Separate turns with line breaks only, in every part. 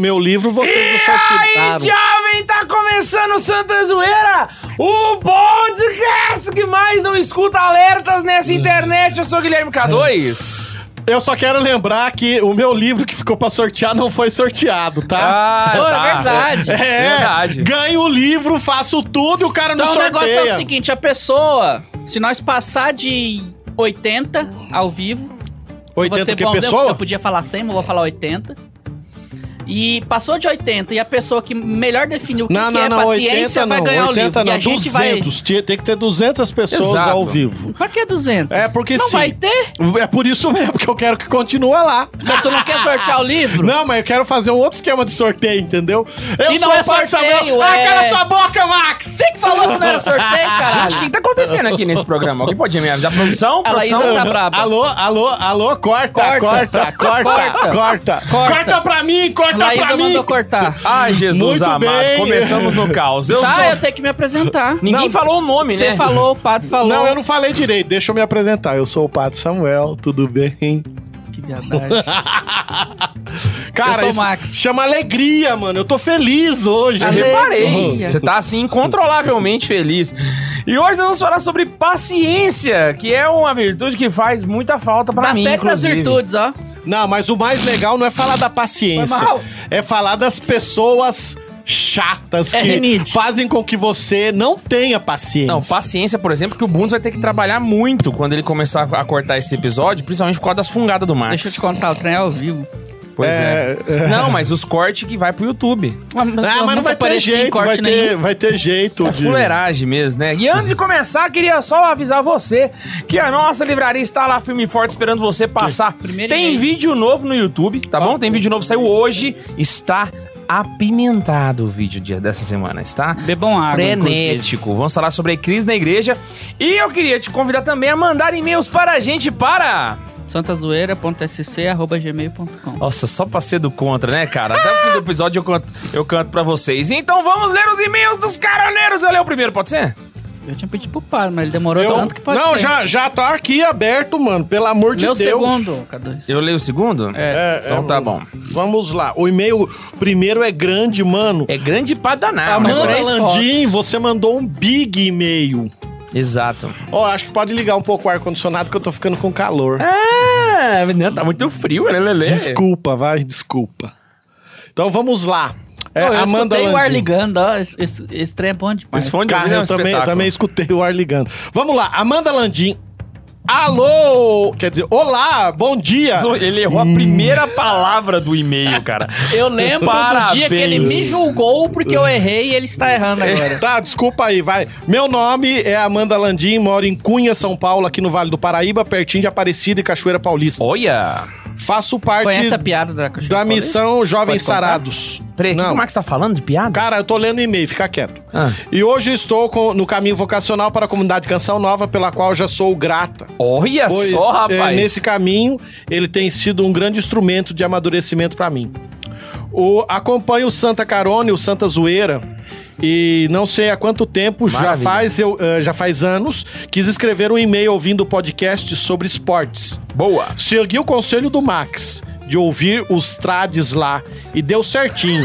meu livro, vocês não
Aí,
sortearam.
jovem, tá começando o Santa Zoeira, o podcast que mais não escuta alertas nessa internet. Eu sou o Guilherme K2.
Eu só quero lembrar que o meu livro que ficou pra sortear não foi sorteado, tá?
Ah,
Pô, é verdade.
é,
verdade.
ganho o livro, faço tudo e o cara não
Então o
sorteia.
negócio é o seguinte, a pessoa, se nós passar de 80 ao vivo,
80 que
bom, eu-
pessoa?
eu podia falar 100, mas eu vou falar 80. E passou de 80 e a pessoa que melhor definiu o que,
Não,
que é
não, não,
paciência
80
vai
não,
ganhar o
80
livro. e
não,
a gente
200, tinha- tem que ter 200 pessoas
Exato.
ao vivo.
vai... Pra que 200?
É, porque
Não
sim.
vai ter?
É por isso mesmo que eu quero que continue lá.
Mas tu não quer sortear o livro?
Não, mas eu quero fazer um outro esquema de sorteio, entendeu? Eu
E não é
Padre
sorteio,
Samuel.
é-
Ah, cala sua boca, Max!
Você que falou que não era sorteio,
Gente, o que
caralho.
que tá acontecendo aqui nesse programa? Alguém pode me avisar? Produção?
A Laísa
Produção?
tá braba.
Alô, alô, alô, corta, corta, corta,
Corta.
corta,
Corta.
corta.
Corta.
pra mim, corta Tá pra
Laísa
mim.
mandou cortar.
Ai, Jesus
Muito
amado,
bem.
começamos no caos. Eu
tá,
sou...
eu tenho que me apresentar.
Ninguém
Não.
falou o nome,
Você
né?
falou, o padre falou.
Não, eu não falei direito, deixa eu me apresentar. Eu sou o Padre Samuel, tudo bem?
Que viadagem.
Cara,
Eu sou o
isso
Max.
chama alegria, mano. Eu tô feliz hoje.
Eu
Ale-
reparei.
Alegria.
Você tá assim incontrolavelmente feliz. E hoje nós vamos falar sobre paciência, que é uma virtude que faz muita falta pra
Dá
mim,
Tá certo as
inclusive.
virtudes, ó.
Não, mas o mais legal não é falar da paciência.
Foi mal.
É falar das pessoas chatas
É
que
rinite.
fazem com que você não tenha paciência.
Não, paciência, por exemplo, que o Bundes vai ter que trabalhar muito quando ele começar a cortar esse episódio, principalmente por causa das fungadas do Max.
Deixa eu te contar, o trem é ao vivo.
Pois é.
É, é.
Não, mas os cortes que vai pro YouTube.
Ah, mas não vai ter jeito, vai ter, vai ter jeito.
É
de-
fuleiragem mesmo, né? E antes de começar, queria só avisar você que a nossa livraria está lá firme e forte esperando você passar.
Primeiro
Tem
e-mail.
vídeo novo no YouTube, tá bom? Tem vídeo novo, saiu hoje. Está apimentado o vídeo dia dessa semana, está?
Bebam água,
frenético. Vamos falar sobre a crise na igreja. E eu queria te convidar também a mandar e-mails para a gente para...
santazoeira.sc.gmail.com
Nossa, só pra ser do contra, né, cara? Até o fim do episódio eu canto, eu canto pra vocês. Então vamos ler os e-mails dos caroneiros. Eu leio o primeiro, pode ser?
Eu tinha pedido pro padre, mas ele demorou
Eu-
tanto que pode
não,
ser.
já, já tá aqui aberto, mano. Pelo amor de
Meu
Deus.
segundo, K2.
Eu leio o segundo?
É,
Então
é,
tá bom.
Vamos lá. O e-mail primeiro é grande, mano.
É grande pra danar. são
Amanda
três-
três
Landim, você mandou um big e-mail.
Exato.
Ó, acho que pode ligar um pouco o ar-condicionado que eu tô ficando com calor.
É,
Ah, não, tá muito frio, né, Lelê?
Desculpa, vai, desculpa. Então vamos lá. É,
Pô, eu
Amanda
escutei o ar
Landim.
ligando, ó. Esse, esse- esse trem é bom demais.
Esse fone de
Cara,
ouvido é um
eu também,
espetáculo.
também escutei o ar ligando. Vamos lá, Amanda Landim. Alô! Quer dizer, olá, bom dia!
Ele errou
Hum.
a primeira palavra do e-mail, cara.
Eu lembro
Parabéns.
do dia que ele me julgou porque eu errei e ele está errando agora.
Tá, desculpa aí, vai. Meu nome é Amanda Landim, moro em Cunha, São Paulo, aqui no Vale do Paraíba, pertinho de Aparecida e Cachoeira Paulista.
Olha!
Faço parte
Conhece a piada da cachorra?
da missão Jovens
Pode contar?
Sarados.
Peraí, o que que o Max tá falando de piada?
Cara, eu tô lendo um e-mail, fica quieto.
Ah.
E hoje estou com- no caminho vocacional para a comunidade Canção Nova, pela qual eu já sou grata.
Olha
Pois,
só,
é,
rapaz.
nesse caminho, ele tem sido um grande instrumento de amadurecimento para mim. O, acompanho o Santa Carone, o Santa Zoeira, e não sei há quanto tempo, já
Maravilha.
faz, eu, eh, já faz anos, quis escrever um e-mail ouvindo o podcast sobre esportes.
Boa.
Segui o conselho do Max de ouvir os trades lá, e deu certinho.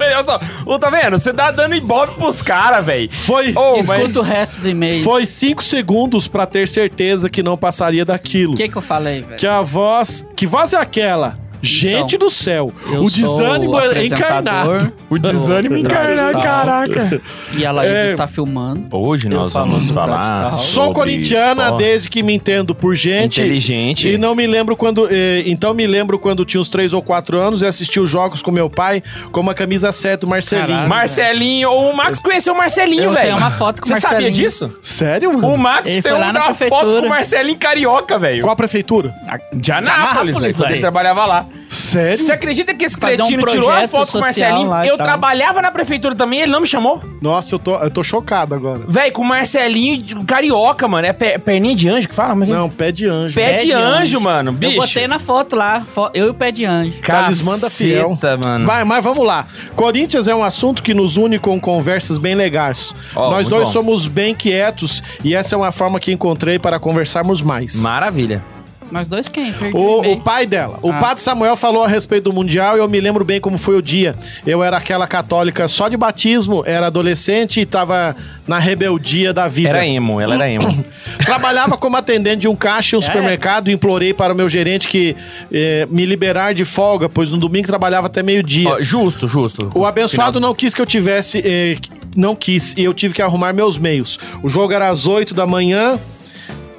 Olha só, ô, tá vendo? Você tá dando ibope pros caras, velho.
Foi
Ô, mas-
Escuta o resto do e-mail. O
Foi cinco segundos pra ter certeza que não passaria daquilo. Que,
que que eu falei, velho?
a voz. Que voz é aquela? Gente do céu,
eu
o
sou
desânimo
o
é
apresentador.
encarnado. O
Desânimo encarnado, caraca.
E a Laís
É.
está filmando.
Hoje
Eu
nós
falo
vamos
muito
falar.
pra você.
Sou
sobre
corintiana
esporte.
desde que me entendo por gente.
Inteligente.
E não me lembro quando. eh, então me lembro quando tinha uns 3 ou 4 anos e assisti os jogos com meu pai com uma camisa 7 do Marcelinho.
Caralho.
Marcelinho, o Max conheceu o Marcelinho,
Eu
velho.
tenho uma foto com o
Você sabia
Marcelinho.
disso?
Sério, mano?
O Max
Ele
tem
foi lá na
uma foto
prefeitura.
com o Marcelinho carioca, velho.
Qual a prefeitura?
De Anápolis, velho.
Anápolis,
quando Ele
velho.
trabalhava lá.
Sério?
Você acredita que esse
Fazer um
cretino tirou a
projeto
foto com o
social
Marcelinho?
lá e
Eu
tal.
trabalhava na prefeitura também, ele não me chamou.
Nossa, eu tô, eu tô chocado agora.
Velho, com o Marcelinho de- carioca, mano. É pe- perninha de anjo que fala? Como é que é?
Não, pé de anjo.
Pé, de, anjo, mano. Bicho.
Eu botei na foto lá, fo- eu e o pé de anjo.
Talismã da Fiel.
Caceta, mano.
Vai, mas vamos lá. Corinthians é um assunto que nos une com conversas bem legais.
Ó,
Nós
muito
dois
bom.
somos bem quietos e essa é uma forma que encontrei para conversarmos mais.
Maravilha.
Nós dois quem? Perdi o,
O, o
e-mail.
pai dela. O
Ah.
padre Samuel falou a respeito do Mundial e eu me lembro bem como foi o dia. Eu era aquela católica só de batismo, era adolescente e tava na rebeldia da vida.
Era emo, ela era emo.
Trabalhava como atendente de um caixa em um supermercado e implorei para o meu gerente que eh, me liberar de folga, pois no domingo trabalhava até meio-dia.
Ó, justo, justo.
O abençoado não quis que eu tivesse. eh, não quis, e eu tive que arrumar meus meios. O jogo era às 8 da manhã,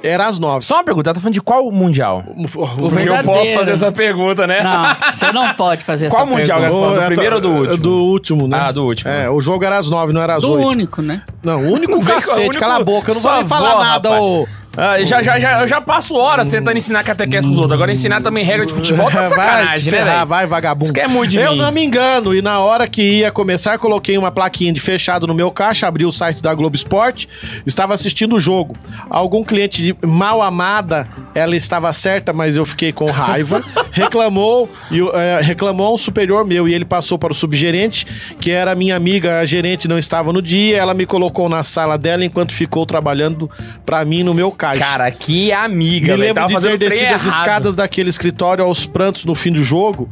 era às 9.
Só uma pergunta, ela tá falando de qual mundial?
O
Porque eu
verdadeiro.
posso fazer essa pergunta, né?
Não, você não pode fazer
Qual
essa
mundial,
pergunta.
galera? Falando do primeiro ou do último?
é, Do último, né?
Ah, do último.
É, o jogo era às 9, não era às
Do
8.
único, né?
Não, o único
Não vem com-
cacete,
é único-
cala a boca, eu não vou
sua
nem falar
avó,
nada,
rapaz.
ô.
Ah, já, já, já, eu já passo horas tentando ensinar catequese pros outros. Agora ensinar também regra de futebol tá de
vai,
sacanagem,
se
né,
ferrar,
velho?
vai, vagabundo.
Isso quer muito de
eu
mim.
não me engano, e na hora que ia começar, coloquei uma plaquinha de fechado no meu caixa, abri o site da Globo Esporte, estava assistindo o jogo. Algum cliente de mal amada, ela estava certa, mas eu fiquei com raiva, reclamou, e, o- é, reclamou um superior meu, e ele passou para o subgerente, que era minha amiga, a gerente não estava no dia, ela me colocou na sala dela enquanto ficou trabalhando para mim no meu caixa.
Cara, que
Me
amiga, velho.
lembro
Tava
de ter
fazendo trem
descido as
errado.
escadas daquele escritório aos prantos no fim do jogo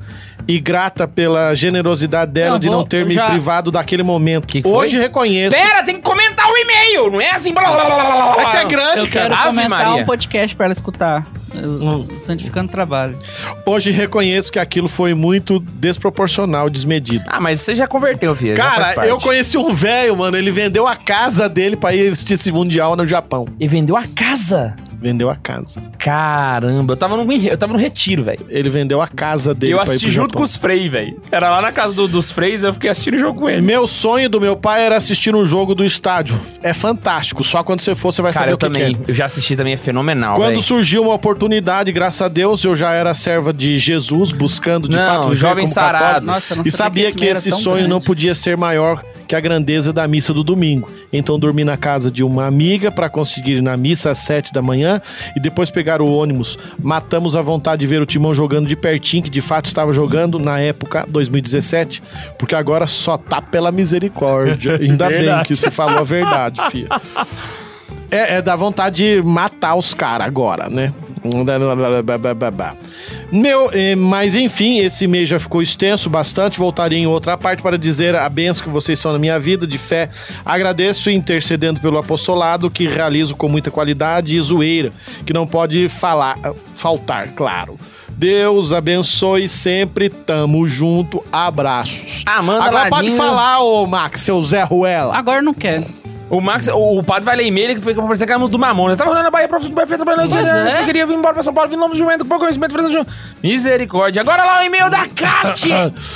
e grata pela generosidade dela
Não,
de
vou-
não ter
eu
me
já-
privado daquele momento.
Que que foi?
Hoje reconheço.
Pera, tem que comentar o e-mail, não é assim? Blá, blá, blá, blá, blá, blá.
É que é grande,
Eu quero
cara.
Ave
comentar
Maria.
um podcast pra ela escutar. Eu- Santificando trabalho.
Hoje reconheço que aquilo foi muito desproporcional, desmedido.
Ah, mas você já converteu, filho. já faz
Cara,
parte.
eu conheci um velho, mano. Ele vendeu a casa dele pra ir assistir esse mundial no Japão.
E vendeu a casa.
Vendeu a casa.
Caramba, eu tava no, eu tava no retiro, velho.
Ele vendeu a casa dele
Eu
pra ir
assisti
pro
junto
Japão.
com os Frei, velho. Era lá na casa do- dos Freis, eu fiquei assistindo o jogo com ele.
Meu sonho do meu pai era assistir um jogo do estádio. É fantástico. Só quando você for, você vai
Cara,
saber
eu
o que que é.
também. Eu já assisti também, é fenomenal,
Quando
velho.
surgiu uma oportunidade, graças a Deus, eu já era serva de Jesus, buscando de
Não,
fato viver
jovem
como
sarado.
católico.
Nossa, eu não
e
sabia
sabia que
meio era
esse
tão
sonho
grande.
não podia ser maior que a grandeza da missa do domingo. Então dormi na casa de uma amiga para conseguir ir na missa às sete da manhã e depois pegar o ônibus. Matamos a vontade de ver o Timão jogando de pertinho, que de fato estava jogando na época 2017, porque agora só tá pela misericórdia. Ainda bem
Verdade.
que você falou a verdade, filha. É, é da vontade de matar os caras agora, né? Meu, eh, mas enfim, esse e-mail já ficou extenso bastante. Voltaria em outra parte para dizer a benção que vocês são na minha vida, de fé. Agradeço intercedendo pelo apostolado que realizo com muita qualidade e zoeira, que não pode falar, faltar, claro. Deus abençoe sempre, tamo junto, abraços.
Ah, manda Ah,
Agora pode
ladinho.
falar, ô Max, seu Zé Ruela.
Agora não quer.
O Max, o, o padre vai ler e-mail que foi pra parecer que éramos do Mamon. Eu tava rolando na Bahia, professor do Perfeito, trabalhando
Pois
de
é.
que eu queria vir embora pra São Paulo, vim no nome do jumento, com pouco conhecimento, fazendo junto. Misericórdia. Agora lá o e-mail da Kat.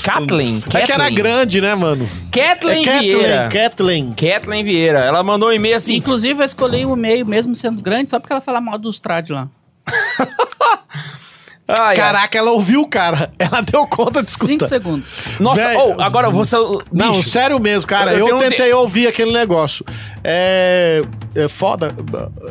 Kathleen.
É que era grande, né, mano?
Kathleen
É Kathleen,
Vieira.
Kathleen.
Kathleen Vieira. Ela mandou um e-mail assim.
Inclusive, eu escolhi o e-mail, mesmo sendo grande, só porque ela fala mal dos trades lá.
Ai, ai.
Caraca, ela ouviu o cara. Ela deu conta de
Cinco
escutar.
segundos.
Nossa,
Velho.
oh, agora você.
Não,
bicho,
sério mesmo, cara. Eu,
Eu- eu tenho um
tentei ouvir aquele negócio. É. É foda.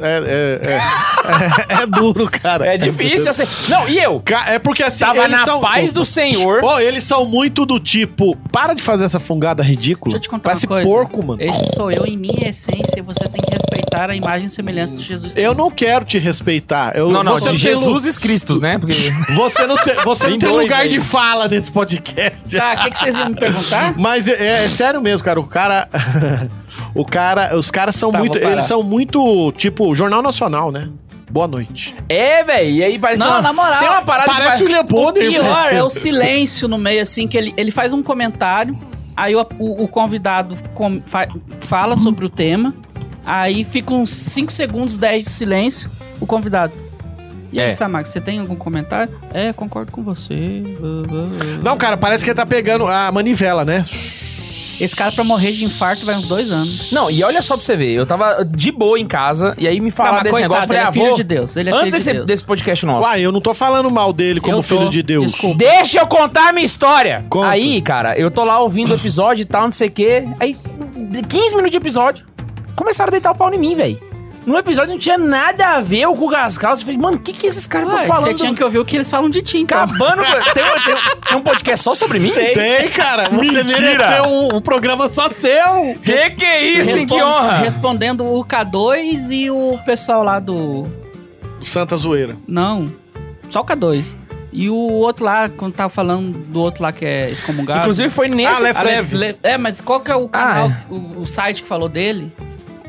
É, é, é, é, é duro, cara.
É difícil assim. Não, e eu?
Ca- É porque assim.
Tava
eles
na
são-
paz do Senhor.
Pô, eles são muito do tipo. Para de fazer essa fungada ridícula.
Deixa eu te contar
Parece
uma coisa.
porco, mano.
Este sou eu em minha essência. Você tem que respeitar a imagem e semelhança de Jesus
Eu não
Cristo.
quero te respeitar. Eu,
Não, não,
você
de
tem lu-
Jesus Cristo, né? Porque.
Você não tem, você não
Tem
tem
dois né?
lugar
aí.
de fala nesse podcast.
Tá, o que, que vocês iam me perguntar?
Mas é, é- é sério mesmo, cara. O cara. o cara. Os caras são
Tá,
muito.
vou parar.
Eles são muito. Tipo, Jornal Nacional, né? Boa noite.
É, velho. E aí parece.
Não,
uma-
na moral.
Tem uma parada que
Parece o
vai-
William Bonner.
um
Pior
velho.
é o silêncio no meio, assim, que ele, ele faz um comentário, aí o, o- o convidado com- fa- fala sobre o tema, aí fica uns 5 segundos, 10 de silêncio, o convidado. E aí,
É.
Samag, você tem algum comentário? É, concordo com você.
Não, cara, parece que ele tá pegando a manivela, né?
Esse cara pra morrer de infarto vai uns dois anos.
Não, e olha só pra você ver, eu tava de boa em casa, e aí me falaram
Não, mas
desse
coitado,
negócio, eu falei,
ele é
ah,
filho
vou-
de Deus, ele é
Antes
filho de
desse,
Deus.
desse podcast nosso.
Uai, eu não tô falando mal dele como
Eu tô.
filho de Deus.
Desculpa.
Deixa eu contar a minha história.
Conta.
Aí, cara, eu tô lá ouvindo o episódio e tal, não sei o quê. Aí, 15 minutos de episódio, começaram a deitar o pau em mim, velho. No episódio não tinha nada a ver eu com o Gascaus. Eu falei, mano, o que, que esses caras estão
Ué,
falando?
Você tinha que ouvir o que eles falam de ti, então.
Acabando. com- tem, um- tem um- tem um podcast só sobre mim?
Tem, cara. Você
Mentira.
mereceu um, um programa só seu.
Que que é isso, hein? Que
Responde-
honra!
Respondendo o K2 e o pessoal lá do.
Santa Zoeira.
Não. Só o K2. E o outro lá, quando tava falando do outro lá que é excomungado.
Inclusive foi nesse.
Ah, Lef-
a
Leve.
Le- Le- É, mas qual que é o canal,
Ah,
o, o site que falou dele?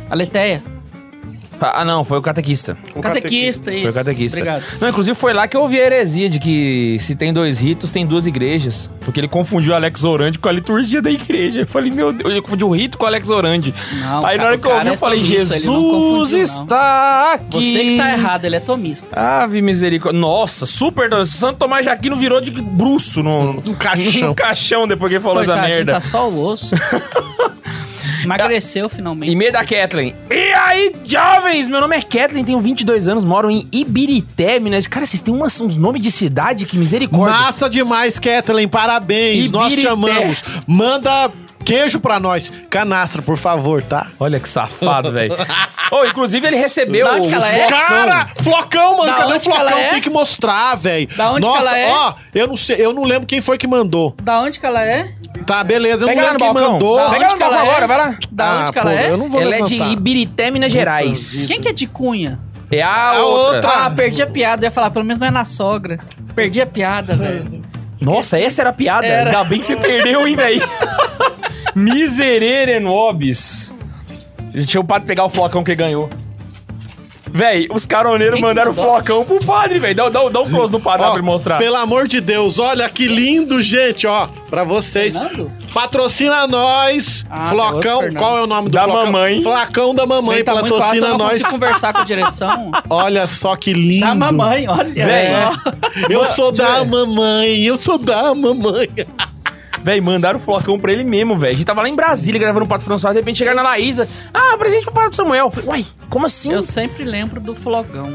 A Leteia.
Ah, não, foi o catequista.
O
Um Catequista, isso.
Foi o catequista.
Obrigado.
Não, inclusive foi lá que eu ouvi a heresia de que se tem dois ritos, tem duas igrejas. Porque ele confundiu Alex Orandi com a liturgia da igreja. Eu falei, meu Deus, ele confundiu o rito com Alex Orandi.
Não,
Aí
cara,
na hora
o
que eu
cara
ouvi, eu
é
falei,
tomista, ele não
Jesus
confundiu, não.
está aqui.
Você que tá errado, ele é tomista.
Ave misericórdia. Nossa, super. Santo Tomás de Aquino virou de bruxo no, no
Do caixão.
no caixão depois que ele falou essa
Coitado,
merda.
tá só o osso. Emagreceu finalmente.
E-mail da Kathleen. E aí, jovens? Meu nome é Kathleen, tenho 22 anos, moro em Ibirité, Minas. Cara, vocês têm umas- uns nomes de cidade que misericórdia.
Massa demais, Kathleen. Parabéns. Nós te
Ibirité.
amamos. Manda queijo pra nós. Canastra, por favor, tá?
Olha que safado, velho. Ô, inclusive ele recebeu.
Da onde que ela é?
Cara, flocão, mano,
Da
cadê o
onde que ela
flocão?
é?
Tem que mostrar, velho.
Da onde que
Nossa,
ela é?
ó, eu não sei, eu não lembro quem foi que mandou.
Da onde que ela é?
Tá, beleza, eu
Pega
não
lá no
lembro quem
balcão.
mandou. Ah,
Da
Pega
onde
ela no
que ela
balcão
é?
agora, vai lá.
Da onde que ela
pô,
é?
Eu não vou
Ela é
levantar.
de Ibirité, Minas Gerais.
Quem que é de Cunha?
É a,
A
outra.
outra.
Ah, perdi a piada. Eu ia falar, pelo menos não é na sogra. Perdi a piada, velho.
Nossa, essa era a piada.
Era.
Ainda bem que você perdeu, hein, velho? Miserere nobis. Deixa o padre pegar o flocão que ganhou. Véi, os caroneiros
Quem que
mandaram o
mandou?
flocão pro padre, velho. Dá, dá, dá um close no padre
Ó,
pra ele mostrar.
Pelo amor de Deus, olha que lindo, gente, ó, pra vocês.
Fernando?
Patrocina nós,
Ah, é
Flocão,
outro Fernando.
qual é o nome do
Da
Flocão?
mamãe.
Flacão da mamãe,
Ele tá muito alto, eu
patrocina
não
nós.
consigo conversar com a direção.
Olha só que lindo.
Da Tá mamãe, olha
Véi. é. né?
só.
Eu sou da mamãe, eu sou da mamãe.
Véi, mandaram o flocão pra ele mesmo, velho. A gente tava lá em Brasília gravando o Pato François, de repente chegaram na Laísa. Ah, presente pro Padre Samuel. Eu Falei, Uai, como assim?
Eu sempre lembro do flogão.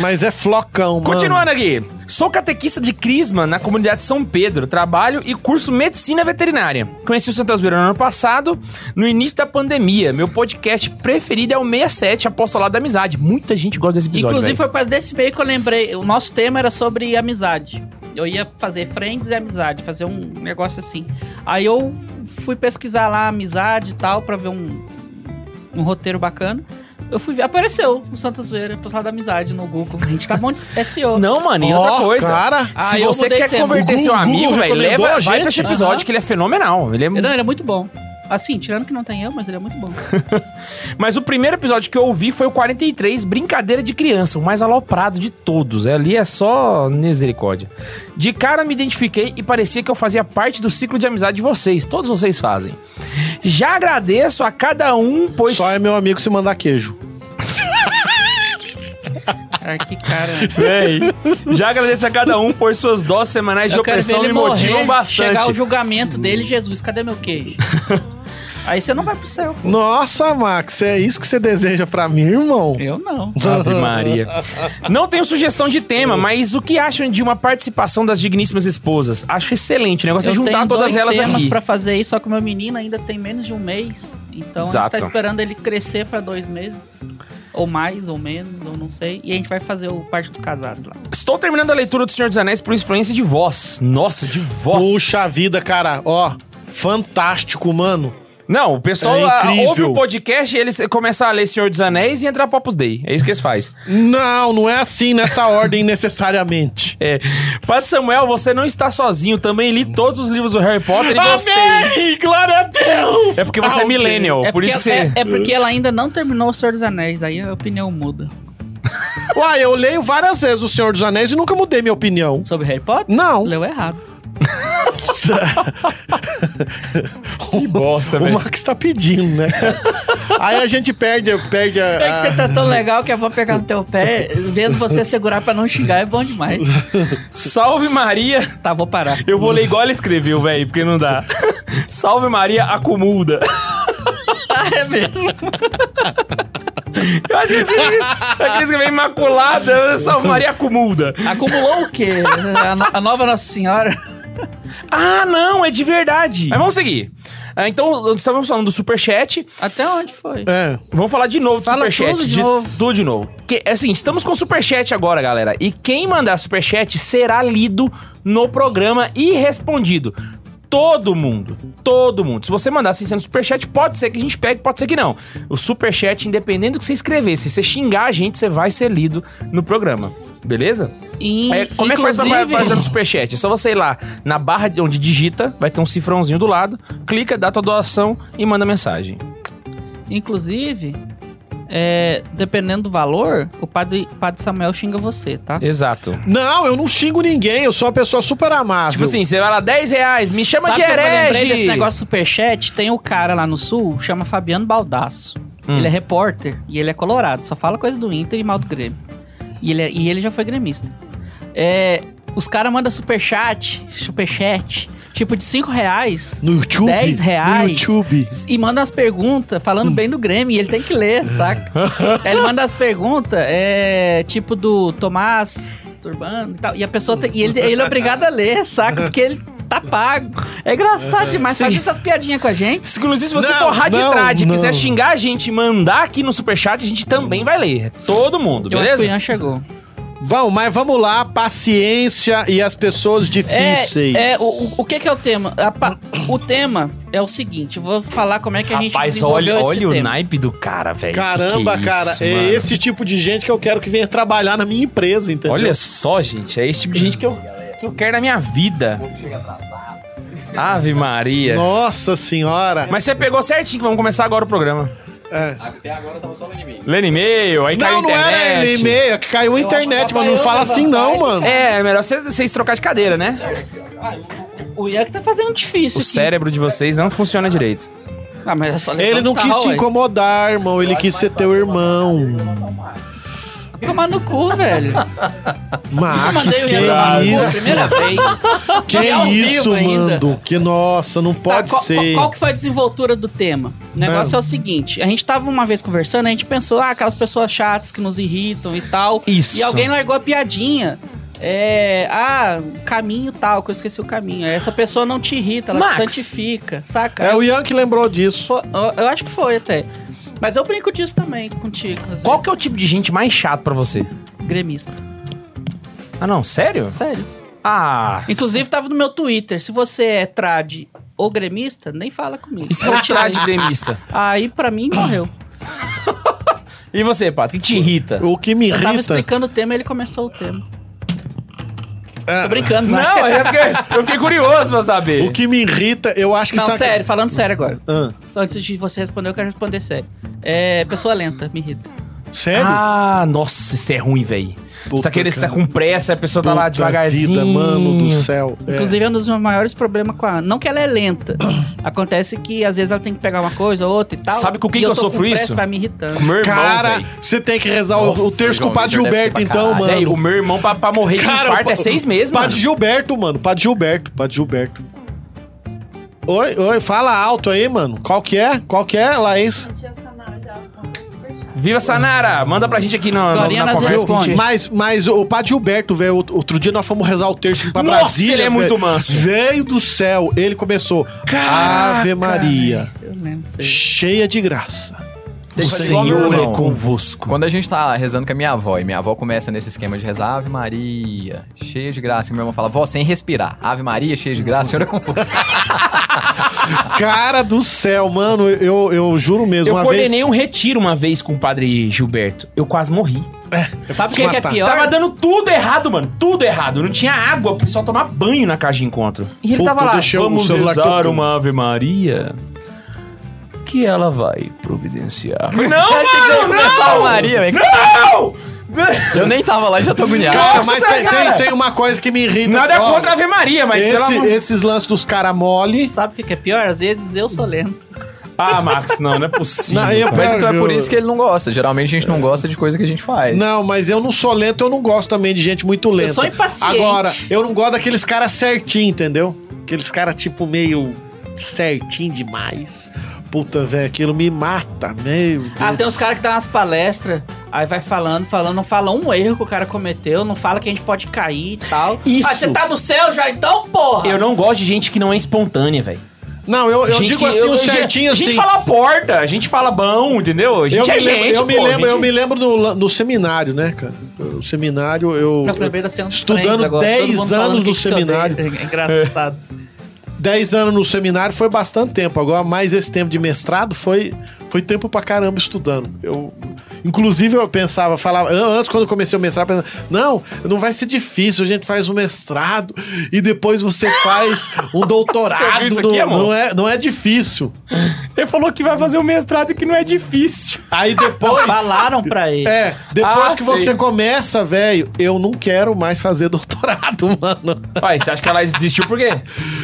Mas é Flocão, mano.
Continuando aqui. Sou catequista de Crisma na comunidade São Pedro. Trabalho e curso Medicina Veterinária. Conheci o Santa Zoeira no ano passado, no início da pandemia. Meu podcast preferido é o 67, Apostolado da Amizade. Muita gente gosta desse episódio.
Inclusive,
velho.
foi por causa desse meio que eu lembrei. O nosso tema era sobre amizade. Eu ia fazer friends e amizade, fazer um negócio assim. Aí eu fui pesquisar lá amizade e tal, pra ver um, um roteiro bacana. Eu fui ver, apareceu o Santa Zoeira, postado da amizade no Google. A gente tá bom de SEO.
Não, mano, e É outra
Ó,
coisa.
cara.
Ah,
Se
eu
você
mudei
quer
tema.
converter
Google-
seu amigo,
Google
velho,
recomendou
leva
a
vai pra
gente.
esse episódio
Aham.
que ele é fenomenal. Ele é
Não, ele é muito bom. Assim, tirando que não tem eu, mas ele é muito bom.
Mas o primeiro episódio que eu ouvi foi o 43, Brincadeira de Criança, o mais aloprado de todos. Ali é só misericórdia. De cara me identifiquei e parecia que eu fazia parte do ciclo de amizade de vocês. Todos vocês fazem. Já agradeço a cada um, pois.
Só é meu amigo se mandar queijo.
Cara, que cara.
Véi, já agradeço a cada um, pois suas doses semanais de
Eu quero ver
opressão
ele
me motivam
morrer, chegar o
bastante.
julgamento dele, Jesus, cadê meu queijo? Aí você não vai pro céu.
Nossa, Max, é isso que você deseja pra mim, irmão?
Eu não.
Ave Maria. Não tenho sugestão de tema, mas o que acham de uma participação das digníssimas esposas? Acho excelente. O negócio é
eu
juntar
tenho
todas
dois
elas
temas
aqui.
pra fazer isso, só que o meu menino ainda tem menos de um mês. Então a gente
Exato.
tá esperando ele crescer pra dois meses. Ou mais, ou menos, ou não sei. E a gente vai fazer o parte dos casados lá.
Estou terminando a leitura do Senhor dos Anéis por influência de voz. Nossa, de voz.
Puxa vida, cara, ó. Fantástico, mano.
Não, o pessoal
É
ah,
incrível.
ouve o podcast e eles começam a ler Senhor dos Anéis e entrar pro Opus Dei. É isso que eles fazem.
Não, não é assim nessa ordem necessariamente.
É. Padre Samuel, você não está sozinho. Também li todos os livros do Harry Potter e gostei.
Amém! Glória a Deus!
É porque você é
Ah, ok.
millennial, por
porque
isso que você...
é, é porque ela ainda não terminou o Senhor dos Anéis. Aí a opinião muda.
Uai, eu leio várias vezes O Senhor dos Anéis e nunca mudei minha opinião.
Sobre Harry Potter?
Não.
Leu errado.
Tá Que bosta,
O
velho.
Max tá pedindo, né? cara? Aí a gente perde, perde
É que você
a. a...
tá tão legal que eu vou pegar no teu pé, vendo você segurar pra não xingar é bom demais.
Salve Maria.
Tá, vou parar.
Eu vou ler igual ela escreveu, velho, porque não dá. Salve Maria Acumulda. Tá,
Ah, é mesmo.
Eu acho que aquele escreveu Imaculada. Salve Maria Acumulda.
Acumulou o quê? A, no- a nova Nossa Senhora?
Ah, não, é de verdade. Mas vamos seguir. Ah, então, estávamos falando do superchat.
Até onde foi?
É.
Vamos falar de novo do
Fala
superchat.
tudo de novo.
Tudo de novo. Que, é assim, estamos com superchat agora, galera. E quem mandar superchat será lido no programa e respondido. Todo mundo. Todo mundo. Se você mandar 600 superchat, pode ser que a gente pegue, pode ser que não. O superchat, independente do que você escrever, se você xingar a gente, você vai ser lido no programa. Beleza?
E,
É, como é que faz pra
inclusive,
fazer no superchat? É só você ir lá na barra de onde digita, vai ter um cifrãozinho do lado, clica, dá tua doação e manda mensagem.
Inclusive, é, dependendo do valor, o padre, padre Samuel xinga você, tá?
Exato.
Não, eu não xingo ninguém, eu sou uma pessoa super amável.
Tipo assim, você vai lá, 10 reais, me chama
Sabe
de
que eu lembrei desse
herege!
negócio superchat? Tem um cara lá no sul, chama Fabiano Baldasso.
Hum.
Ele é repórter e ele é colorado, só fala coisa do Inter e mal do Grêmio. E ele, é- e ele já foi gremista. É, os caras mandam superchat, superchat, tipo de 5 reais,
no YouTube?
10
No
reais.
YouTube.
e manda as perguntas
Hum.
falando bem do Grêmio e ele tem que
É.
ler, saca? Aí ele manda as perguntas, é, tipo do Tomás Turbano e tal. E a pessoa tem- e ele, ele é obrigado a ler, saca? Porque ele tá pago. É engraçado demais.
Sim.
Faz essas piadinhas com a gente.
Se, Inclusive, se você
Não,
for raditrade e
não,
quiser
não.
xingar a gente e mandar aqui no superchat, a gente também vai ler. É Todo mundo,
Eu acho que o
beleza?
Ian chegou.
Vamos, mas vamos lá, paciência e as pessoas difíceis.
É, é, o, o- o que que é o tema? A pa- o tema é o seguinte, eu vou falar como é que a gente desenvolveu esse tema.
naipe do cara, velho.
Caramba,
Que que
cara,
isso,
é
mano?
esse tipo de gente que eu quero que venha trabalhar na minha empresa, entendeu?
Olha só, gente, é esse tipo de gente que eu, que eu quero na minha vida. Ave Maria.
Nossa senhora.
Mas você pegou certinho que vamos começar agora o programa.
É.
Lendo e-mail, aí caiu
Não, não
internet.
era e-mail, é que caiu a internet, mas não fala
né,
assim não, mano.
É, é melhor vocês vocês trocar de cadeira, né?
O Ian que tá fazendo difícil
O
aqui.
cérebro de vocês não funciona direito.
Ah, mas é só
Ele não
tá
levantar,
quis te
ué.
incomodar, irmão, ele quis ser teu irmão.
Tomar no cu, velho.
Max,
mandei o
que
Renato.
isso?
Primeira vez.
Que
E é ao
isso,
vivo ainda.
mano? Que nossa, não
Tá,
pode
qual,
ser.
qual que foi a desenvoltura do tema? O negócio
Não.
é o seguinte: a gente tava uma vez conversando, a gente pensou, ah, aquelas pessoas chatas que nos irritam e tal.
Isso.
E alguém largou a piadinha. É. Ah, caminho tal, que eu esqueci o caminho. Aí Essa pessoa não te irrita, ela
Max.
te santifica, saca?
É o Ian que lembrou disso.
Foi- eu- eu acho que foi até. Mas eu brinco disso também contigo. às
Qual
vezes.
que é o tipo de gente mais chato pra você?
Gremista.
Ah, não, sério?
Sério.
Ah.
Inclusive, tava no meu Twitter. Se você é trad ou gremista, nem fala comigo.
E se for tirar de gremista?
Aí, pra mim, morreu.
E você, Pato, o que te irrita?
O que me
Eu tava
irrita.
explicando o tema e ele começou o tema.
É.
Tô brincando, vai.
Não, é porque eu fiquei curioso pra saber.
O que me irrita, eu acho que
Não,
saca-
sério, falando sério agora.
Ah,
Só antes de você responder, eu quero responder sério. É, pessoa lenta, me irrita.
sério?
Ah, nossa, isso é ruim, velho. Você tá
Puta,
querendo, você tá
cara.
com pressa, a pessoa tá lá
Puta
devagarzinho.
vida, mano do céu. É.
Inclusive, é um dos meus maiores problemas com a. Não que ela é lenta. Acontece que às vezes ela tem que pegar uma coisa, outra e tal.
Sabe com quem
e
que eu
tô
sofro
com pressa,
isso?
Vai me irritando.
Meu irmão,
cara,
véi.
você tem que rezar Tá, o- o
Nossa,
terço com o
João,
Padre
deve ser
Gilberto,
pra
é
então,
caralho.
mano.
Véi, o meu irmão, pra, pra morrer
Cara,
de infarto,
o-
é seis meses, mano.
Padre Gilberto, mano. Padre Gilberto, Padre Gilberto. Oi, oi, fala alto aí, mano. Qual que é? Qual que é, Laís?
Tia Samara já mandou superchat.
Viva Sanara, manda pra gente aqui no, no,
Glorinha
na
nas
conversa. que a gente-
responde.
Mas, mas o Padre Gilberto, velho, out- outro dia nós fomos rezar o terço pra
Nossa,
Brasília.
ele é
velho.
muito manso.
Veio do céu, ele começou.
Caraca,
Ave Maria,
Eu lembro, sei.
cheia de graça.
O
Deixa eu ver
Senhor
como
é
não.
convosco.
Quando a gente tá rezando com a minha avó, e minha avó começa nesse esquema de rezar Ave Maria, cheia de graça, e minha irmã fala, vó, sem respirar, Ave Maria, cheia de graça, é senhora composta.
Cara do céu, mano, eu, eu juro mesmo.
Eu
uma
coordenei
vez,
um retiro uma vez com o padre Gilberto. Eu quase morri.
Sabe o que, que é
matar.
pior?
Tava dando tudo errado, mano. Tudo errado. Não tinha água pro pessoal tomar banho na casa de encontro. E ele
Puta,
tava lá,
deixa eu- o
vamos
celular tá
rezar
tocando."
uma ave maria que ela vai providenciar. Não, mano, não!
Maria, velho.
Não!
Eu nem tava lá e já tô agoniado.
Cara,
Nossa,
mas tem,
cara!
tem- tem uma coisa que me irrita.
Nada é
Ó,
contra a ave maria, mas pelo
Então, esse-
amor...
Esses lances dos cara mole.
Sabe o que, que é pior? Às vezes eu sou lento.
Ah, Max, não, não é possível.
Não, eu-
cara.
Mas então é por isso que ele não gosta. Geralmente a gente não gosta de coisa que a gente faz.
Não, mas eu não sou lento, eu não gosto também de gente muito lenta.
sou impaciente.
Agora, eu não gosto daqueles caras certinho, entendeu? Aqueles caras, tipo, meio certinho demais. Puta, velho, aquilo me mata, meio.
Ah, tem uns caras que dão umas palestras, aí vai falando, falando, não fala um erro que o cara cometeu, não fala que a gente pode cair e tal.
Isso.
Ah, você tá no céu já então, porra?
Eu não gosto de gente que não é espontânea, velho.
Não, eu, eu digo assim, o certinho
A gente
assim.
fala porta, a gente fala bom, entendeu? A
Eu
gente
me,
é
lembro,
gente,
eu, me
pô, a
lembro, eu
gente-
me lembro no, lan- no seminário, né, cara? O seminário, eu.
Nossa, lembrei da cena dos
Estudando
Friends tá agora, todo
10
mundo falando
anos
que
do
se odeia.
seminário.
É engraçado.
10 anos no seminário foi bastante tempo. Agora, mais esse tempo de mestrado foi, foi tempo pra caramba estudando. Eu, inclusive, eu pensava, falava, an- antes quando eu comecei o mestrado, eu pensava, não, não vai ser difícil, a gente faz um mestrado e depois você faz um doutorado.
isso
não,
aqui, amor?
não é, não é difícil.
Ele falou que vai fazer o mestrado e que não é difícil.
Aí depois.
Falaram pra ele.
É, depois
Ah,
que
sei.
você começa, velho, eu não quero mais fazer doutorado, mano.
Ué, você acha que ela desistiu por quê?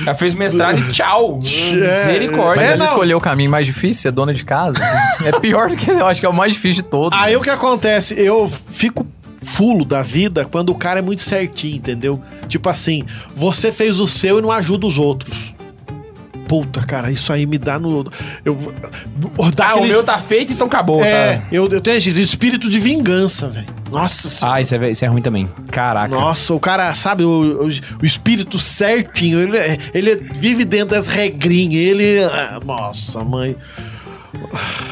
Ela fez mestrado e tchau. Misericórdia.
Mas
É,
ela
não.
escolheu o caminho mais difícil, ser dona de casa. é pior do que eu acho que é o mais difícil de todos.
Aí o que acontece? Eu fico fulo da vida quando o cara é muito certinho, entendeu? Tipo assim, você fez o seu e não ajuda os outros. Puta, cara, isso aí me dá no. Eu, dá
Ah, o
aquele-
meu tá feito, então acabou,
É,
tá?
eu, eu tenho esse espírito de vingança, velho. Nossa senhora.
Ah, isso é, isso é ruim também. Caraca.
Nossa, o cara, sabe, o, o- o espírito certinho, ele, é- ele vive dentro das regrinhas, ele. ah, Nossa, mãe.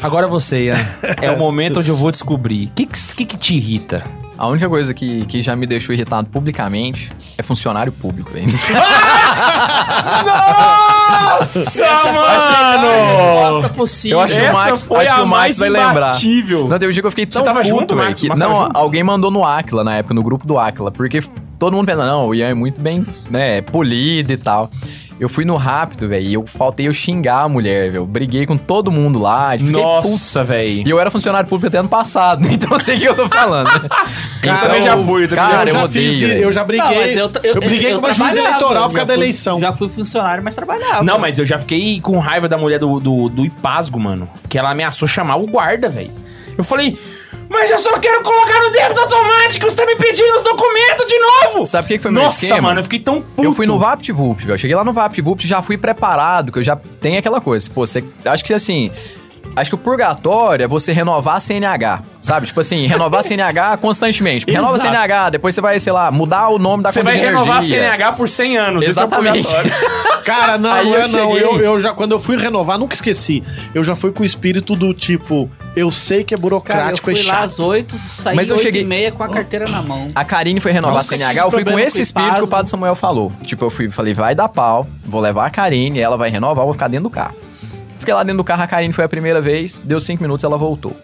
Agora você, Ian. É o momento onde eu vou descobrir. O que, que, que que te irrita?
A única coisa que, que já me deixou irritado publicamente é funcionário público, velho.
Nossa,
Ah,
mano!
é Resposta possível.
Eu acho que
Essa
o Max,
foi
acho que
a
o Max
mais
vai lembrar.
imbatível.
Não, teve um dia que eu fiquei tão
tava
puto,
junto,
velho,
Max?
que-
O Max
Não,
tava junto?
alguém mandou no Aquila na época, no grupo do Aquila, porque todo mundo pensa, não, o Ian é muito bem, né, polido e tal. Eu fui no rápido, velho, e eu faltei eu xingar a mulher, velho. Eu Briguei com todo mundo lá, fiquei puto.
Nossa, velho.
E eu era funcionário público até ano passado, então eu sei o que eu tô falando. Então,
Cara, eu já
fui, eu também
cara,
eu
eu,
já
odeio.
fiz,
velho.
eu já briguei.
Não, mas
eu,
eu, eu-
briguei
eu
com uma juíza
trabalhava,
eleitoral por
já
causa da
fui-
eleição.
Já fui funcionário, mas trabalhava.
Não, mas eu já fiquei com raiva da mulher do, do, do Ipasgo, mano. Que ela ameaçou chamar o guarda, velho. Eu falei, mas eu só quero colocar no débito automático, você tá me pedindo os documentos de novo!
Sabe o que que foi meu
Nossa,
esquema?
mano, eu fiquei tão puto.
Eu fui no VaptVupt, velho. Eu Cheguei lá no VaptVupt, já fui preparado, que eu já tenho aquela coisa. Pô, você... Acho que assim... Acho que o purgatório é você renovar a CNH, sabe? Tipo assim, renovar a CNH constantemente. Renova a
Exato.
CNH, depois você vai, sei lá, mudar o nome da
Você
conta
vai
de
renovar a
energia.
CNH por 100 anos. esse é o
Exatamente.
purgatório.
Cara, não,
Aí eu
eu não.
cheguei.
Eu, eu já, quando eu fui renovar, nunca esqueci. Eu já fui com o espírito do tipo, eu sei que é
Cara, eu
burocrático
fui
e
lá
chato.
às 8, saí às
Mas eu
8
cheguei-
e meia com a carteira na mão.
A Karine foi renovar
Nossa,
a CNH, eu fui com
problema com
esse espírito que o
espasmo.
Padre Samuel falou. Tipo, eu fui, falei, vai dar pau, vou levar a Karine, ela vai renovar, eu vou ficar dentro do carro. Fiquei lá dentro do carro, a Karine foi a primeira vez, deu cinco minutos, ela voltou.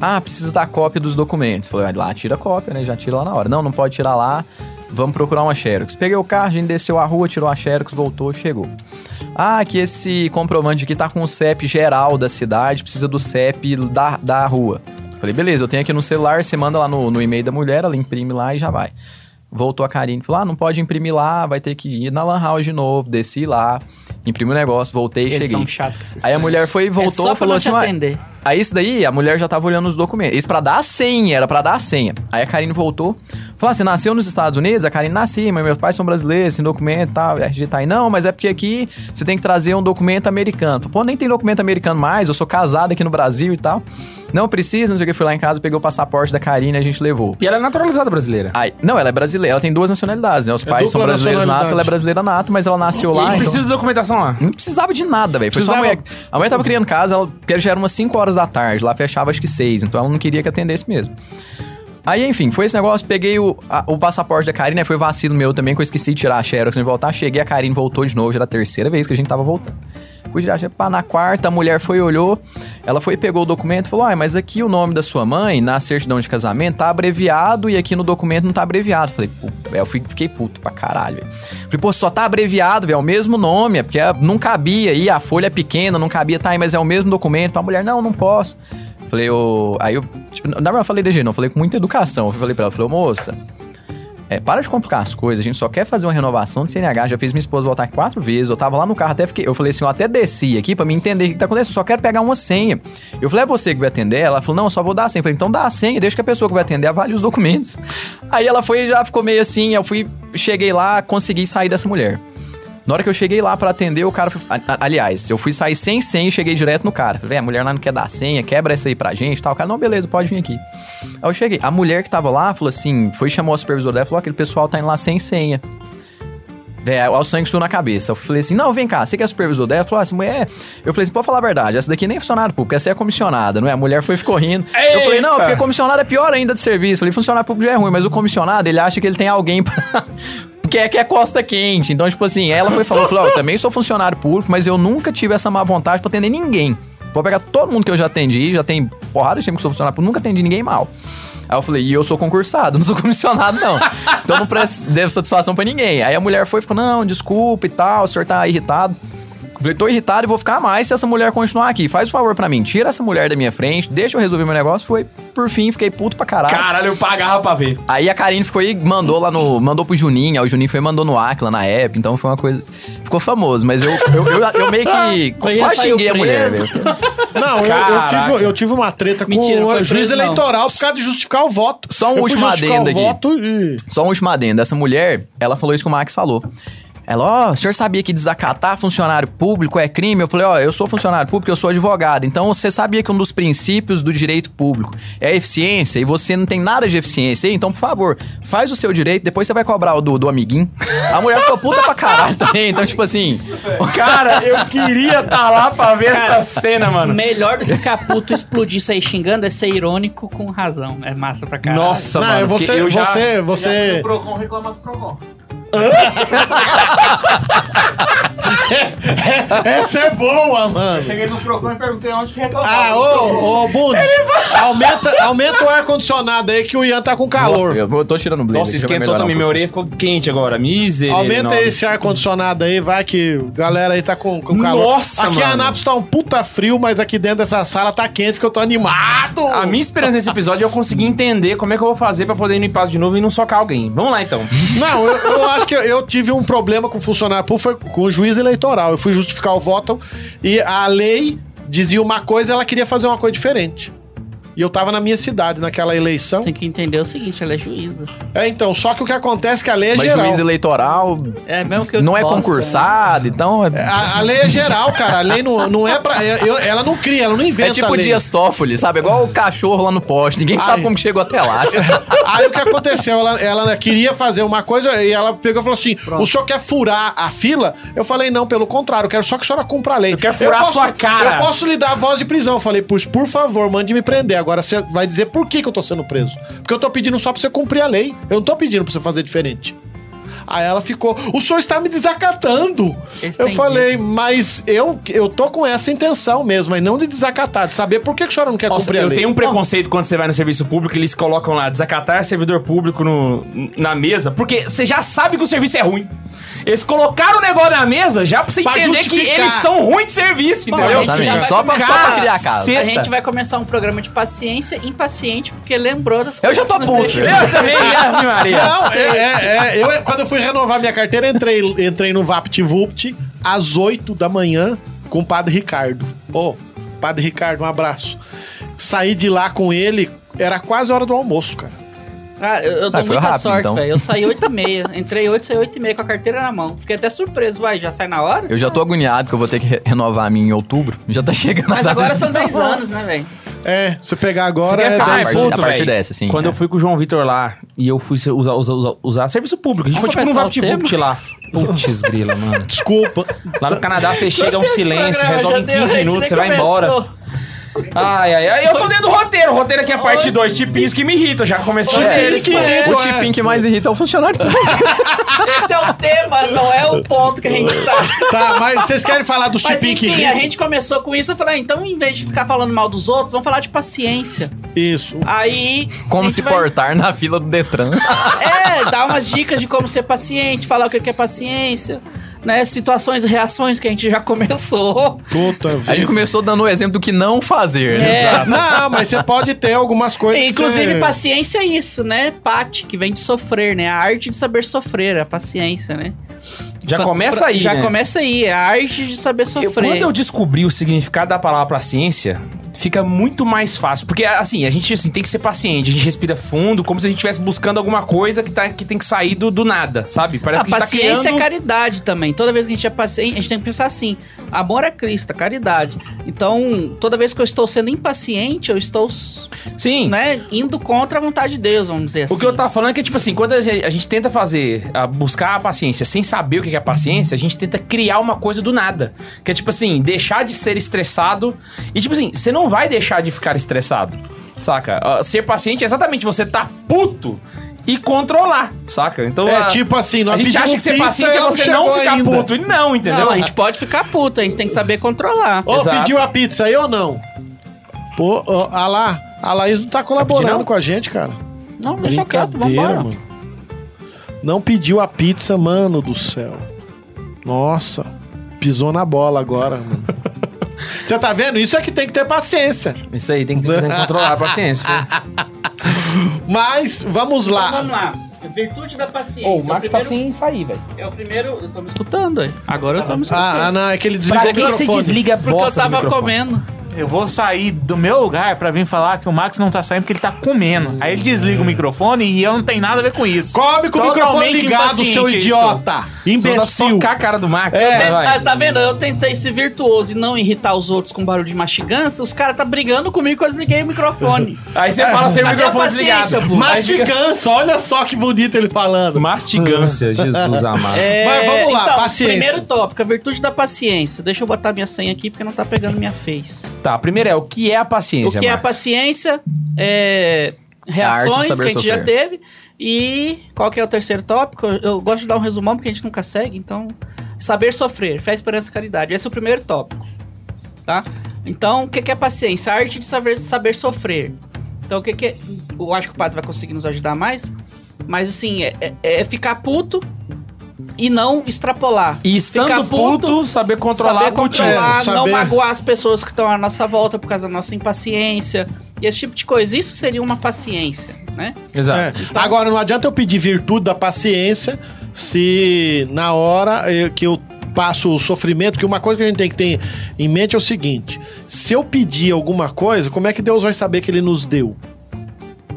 Ah, precisa da cópia dos documentos. Falei, vai lá, tira a cópia, né? Já tira lá na hora. Não, não pode tirar lá, vamos procurar uma Xerox. Peguei o carro, a gente desceu a rua, tirou a Xerox, voltou, chegou. Ah, que esse comprovante aqui tá com o CEP geral da cidade, precisa do CEP da, da rua. Falei, beleza, eu tenho aqui no celular, você manda lá no, no e-mail da mulher, ela imprime lá e já vai. Voltou a Karine, falou, ah, não pode imprimir lá, vai ter que ir na Lan House de novo, desci lá, imprimi o negócio, voltei e
Eles
cheguei.
são chatos com esses
Aí a mulher foi e
é
voltou
só pra
falou
não
assim,
te
"Ué,
atender.
Aí isso daí, a mulher já tava olhando os documentos. Isso pra dar a senha, era pra dar a senha. Aí a Karine voltou. Falou assim, nasceu nos Estados Unidos? A Karine nasci, mas meus pais são brasileiros, sem documento e tal. RG tá aí. Não, mas é porque aqui você tem que trazer um documento americano. Falei, Pô, nem tem documento americano mais, eu sou casada aqui no Brasil e tal. Não precisa, não sei o que. Fui lá em casa, peguei o passaporte da Karine e a gente levou.
E ela é naturalizada brasileira.
Aí, não, ela é brasileira, ela tem duas nacionalidades, né? Os pais são
dupla
brasileiros natos,
nacionalidade.
ela é brasileira nata, mas ela nasceu
e
lá.
não
então-
precisa de documentação lá.
não precisava de nada, velho. Foi só A
Precisava-
mulher, a mulher tava criando casa, ela porque já era umas 5 horas da tarde, lá fechava acho que 6, então ela não queria que atendesse mesmo. Aí, enfim, foi esse negócio, peguei o, a- o passaporte da Karine, aí foi vacilo meu também, que eu esqueci de tirar a Xerox e voltar. Cheguei, a Karine voltou de novo, já era a terceira vez que a gente tava voltando. Fui tirar a Xerox, pá, na quarta, a mulher foi, olhou, ela foi, pegou o documento e falou, ah, mas aqui o nome da sua mãe, na certidão de casamento, tá abreviado e aqui no documento não tá abreviado. Falei, puta, velho, eu fui- fiquei puto pra caralho, velho. Falei, pô, só tá abreviado, velho, é o mesmo nome, é porque é- não cabia aí, a folha é pequena, não cabia, tá aí, mas é o mesmo documento. A mulher, não, não posso. Falei, ô. Aí eu. Tipo, na verdade, eu falei de jeito, não, eu falei com muita educação. Eu falei pra ela, falei, ô, moça. É, para de complicar as coisas, a gente só quer fazer uma renovação de CNH. Já fiz minha esposa voltar quatro vezes, eu tava lá no carro, até fiquei. Eu falei assim, eu até desci aqui pra me entender o que tá acontecendo, só quero pegar uma senha. Eu falei, é você que vai atender? Ela falou, não, eu só vou dar a senha. Eu falei, então dá a senha, deixa que a pessoa que vai atender avalie os documentos. Aí ela foi e já ficou meio assim, eu fui, cheguei lá, consegui sair dessa mulher. Na hora que eu cheguei lá pra atender, o cara. foi- a- a- Aliás, eu fui sair sem senha e cheguei direto no cara. Falei, "Véi, a mulher lá não quer dar senha, quebra essa aí pra gente e tal. O cara, não, beleza, pode vir aqui. Aí eu cheguei. A mulher que tava lá falou assim: foi chamou o supervisor dela e falou: aquele pessoal tá indo lá sem senha. Véi, aí o sangue subiu na cabeça. Eu falei assim: não, vem cá, você que é supervisor dela? Ela falou assim: mulher. Eu falei assim: pode falar a verdade, essa daqui nem é funcionário público, essa é comissionada, não é? A mulher foi ficou rindo. Eu falei: não,
Eita!
porque comissionado é pior ainda de serviço. Falei: funcionário público já é ruim, mas o comissionado ele acha que ele tem alguém pra. que é, que é costa quente. Então, tipo assim, ela foi e falou, falou, "Ó, eu também sou funcionário público, mas eu nunca tive essa má vontade pra atender ninguém. Vou pegar todo mundo que eu já atendi, já tem porrada de tempo que eu sou funcionário público, nunca atendi ninguém mal. Aí eu falei, e eu sou concursado, não sou comissionado, não. Então não presto- devo satisfação pra ninguém. Aí a mulher foi e falou, não, desculpa e tal, o senhor tá irritado. Eu Falei, tô irritado e vou ficar mais se essa mulher continuar aqui. Faz o favor pra mim, tira essa mulher da minha frente, deixa eu resolver meu negócio. Foi, por fim, fiquei puto pra caralho.
Caralho, eu pagava pra ver.
Aí a Karine ficou e mandou lá no. Mandou pro Juninho, aí o Juninho foi e mandou no Acla na app, então foi uma coisa. Ficou famoso, mas eu, eu, eu, eu meio que.
Foi,
Quase
saiu
xinguei a
preso.
mulher, né? velho.
Não, eu, eu
Caraca.
tive, eu tive uma treta com
Mentira,
o
foi
juiz
preso, não.
eleitoral por causa de justificar o voto.
Só um
eu
último
justificar
adendo aqui.
o voto e...
Só um último adendo. Essa mulher, ela falou isso que o Max falou. Ela, ó, o senhor sabia que desacatar funcionário público é crime? Eu falei, ó, eu sou funcionário público, eu sou advogado. Então, você sabia que um dos princípios do direito público é a eficiência e você não tem nada de eficiência? Então, por favor, faz o seu direito, depois você vai cobrar o do, do amiguinho. A mulher ficou puta pra caralho também. Então, tipo assim,
Cara, eu queria tá lá pra ver essa cena, mano.
Melhor do que ficar puto e explodir sair xingando é ser irônico com razão. É massa pra caralho.
Nossa,
não,
mano. porque
você,
eu já...
você, você...
Procon reclamar do Procon.
Essa é boa, mano.
Cheguei no Procon e perguntei onde que reclamava.
Ah, ô, ô, Bundes, aumenta, aumenta o ar-condicionado aí que o Ian tá com calor.
Nossa, eu, eu tô tirando o blazer.
Nossa,
é
aqui, vai
esquentou
melhorar um
também. Minha
pouco.
orelha ficou quente agora. Misericórdia.
Aumenta esse ar-condicionado aí, vai que a galera aí tá com, com calor.
Nossa,
Aqui em
mano.
Anápolis tá um puta frio, mas aqui dentro dessa sala tá quente porque eu tô animado.
A minha esperança nesse episódio é eu conseguir entender como é que eu vou fazer pra poder ir no impasse de novo e não socar alguém. Vamos lá, então.
Não, eu, eu acho que eu, eu tive um problema com funcionário público, foi com o juiz eleitoral. Eu fui justificar o voto e a lei dizia uma coisa e ela queria fazer uma coisa diferente. E eu tava na minha cidade naquela eleição.
Tem que entender o seguinte, ela é juíza.
É, então, só que o que acontece é que a lei é
Mas
geral.
juiz eleitoral
É mesmo que eu
não é
possa,
concursado, então... É,
A, a lei é geral, cara. A lei não, não é pra. eu- eu- ela não cria, ela não inventa.
É tipo
a
o
lei.
Dias Toffoli, sabe? É Igual o cachorro lá no poste. Ninguém sabe
Ai.
como que chegou até lá.
Aí o que aconteceu? Ela, ela queria fazer uma coisa e ela pegou e falou assim: o senhor quer furar a fila? Eu falei, não, pelo contrário, eu quero só que a senhora cumpra a lei. Eu
quero furar a sua cara.
Eu posso lhe dar a voz de prisão. Eu falei, "Pois, por favor, mande me prender. Agora você vai dizer por que, que eu tô sendo preso. Porque eu tô pedindo só pra você cumprir a lei. Eu não tô pedindo pra você fazer diferente. Aí ela ficou, o senhor está me desacatando.
Esse
eu
tem
falei,
disso.
mas eu, eu tô com essa intenção mesmo, e não de desacatar, de saber por que, que a senhora não quer
Nossa,
cumprir a
eu
lei.
tenho um preconceito quando você vai no serviço público, eles colocam lá desacatar servidor público no, na mesa, porque você já sabe que o serviço é ruim. Eles colocaram o negócio na mesa já pra você
Pra
entender
justificar.
que eles são ruins de serviço, entendeu?
Exatamente. Só pra, só pra criar casa.
A
Caceta.
gente vai começar um programa de paciência impaciente, porque lembrou das
Eu
coisas
já tô
que nos
puto. né?
deixaram-
Eu também, Ave Maria.
Não, é, é, é, eu, quando eu fui renovar minha carteira, entrei, entrei no VaptVupt às 8 da manhã com o Padre Ricardo. Ô, Padre Ricardo, um abraço. Saí de lá com ele, era quase a hora do almoço, cara.
Ah, eu, eu dou
Ah, foi
muita
rápido,
sorte,
então.
velho. Eu saí 8 e meia. Entrei 8, saí 8 e meia com a carteira na mão. Fiquei até surpreso. Uai, já sai na hora?
Eu já tô agoniado que eu vou ter que re- renovar a minha em outubro. Já tá chegando.
Mas
a
agora
data.
são 10 anos, né, velho?
É, se eu pegar agora.
Você quer
é
ficar
a
Ah, é
partir,
puto,
a partir
velho.
dessa, sim.
Quando
é.
eu fui com o João Vitor lá e eu fui ser- usar, usar, usar, usar serviço público, a gente
Vamos
foi tipo num
começar o
VaptVupt lá. Putz, grila, mano.
Desculpa.
Lá no Canadá você chega a um silêncio,
Programa,
resolve
já
em
deu,
15
a gente
minutos, você
nem
vai embora.
começou.
Ai, ai, ai, eu tô dentro do roteiro. O roteiro aqui é a parte 2. Tipinhos que me irritam. Já começou
É,
neles.
que
O
bonito, é.
tipinho que mais irrita é o funcionário.
Esse é o tema, não é o ponto que a gente tá.
Tá, mas vocês querem falar dos
Mas
tipinhos que.
enfim, a gente começou com isso. Eu falei, ah, então em vez de ficar falando mal dos outros, vamos falar de paciência.
Isso.
Aí. a
Como
gente
se
vai-
portar na fila do Detran.
É, dar umas dicas de como ser paciente, falar o que que é paciência, né? Situações e reações que a gente já começou.
Puta
A gente
vida.
começou dando o exemplo do que não fazer. né?
É,
Não, mas você pode ter algumas coisas. que
Inclusive,
você-
paciência é isso, né? Pate, que vem de sofrer, né? A arte de saber sofrer, a paciência, né?
Já
Fa-
começa
pra-
aí,
Já
né?
começa aí, é a arte de saber
Eu-
sofrer.
quando eu descobri o significado da palavra pra ciência, fica muito mais fácil. Porque, assim, a gente assim, tem que ser paciente. A gente respira fundo, como se a gente estivesse buscando alguma coisa que, tá, que tem que sair do, do nada, sabe? Parece
A
que a gente
paciência
tá
é
criando...
caridade também. Toda vez que a gente é paciente, a gente tem que pensar assim: amor a Cristo, é caridade. Então, toda vez que eu estou sendo impaciente, eu estou,
Sim.
né, indo contra a vontade de Deus, vamos dizer assim.
O que eu tava falando é que, tipo assim, quando a gente, a gente tenta fazer, a buscar a paciência sem saber o que é a paciência, a gente tenta criar uma coisa do nada. Que é, tipo assim, deixar de ser estressado. E, tipo assim, você não vai deixar de ficar estressado, saca? Ah, Ser paciente é exatamente você tá puto e controlar, saca? Então,
É
a-
tipo assim, nós
a gente
pedimos
acha que ser
pizza
paciente
e
é
ela
você
chegou
não ficar
ainda. é.
puto. E não, entendeu?
Não, a gente pode ficar puto, a gente tem que saber controlar.
Ô,
Exato.
pediu a pizza aí ou não? Pô, ó, a, lá, a Laís não tá colaborando
não?
com a gente, cara.
Não, deixa quieto,
Brincadeira,
vambora.
mano. Não pediu a pizza, mano do céu. Nossa, pisou na bola agora, mano. Você tá vendo? Isso é que tem que ter paciência.
Isso aí, tem que, tem que controlar a paciência. pô.
Mas, vamos
Então,
lá.
vamos lá. Virtude da paciência.
Ô,
É
o Max
primeiro-
tá sem sair, velho.
É o primeiro. Eu tô me escutando aí. Agora eu tô me escutando.
Ah, ah, não, é que ele desligou
Pra
o
quem você
microfone.
desliga a
porque eu
bosta do
tava
microfone?
comendo.
Eu vou sair do meu lugar pra vir falar que o Max não tá saindo porque ele tá comendo. Aí ele
Hum.
desliga o microfone e eu não tenho nada a ver com isso.
Come com o microfone
Totalmente
ligado, seu
impaciente,
idiota.
Você vai
Imbecil.
socar a cara do Max.
É,
vai, vai.
ah, tá vendo? Eu tentei ser virtuoso e não irritar os outros com barulho de mastigança. Os caras tá brigando comigo que eu desliguei o microfone.
Aí você fala sem o
Cadê a
microfone
paciência,
desligado.
pô?
Aí fica-
Mastigância, olha só que bonito ele falando.
Mastigância, Jesus amado.
É,
Mas vamos lá, paciência.
Primeiro tópico, a virtude da paciência. Deixa eu botar minha senha aqui porque não tá pegando minha face.
Tá, primeiro é o que é a
O
paciência,
que é a
Max?
paciência, é,
A arte de
reações que
saber
a gente já
sofrer.
teve. E qual que é o terceiro tópico? Eu- Eu gosto de dar um resumão porque a gente nunca segue, então. Saber sofrer, fé, esperança e caridade. Esse é o primeiro tópico. Tá? Então, o que que é paciência? A arte de saber, saber sofrer. Então, o que que é. Eu acho que o Pato vai conseguir nos ajudar mais. Mas, assim, é, é- é ficar puto e não extrapolar.
E estando
Ficar
puto,
puto,
saber controlar
saber
a putice.
putiça,
controlar, não
saber-
magoar as pessoas que estão à nossa volta por causa da nossa impaciência e esse tipo de coisa. Isso seria uma paciência, né?
É.
Exato.
Agora, não adianta eu pedir virtude da paciência se na hora eh, que eu passo o sofrimento, que uma coisa que a gente tem que ter em mente é o seguinte: se eu pedir alguma coisa, como é que Deus vai saber que ele nos deu?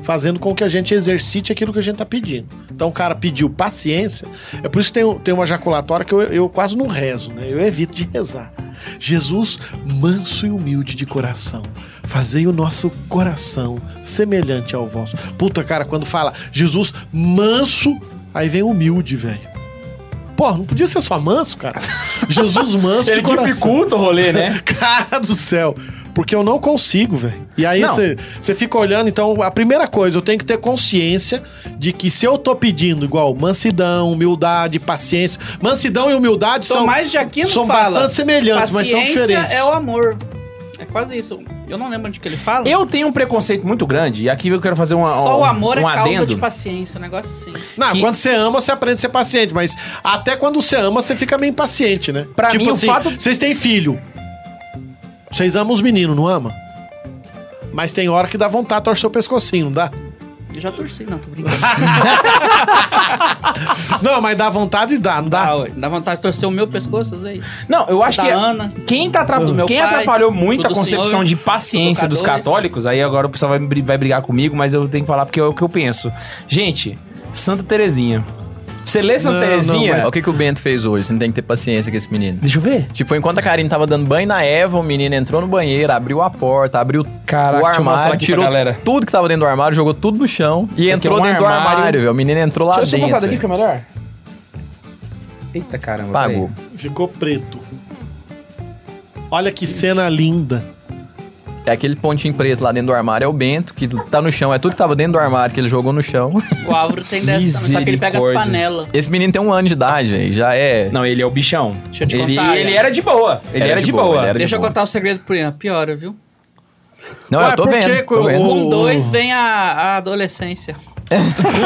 Fazendo com que a gente exercite aquilo que a gente tá pedindo. Então o cara pediu paciência. É por isso que tem, um- tem uma jaculatória que eu, eu quase não rezo, né? Eu evito de rezar. Jesus, manso e humilde de coração, fazei o nosso coração semelhante ao vosso. Puta, cara, quando fala Jesus manso, aí vem humilde, velho. Porra, não podia ser só manso, cara. Jesus manso de
Ele
coração.
dificulta o rolê, né?
Cara do céu. Porque eu não consigo, velho. E aí
Não.
você fica olhando. Então, a primeira coisa, eu tenho que ter consciência de que se eu tô pedindo igual mansidão, humildade, paciência. Mansidão e humildade
Então,
são,
Tomás Então, de Aquino
são
fala,
bastante semelhantes, mas são
paciência
diferentes.
é o amor. É quase isso. Eu não lembro onde que ele fala.
Eu tenho um preconceito muito grande, e aqui eu quero fazer uma,
Só o amor
um
é causa
adendo.
de paciência, um negócio assim.
Não,
que-
quando você ama, você aprende a ser paciente, mas até quando você ama, você fica meio impaciente, né?
Pra mim, o fato-
Vocês têm filho. Vocês amam os meninos, não ama? Mas tem hora que dá vontade de torcer o pescocinho, não dá?
Eu já torci, não, tô brincando.
não, mas dá vontade e dá, não dá?
Ah, ué, dá vontade de torcer o meu pescoço, às vezes.
Não, eu acho
Da
que
Ana,
quem, tá atrapa-
do meu
quem
pai,
atrapalhou muito
do
a concepção
senhor,
de paciência dos
educadores.
católicos, aí agora o pessoal vai, bri- vai brigar comigo, mas eu tenho que falar porque é o que eu penso. Gente, Santa Terezinha. Você lê Santa
Não, não,
Terezinha?
mas-
O que, que o Bento fez hoje? Você não tem que ter paciência com esse menino.
Deixa eu ver.
Tipo, enquanto a Karine tava dando banho na Eva, o menino entrou no banheiro, abriu a porta, abriu
Caraca,
o
deixa eu mostrar
armário,
aqui pra
tirou
galera.
tudo que tava dentro do armário, jogou tudo no chão e
Isso aqui
entrou
é um
dentro do
armário.
armário, velho. O menino entrou lá
Deixa eu só mostrar
dentro.
daqui,
velho.
fica melhor. Eita caramba.
Pagou.
peraí.
Ficou preto. Olha que cena linda.
É aquele pontinho preto lá dentro do armário, é o Bento, que tá no chão. É tudo que tava dentro do armário que ele jogou no chão.
O Álvaro tem dessa também, só que ele pega as
Misericórdia.
panelas.
Esse menino tem um ano de idade, velho. Já é.
Não, ele é o bichão.
Deixa eu te
ele,
contar,
ele
Ian.
era de boa. Ele era, de boa.
ele era de
Deixa eu
boa.
contar o segredo pro Ian. Piora, viu?
Não,
Ué,
eu tô
por
vendo.
que que
tô
o-
vendo.
Com
Oh.
dois vem a, a adolescência.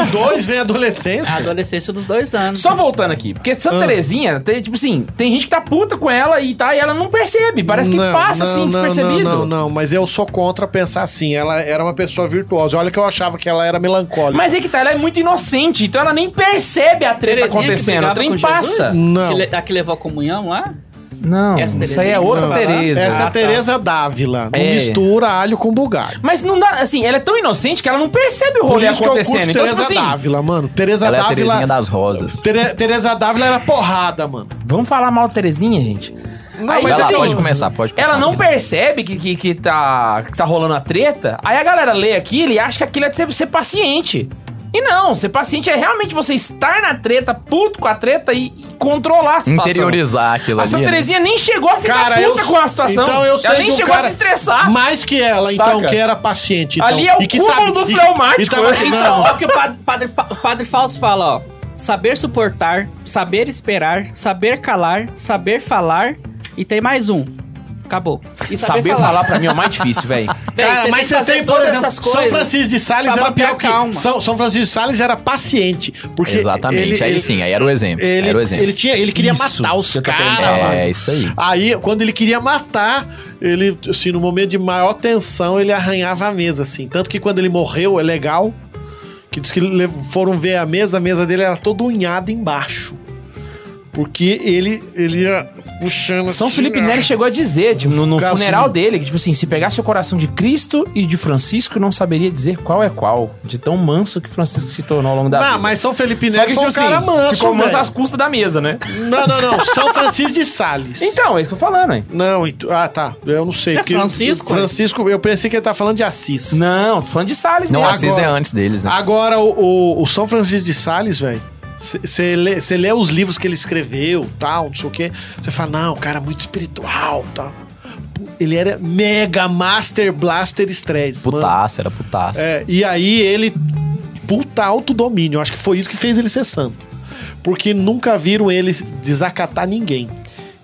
Os dois vem
A
Ah,
adolescência.
adolescência dos dois anos.
Só voltando aqui, porque Santa Terezinha, tem, tipo assim, tem gente que tá puta com ela e tá, e ela não percebe. Parece que
Não,
passa
não,
assim,
não,
despercebido.
Não, não, não, mas eu sou contra pensar assim. Ela era uma pessoa virtuosa. Olha que eu achava que ela era melancólica.
Mas é que tá, ela é muito inocente, então ela nem percebe a treta
Terezinha que
acontecendo. O
brigava
trem
com Jesus?
passa.
Não.
Que le- a que levou a comunhão lá?
Não,
Essa
isso aí
Terezinha
é
que você
outra
tá falando?
Tereza.
Essa é
Ah,
a
tá.
Tereza Dávila. Não
É.
mistura alho com bugalho.
Mas não dá, assim, ela é tão inocente que ela não percebe o
Por
rolê
isso que eu curto
acontecendo. Então,
Tereza
tipo assim,
Dávila, mano. Tereza
Ela é a
Dávila.
Terezinha das Rosas.
Tere- Tereza Dávila era porrada, mano.
vamos falar mal da Terezinha, gente?
Não,
Aí
Mas
assim,
ela pode começar, pode começar.
Ela não percebe que, que, que tá, que tá rolando a treta. Aí a galera lê aquilo e acha que aquilo é de ser- ser paciente. E não, ser paciente é realmente você estar na treta, puto com a treta e e controlar a situação.
Interiorizar aquilo
A
ali.
Santa
né?
Terezinha nem chegou a ficar
Cara, eu
puta
sou-
com a situação.
então eu sei
ela nem
de um
chegou a
cara-
se estressar.
Mais que ela, então,
Saca?
que era paciente. Então,
Ali é o
e que
cúmulo
sabe-
do
e-
fleumático,
E tava,
né?
Então,
não,
olha o que o padre, padre, pa- padre Fausto fala, ó. Saber suportar, saber esperar, saber calar, saber falar. E tem mais um. Acabou. E
Saber falar pra mim é o mais difícil, velho.
Bem,
Cara, mas você
fazer
tem, por
todas
exemplo,
essas
São
coisas.
Francisco de Sales
pra
era
manter a
pior que...
calma.
São, São Francisco de Sales era paciente. Porque
Exatamente,
ele-
aí
ele-
sim, aí era o exemplo.
Ele,
era o exemplo.
ele, tinha, ele queria
Isso,
matar os
você tá
caras.
querendo falar.
lá.
É, isso aí.
Aí, quando ele queria matar, ele, assim, no momento de maior tensão, ele arranhava a mesa, assim. Tanto que quando ele morreu, é legal, que diz que le- foram ver a mesa, a mesa dele era toda unhada embaixo. Porque ele, ele ia puxando
São
assim,
Felipe
ah.
Neri chegou a dizer, tipo, no, no
Caso-
funeral dele, que, tipo assim, se pegasse o coração de Cristo e de Francisco, não saberia dizer qual é qual. De tão manso que Francisco se tornou ao longo da
Não,
vida.
mas São Felipe
Só
Neri
que,
foi
tipo
um
assim,
cara manso,
ficou manso
velho.
às custas da mesa, né?
Não, não, não. São Francisco de Sales.
Então, é isso que eu tô falando, hein?
Não, então- ah, tá. Eu não sei.
É
porque-
Francisco,
Francisco, eu pensei que ele tá falando de Assis.
Não, tô falando de Salles
Não,
mesmo.
Assis é antes deles, né?
Agora, o, o- o São Francisco de Sales, velho, você lê, cê lê os livros que ele escreveu, tal, não sei o quê, você fala, não, o cara é muito espiritual, tal. Ele era mega master blaster stress. mano.
Putaça, era putaça.
É, e aí ele, puta autodomínio, acho que foi isso que fez ele ser santo. Porque nunca viram ele desacatar ninguém.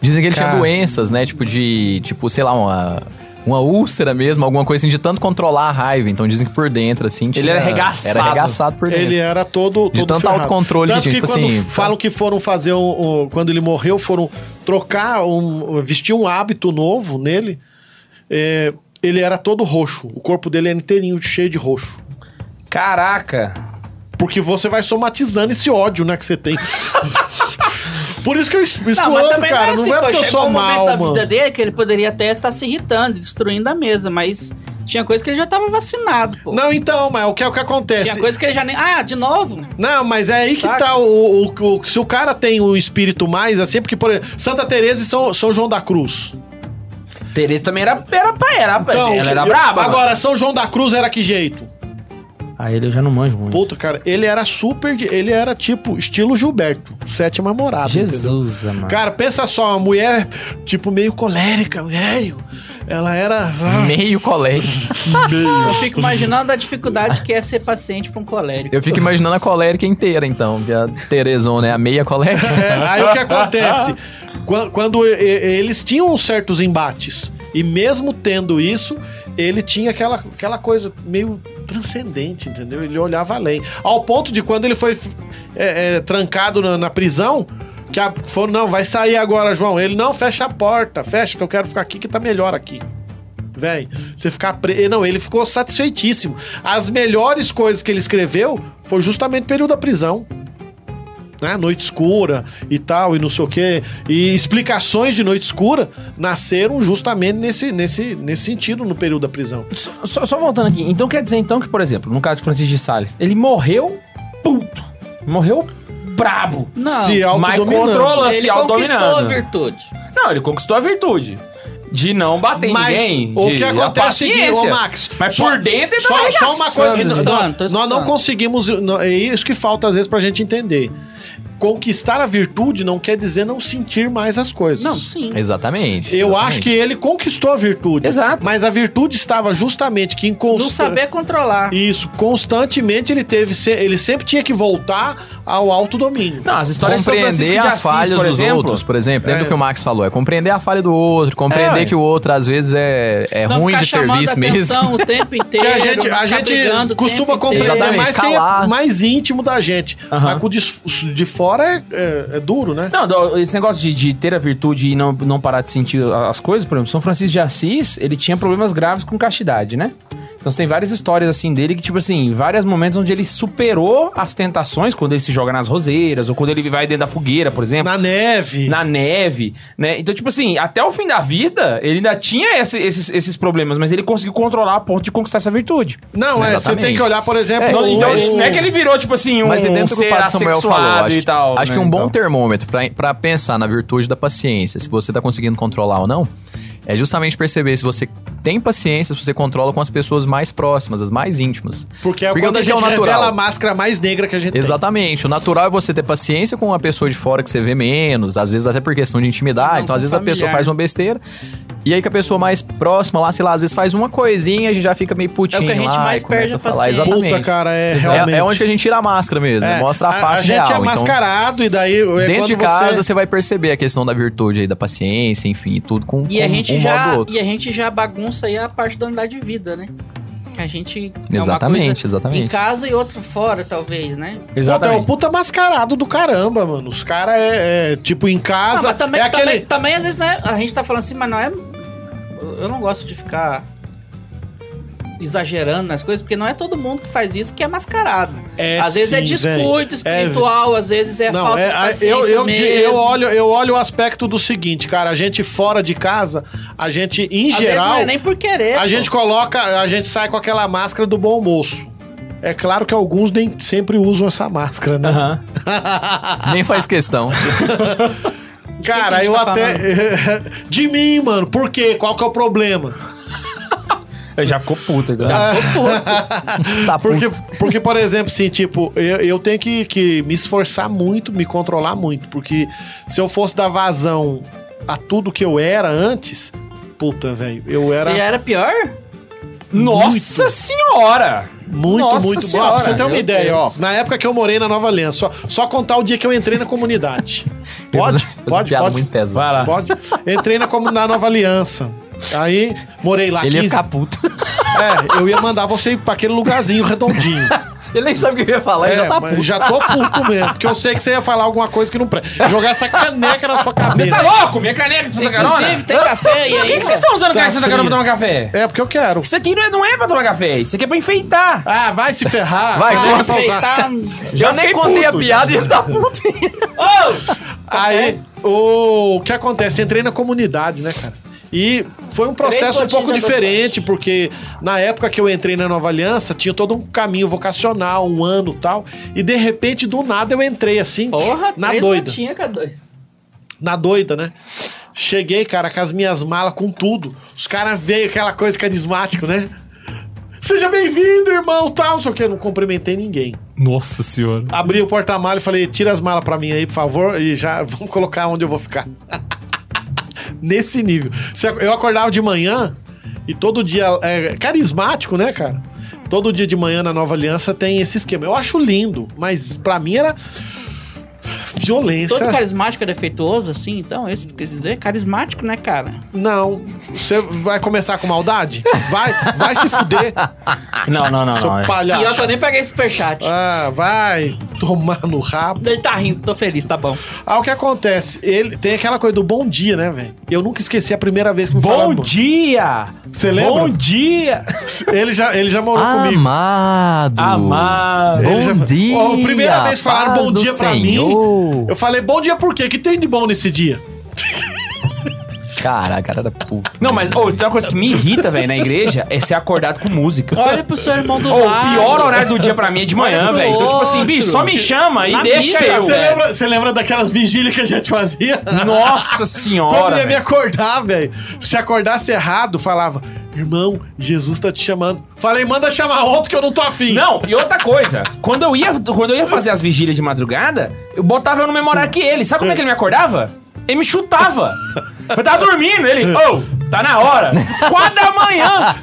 Dizem que ele
Cara.
tinha doenças, né? Tipo de. Tipo, sei lá, uma. Uma úlcera mesmo, alguma coisa assim, de tanto controlar a raiva. Então dizem que por dentro, assim. Tinha,
era arregaçado.
Era arregaçado por dentro.
Ele era todo.
De
todo
tanto
ferrado.
autocontrole que
Tanto que,
tinha, tipo
quando
assim,
falam que foram fazer um, um- Quando ele morreu, foram trocar um. vestir um hábito novo nele. É, ele era todo roxo. O corpo dele era inteirinho, cheio de roxo.
Caraca.
Porque você vai somatizando esse ódio, né, que você tem. Por isso que eu es- explodo,
Não, mas também
cara.
não é assim,
não é
pô,
porque eu
chegou
sou
um momento
mal,
da
mano.
vida dele que ele poderia até estar se irritando, destruindo a mesa, mas tinha coisa que ele já tava vacinado, pô.
Não, então, mas o que é o que
tinha
acontece?
coisa que ele já nem... Ah, de novo?
Não, mas é aí que
Saca?
tá o, o- o- Se o cara tem um espírito mais assim, porque, por exemplo, Santa Teresa e São- São João da Cruz.
Tereza também era, era pra era,
Então,
ela era
eu-
braba. mano.
Agora, São João da Cruz era que jeito?
Aí ele eu já não manjo muito.
Puta, cara, ele era super. de- Ele era tipo, estilo Gilberto, sétima morada. entendeu?
Jesus, amado.
Cara, pensa só, uma mulher, tipo, meio colérica, velho. Ela era. ah,
Meio colégio.
Eu fico imaginando a dificuldade que é ser paciente pra um colérico.
Eu fico imaginando a colérica inteira, então. Que a Terezona é a meia colérica.
É, aí o que acontece? Quan- Quando e- e- eles tinham certos embates, e mesmo tendo isso, ele tinha aquela, aquela coisa meio transcendente, entendeu? Ele olhava além. Ao ponto de quando ele foi f- é, é, trancado na, na prisão, que a, foram, não, vai sair agora, João. Ele, não, fecha a porta, fecha que eu quero ficar aqui que tá melhor aqui. Véi, você ficar preso. Não, ele ficou satisfeitíssimo. As melhores coisas que ele escreveu foi justamente o período da prisão né? Noite Escura e tal, e não sei o quê. E explicações de Noite Escura nasceram justamente nesse, nesse, nesse sentido no período da prisão.
Só, só- só voltando aqui. Então quer dizer então que, por exemplo, no caso de Francisco de Sales, ele morreu puto. Morreu brabo.
Não.
Se
Mas
É autodominando.
Tipo
controla, se
assim,
Ele conquistou a
autodominando.
virtude.
Não, ele conquistou a virtude. De não bater em
Mas
ninguém.
o
de-
que
a
acontece é o seguinte, ô,
paciência.
Max.
Mas
só-
por dentro ele tá
só,
tava
só uma coisa que
arregaçando,
nós-
gente.
Tô escutando, tô
nós não
escutando.
conseguimos, não- é isso que falta às vezes pra gente entender. Conquistar a virtude não quer dizer não sentir mais as coisas.
Não, sim.
É Exatamente.
Eu
exatamente.
acho que ele conquistou a virtude.
Exato.
Mas a virtude estava justamente que em
Não saber controlar.
Isso, constantemente ele teve, se- ele sempre tinha que voltar ao autodomínio.
Não, as histórias de São Francisco
compreender
de
as
Assis,
falhas
por
dos
exemplo,
outros, por exemplo. Lembra
É.
do que o Max falou? É compreender a falha do outro, compreender
É,
que o outro às vezes é, é
não
ruim
ficar
de
chamando
serviço mesmo.
atenção o tempo inteiro.
Que a gente,
não
a
ficar
gente
brigando o
costuma
tempo inteiro.
compreender
Exatamente,
mais quem é
calar.
mais íntimo da gente.
Aham.
Mas com o de, s- de fora é, é- é duro, né?
Não, do- esse negócio de, de ter a virtude e não, não parar de sentir a- as coisas, por exemplo, São Francisco de Assis, ele tinha problemas graves com castidade, né? Então você tem várias histórias assim dele que, tipo assim, vários momentos onde ele superou as tentações, quando ele se joga nas roseiras, ou quando ele vai dentro da fogueira, por exemplo.
Na neve.
na neve, né? Então, tipo assim, até o fim da vida, ele ainda tinha esse- esses, esses problemas, mas ele conseguiu controlar a ponto de conquistar essa virtude.
Não, é, você
Exatamente.
tem que olhar, por exemplo,
É,
Então,
o-
então,
o-
não é que ele virou, tipo assim, um,
Mas e dentro do que o
ser
Padre Samuel
assexuado
falou, acho,
e
que-
tal.
acho que
né?
um bom
Então.
termômetro pra- pra pensar na virtude da paciência, se você tá conseguindo controlar ou não, É justamente perceber se você tem paciência, se você controla com as pessoas mais próximas, as mais íntimas.
Porque é
Porque
quando
o
a
que que é
gente
o natural?
revela a máscara mais negra que a gente
Exatamente. O natural é você ter paciência com uma pessoa de fora que você vê menos, às vezes até por questão de intimidade.
Não,
então,
com
às vezes
familiar.
a pessoa faz uma besteira. E aí que a pessoa mais próxima lá, sei lá, às vezes faz uma coisinha, a gente já fica meio
É
putinho.
o que a gente
lá, e
mais
começa
perde a
falar.
tem.
paciência.
Exatamente.
Puta, cara, é realmente.
É, é onde que a gente tira a máscara mesmo,
É,
né? mostra a
a-
face
A gente
real.
é mascarado e daí é
Então, dentro
quando
de casa, você...
você...
vai perceber a questão da virtude aí, da paciência, enfim, tudo com,
E a
com
gente
um modo
já
ou outro.
e a gente já bagunça aí a parte da unidade de vida, né? Que a gente é uma
Exatamente,
coisa em
exatamente.
casa e outra fora, talvez, né?
Puta, é um
Exatamente.
puta mascarado do caramba, mano. Os caras é, é, tipo em
Ah,
casa.
mas também,
é aquele.
também, também, às vezes, né, a gente tá falando assim, mas não é. Eu não gosto de ficar exagerando nas coisas, porque não é todo mundo que faz isso que é mascarado.
É,
às vezes é
sim, velho.
descuido espiritual, às vezes é
Não,
falta
é,
de
a-
paciência
eu, eu,
mesmo.
di- eu olho, eu olho o aspecto do seguinte, cara. A gente fora de casa, a gente, em
às vezes
geral,
não é nem por querer.
a
pô.
gente coloca, a gente sai com aquela máscara do bom moço. É claro que alguns nem sempre usam essa máscara,
é
né?
Aham.
Nem faz questão.
Cara,
que a gente
eu
tá
até. de mim, mano. Por quê? Qual que é o problema?
Eu já ficou puto, então.
tá
Porque, porque por exemplo, assim, tipo, eu, eu tenho que, que me esforçar muito, me controlar muito. Porque se eu fosse dar vazão a tudo que eu era antes, puta, velho, eu era
Se
é.
era pior,
Nossa senhora!
muito,
Nossa
muito bom.
Senhora,
Ah, pra você ter uma
meu
ideia,
Deus.
ó. Na época que eu morei na Nova Aliança, só, só contar o dia que eu entrei na comunidade. Pode?
Uma
Pode?
piada
Pode?
muito pesada.
Vai lá.
Pode? Entrei na, comu- na Nova Aliança. Aí, morei lá
Ele ia
15
ficar puto.
É, eu ia mandar você ir pra aquele lugarzinho redondinho.
Ele nem sabe o que eu ia falar,
É,
ele já tá
mas
puto.
já tô puto mesmo, porque eu sei que você ia falar alguma coisa que não presta. Jogar essa caneca na sua
Você tá
cabeça.
louco? Minha caneca de Santa Carona?
inclusive, tem café aí
Por que,
ainda.
que vocês estão usando caneca de
Tá
Santa Carona pra
frio.
tomar café?
É, porque eu quero.
Isso aqui não é, não é pra tomar café, isso aqui é pra enfeitar.
Ah, vai se ferrar.
Vai,
Ah,
corta
pra usar.
Tá-
Já
eu nem
fiquei
contei
puto,
a piada e ele tá puto.
Aí, o, o que acontece? Entrei na comunidade, né, cara? E foi um processo um
pontinhos
pouco
de
diferente, porque na época que eu entrei na Nova Aliança, tinha todo um caminho vocacional, um ano e tal. E de repente, do nada, eu entrei assim,
Porra,
na
três
doida.
latinhas, cara, dois.
na doida, né? Cheguei, cara, com as minhas malas, com tudo. Os caras veio aquela coisa carismática, né? Seja bem-vindo, irmão, tal. Só que eu não cumprimentei ninguém.
Nossa senhora.
Abri o porta-malas e falei, tira as malas pra mim aí, por favor, e já vamos colocar onde eu vou ficar. Nesse nível. Se- Eu acordava de manhã e todo dia... É carismático, né, cara? Todo dia de manhã na Nova Aliança tem esse esquema. Eu acho lindo, mas pra mim era... Violência.
Todo carismático é defeituoso, assim, então, é isso que tu quis dizer? Carismático, né, cara?
Não. Você vai começar com maldade? Vai, vai se fuder,
Não, não, não, é.
seu
não.
E
é.
eu que
palhaço.
eu nem peguei superchat.
Ah, vai tomar no rabo.
Ele tá rindo, tô feliz, tá bom.
Ah, o que acontece? Ele tem aquela coisa do bom dia, né, velho? Eu nunca esqueci a primeira vez que me
Bom
falaram.
dia!
Você lembra?
Bom dia!
Ele já, ele já morou comigo.
Amado.
Uh. Amado!
Ele já-
Ah, Bom dia.
Ó, a primeira vez falaram
paz
bom
do
dia pra mim.
Senhor.
Eu falei, bom dia por quê? que tem de bom nesse dia?
Caraca, cara era puto.
Não, mas ô, se tem uma coisa que me irrita, velho, na igreja, é ser acordado com música.
Olha pro seu irmão do
Ô, o
lado.
pior horário do dia pra mim é de manhã,
pro
velho. Então, tipo assim, bicho,
outro.
só me chama e
Na
deixa
missa,
eu.
Você
velho.
lembra, você lembra daquelas vigílias que a gente fazia?
Nossa
Quando
senhora!
ia me
velho.
acordar, velho, se acordasse errado, falava, irmão, Jesus tá te chamando. Falei, manda chamar outro que eu não tô afim.
Não, e outra coisa, quando eu, ia, quando eu ia fazer as vigílias de madrugada, eu botava eu no memorar que ele. Sabe como é que ele me acordava? Ele me chutava. Eu tava dormindo, ele, ô, tá na hora. Quatro da manhã.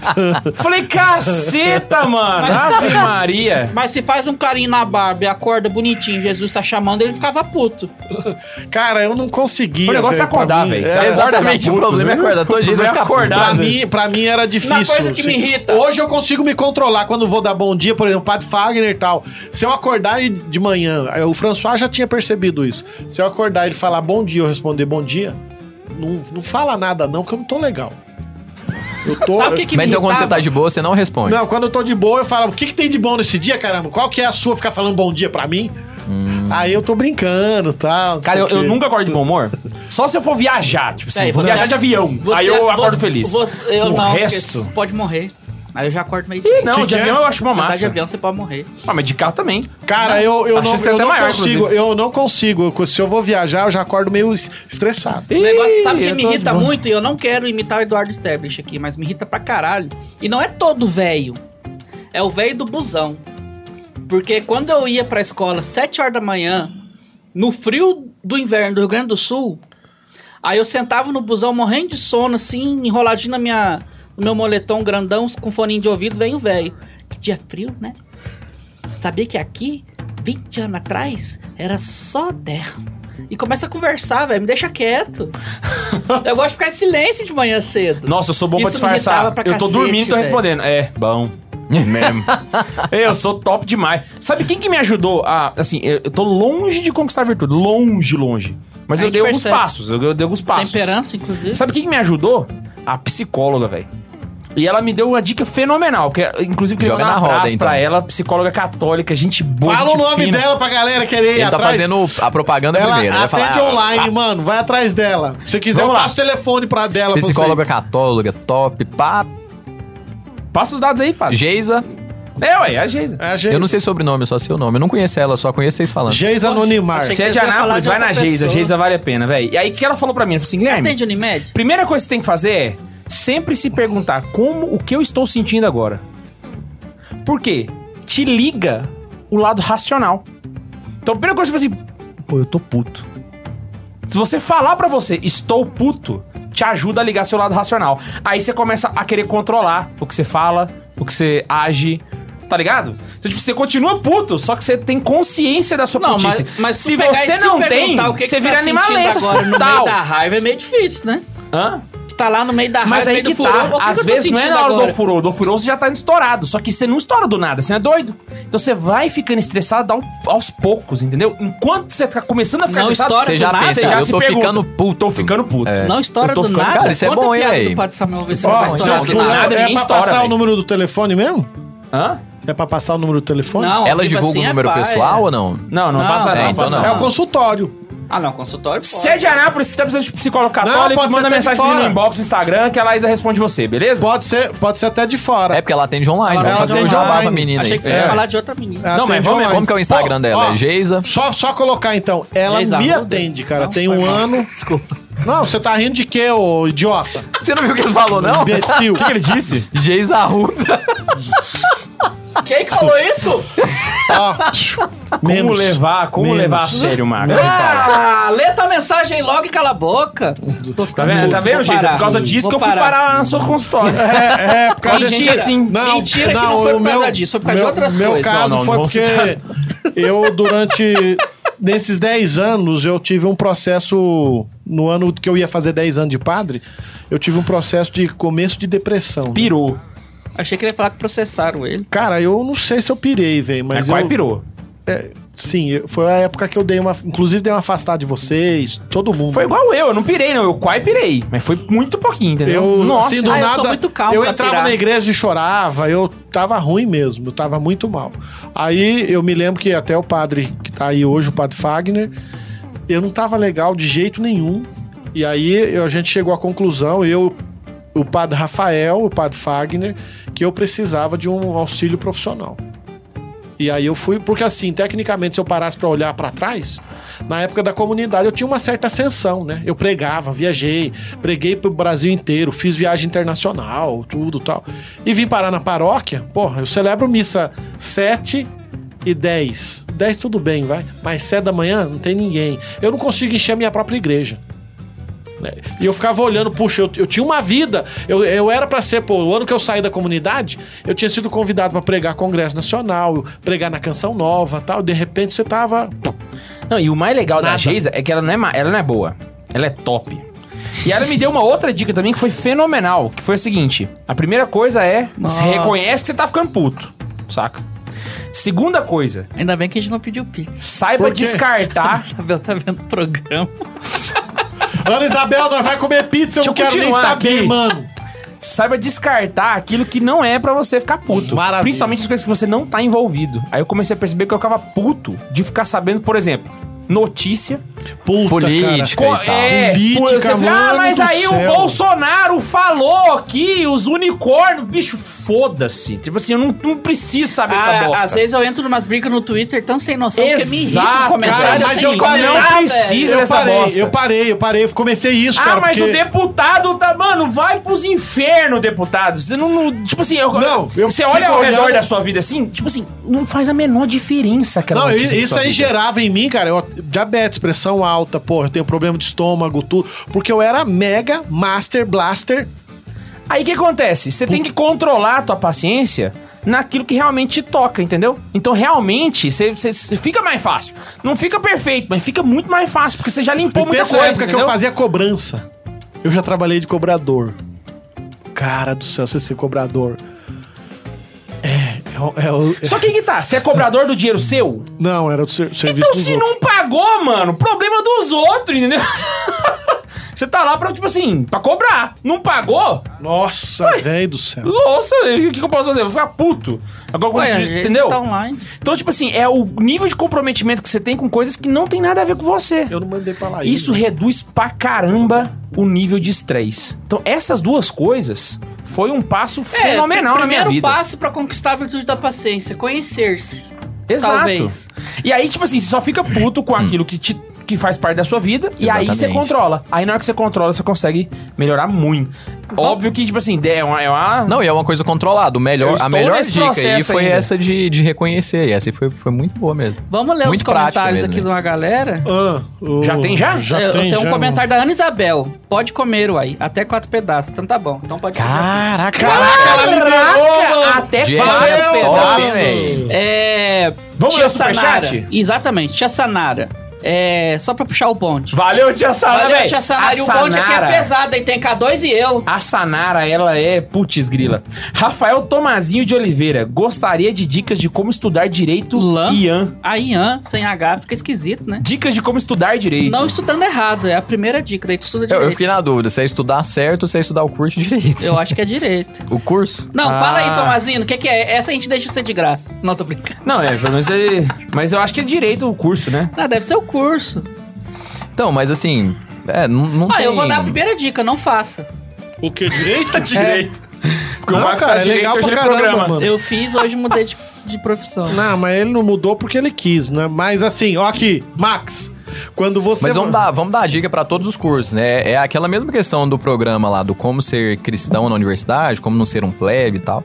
Falei, caceta, mano. Ave
tá-
Maria.
Mas se faz um carinho na barba e acorda bonitinho, Jesus tá chamando, ele ficava puto.
Cara, eu não conseguia.
O negócio é
velho, pra
acordar,
mim,
velho.
é,
Você acorda
exatamente,
puto,
o problema é
viu?
acordar, todo
O
dia
problema é
vai ficar puto.
acordar.
Pra
velho.
mim, pra mim era difícil.
coisa que me irrita.
Hoje eu consigo me controlar quando vou dar bom dia, por exemplo, Padre Fagner e tal. Se eu acordar e- de manhã, eh, o François já tinha percebido isso. Se eu acordar e ele falar bom dia, eu responder bom dia, não, não fala nada não, que eu não tô legal. Eu tô...
Sabe o que que
Mas
me
então quando você
irritava?
tá de boa, você não responde.
Não, quando eu tô de boa, eu falo, o que, que tem de bom nesse dia, caramba? Qual que é a sua ficar falando bom dia pra mim? Aí eu tô brincando e tal. não
Cara,
sei
eu,
o quê.
eu nunca acordo de bom humor. Só se eu for viajar, tipo assim,
Peraí,
vou
você-
viajar de avião.
Você-
aí eu acordo
você-
feliz.
você- eu
O
não,
resto-
porque pode morrer. Aí eu já corto meio.
Ih, não,
Que
de
que
avião
é?
eu acho uma
Andar de
massa.
avião você pode morrer.
Ah, mas de carro também.
Cara, eu, eu
a
não,
chance é
eu
até
não
maior,
consigo.
inclusive.
Eu não consigo. Se eu vou viajar, eu já acordo meio es- estressado.
O negócio, sabe
Ih,
que
eu
me
tô de
irrita
boa.
muito? E eu não quero imitar o Eduardo Stablish aqui, mas me irrita pra caralho. E não é todo velho. É o velho do busão. Porque quando eu ia pra escola, 7 horas da manhã, no frio do inverno do Rio Grande do Sul, aí eu sentava no busão morrendo de sono, assim, enroladinho na minha, no meu moletom grandão, com foninho de ouvido, vem o velho. Que dia frio, né? Sabia que aqui, 20 anos atrás, era só terra. E começa a conversar, velho. Me deixa quieto. eu gosto de ficar em silêncio de manhã cedo.
Nossa, eu sou bom pra
Isso me irritava
disfarçar.
pra
eu tô
cacete,
dormindo e tô
velho.
respondendo. É, bom. Mesmo. eu sou top demais. Sabe quem que me ajudou a. Assim, eu, eu tô longe de conquistar a virtude. Longe, longe. Mas
A
eu
gente
dei alguns
percebe. Tá
passos. Eu, eu dei alguns passos.
Temperança, inclusive.
Sabe quem que me ajudou? A psicóloga, velho. E ela me deu uma dica fenomenal, que é- inclusive queria
Joga
mandar um
na roda,
abraço pra
então.
ela, psicóloga católica, gente boa.
Fala o
gente
nome
fina.
dela pra galera querer ir
Ele tá
atrás.
fazendo a propaganda
Ela
primeiro. Ele
atende
vai falar, ah,
online, mano. Vai atrás dela. Se quiser,
Vamos
eu
lá.
passo o telefone pra dela. pra
Psicóloga
vocês.
católica, top, pá.
Passa os dados aí, padre.
Geisa,
É, ué, é a Geisa.
É a Ge...
eu não sei sobrenome, eu só sei o nome. Eu não conheço ela, eu só conheço vocês falando.
Geis Anonimar.
Achei
Se é
que
de
você ia falar
Anápolis,
de
vai na
outra
Geisa.
pessoa.
Geisa vale a pena, velho. E aí, o que ela falou pra mim? Ela falou assim, Guilherme...
Atende Unimed?
Primeira coisa que você tem que fazer é sempre se perguntar como o que eu estou sentindo agora. Por quê? Te liga o lado racional. Então a primeira coisa que você fala assim, pô, eu tô puto. Se você falar pra você, estou puto, te ajuda a ligar seu lado racional. Aí você começa a querer controlar o que você fala, o que você age. Tá ligado? Então, tipo, você continua puto, só que você tem consciência da sua
Não, mas,
putice.
mas
se
tu pegar e
você
se
não tem,
perguntar o que
você
que
vira
tá sentindo
animalesco.
Agora, no
tal.
meio da raiva é meio difícil, né?
Hã?
Tu tá lá no meio da raiva,
Mas
no
aí
meio
que
do furor.
tá.
o que
Às
que eu tô
vezes não é
sentindo
na hora
agora?
do furor. Do furor você já tá indo estourado. Só que você não estoura do nada. Você não é doido. Então você vai ficando estressado ao- aos poucos, entendeu? Enquanto você tá começando a ficar
Não
estressado,
estoura
você
do
já
nada.
pensa,
Você
já
eu
se
tô
pergunta.
ficando puto. Tô ficando puto.
Não estoura
É. Eu tô
do
ficando-
nada.
Cara, isso é
Conta
bom,
a
hein,
piada
véi?
do Padre Samuel, ver se
Ó,
ele vai
vocês
estourar
que
do nada.
lembram,
nada,
é
ninguém
pra
estoura,
passar o
velho.
número do telefone mesmo?
Hã?
É pra passar o número do telefone?
Não,
Ela
tipo
divulga
assim,
o
é
número
paia.
pessoal ou não?
Não, não,
Não,
passa
é,
não.
então
passa
não.
É
não.
o consultório.
Ah, não, consultório pode.
Se é de Anápolis, você tá precisando de psicólogo católico,
pode ser até
manda
de
mensagem pra mim
fora.
no inbox do Instagram que a Laísa responde você, beleza?
Pode ser, pode ser até de fora.
É porque ela atende online.
Ela
Vamos fazer um
atende
jabá
online.
pra menina
Achei
aí.
que você
É.
ia falar de outra menina.
Ela
Não, mas
atende
vamos-
online.
Como que é o Instagram
Ó,
dela?
ó,
É Geisa?
Só, só colocar então. Ela
Geisa
me
Arruda?
atende, cara.
Não,
Tem
foi
um
mal.
ano.
Desculpa.
Não, você tá rindo de quê, ô idiota?
Você não viu o que ele falou, não?
Imbecil.
O que ele disse?
Geisa Arruda.
Ah, Quem que falou isso?
Ó,
Como
menos.
levar, como
Menos.
levar a sério, Max?
Ah, lê tua mensagem logo e cala a boca. Tô
Tá
ficando
vendo,
puto,
tá vendo
vou
Geisa?
parar.
Por causa disso
Vou
que eu fui parar assim. lá na sua consultório.
É, é, por causa
Mentira.
disso. Não,
Mentira que não foi por causa disso, foi por causa de outras
meu
coisas.
caso
Não, não,
foi
não vou
porque eu, durante. Nesses 10 anos, eu tive um processo. No ano que eu ia fazer 10 anos de padre, eu tive um processo de começo de depressão. né?
Pirou.
Achei que ele ia falar que processaram ele.
Cara, eu não sei se eu pirei, velho, mas.
Mas É quase
eu-
pirou.
É, Sim, eu- foi a época que eu dei uma. Inclusive, dei uma afastada de vocês, todo mundo.
Foi igual eu, eu não pirei, não. Eu quase pirei. Mas foi muito pouquinho, entendeu?
Eu,
Nossa,
assim, do
Ah, eu
nada,
sou muito calmo
eu
pra
entrava
pirar.
na igreja e chorava, eu tava ruim mesmo, eu tava muito mal. Aí eu me lembro que até o padre que tá aí hoje, o padre Fagner, eu não tava legal de jeito nenhum. E aí eu- a gente chegou à conclusão, eu, o padre Rafael, o padre Fagner, que eu precisava de um auxílio profissional. E aí eu fui, porque assim, tecnicamente, se eu parasse pra olhar pra trás, na época da comunidade eu tinha uma certa ascensão, né? Eu pregava, viajei, preguei pro Brasil inteiro, fiz viagem internacional, tudo tal. E vim parar na paróquia, porra, eu celebro missa 7 e 10. 10 tudo bem, vai. Mas 7 da manhã não tem ninguém. Eu não consigo encher a minha própria igreja. né? E eu ficava olhando, puxa, eu, eu tinha uma vida. Eu, eu era pra ser, pô, o ano que eu saí da comunidade, eu tinha sido convidado pra pregar Congresso Nacional, pregar na Canção Nova tal. De repente você tava.
Não, e o mais legal da
Nada.
Geisa é que ela não é, má, ela não é boa. Ela é top. E ela me deu uma outra dica também que foi fenomenal, que foi a seguinte. A primeira coisa é,
Nossa.
se reconhece que você tá ficando puto, saca? Segunda coisa,
Ainda bem que a gente não pediu pizza.
saiba
Por quê?
descartar...
Isabel tá vendo o programa.
Ana Isabel, nós vai comer pizza, eu
Deixa
não
eu
quero nem
continuar
saber,
aqui.
mano.
saiba descartar aquilo que não é pra você ficar puto.
Maravilha.
Principalmente as coisas que você não tá envolvido. Aí eu comecei a perceber que eu ficava puto de ficar sabendo, por exemplo, notícia.
Puta,
Política
Co-
e tal.
é,
tá. Política,
pô, você fala,
mano
ah, mas
do
aí
céu."
o Bolsonaro falou que os unicórnios, bicho, foda-se. Tipo assim, eu não, não preciso saber dessa
Ah,
bosta.
às vezes eu entro numas brigas no Twitter tão sem noção, porque me irrita o
Exato,
cara,
comentário.
mas
assim,
eu parei-
comentar,
não
velho.
preciso.
Eu
dessa
parei,
bosta.
eu parei, eu parei, eu comecei isso, cara.
Ah, mas
porque-
o deputado tá. Mano, vai pros infernos, deputado. Você não. não- tipo assim, eu,
Não, eu
você olha
fico
ao redor
olhando-
da sua vida assim, tipo assim, não faz a menor diferença, cara.
Não, isso, é isso aí gerava em mim, cara, eu, diabetes, pressão alta, porra, eu tenho problema de estômago, tudo. Porque eu era mega master blaster.
Aí o que acontece? Você tem que controlar a tua paciência naquilo que realmente te toca, entendeu? Então realmente, você, você- você fica mais fácil. Não fica perfeito, mas fica muito mais fácil, porque você já limpou
Eu
muita
pensa
coisa,
na época que
entendeu?
eu fazia cobrança. Eu já trabalhei de cobrador. Cara do céu, você ser cobrador. É, é, o- é, o- é-
Só que aí que tá, você é cobrador do dinheiro seu?
Não, era do ser, serviço
Então
dos
se
outros.
não pagou, mano, problema dos outros, entendeu? Você tá lá pra, tipo assim, pra cobrar. Não pagou?
Nossa, velho do céu.
Nossa, o que, que eu posso fazer? Eu Vou ficar puto. Agora, quando
Ué,
você-
às vezes
entendeu?
tá online.
Então, tipo assim, é o nível de comprometimento que você tem com coisas que não tem nada a ver com você.
Eu não mandei pra lá
Isso reduz pra caramba o nível de estresse. Então, essas duas coisas foi um passo
É,
fenomenal na minha vida.
Primeiro passo pra conquistar a virtude da paciência, conhecer-se.
Exato.
Talvez.
E aí, tipo assim, você só fica puto com aquilo que te que faz parte da sua vida e aí você
Exatamente.
controla. Aí na hora que você controla, você consegue melhorar muito. Óbvio que, tipo assim, é uma. É uma
Não, e é uma coisa controlada. O
Eu
melhor,
estou
a melhor
nesse
dica aí
processo
foi
ainda.
essa de, de reconhecer. E essa foi, foi muito boa mesmo.
Vamos ler os
Muito prático
comentários
mesmo,
aqui
né?
de uma galera?
Ah, o-
Já tem já?
Já
eu,
tem,
eu tenho
já,
um comentário da Ana Isabel. Pode comer, uai. Até quatro pedaços. Então tá bom. Então pode comer.
Caraca, ela liberou, mano.
até
De
quatro
real,
É
top, né?
pedaços.
velho.
É.
Vamos
tia
ler o superchat?
Sanara. Exatamente, tia Sanara. É. Só pra puxar o bonde.
Valeu, tia Sanara,
Valeu,
velho.
tia Sanara. E o bonde aqui é pesado, hein? Tem K2 e eu.
A Sanara, ela é putz grila. Rafael Tomazinho de Oliveira, gostaria de dicas de como estudar direito
Lã.
Ian.
A Ian, sem H, fica esquisito, né?
Dicas de como estudar direito.
Não estudando errado, é a primeira dica. Daí tu estuda
Eu,
direito.
eu
Eu,
fiquei na dúvida se é estudar certo ou se é estudar o curso direito.
acho que é direito.
O curso?
Não,
Ah.
fala aí, Tomazino, o que, que é? Essa a gente deixa ser de graça. Não, tô brincando.
Não, é, pelo menos ele... Mas eu acho que é direito o curso, né?
Ah, deve ser o curso.
Então, mas assim. É, não, não
Ah, eu
tem-
vou dar a primeira dica, não faça.
O que? Direita?
É. Direito. Porque
Não, cara, é legal
hoje
pra
ele
caramba, mano.
Eu fiz, hoje mudei de, de profissão.
Não, mas ele não mudou porque ele quis, né? Mas assim, ó aqui, Max, quando você...
Mas vamos dar, vamos dar a dica pra todos os cursos, né? É aquela mesma questão do programa lá, do como ser cristão na universidade, como não ser um plebe e tal.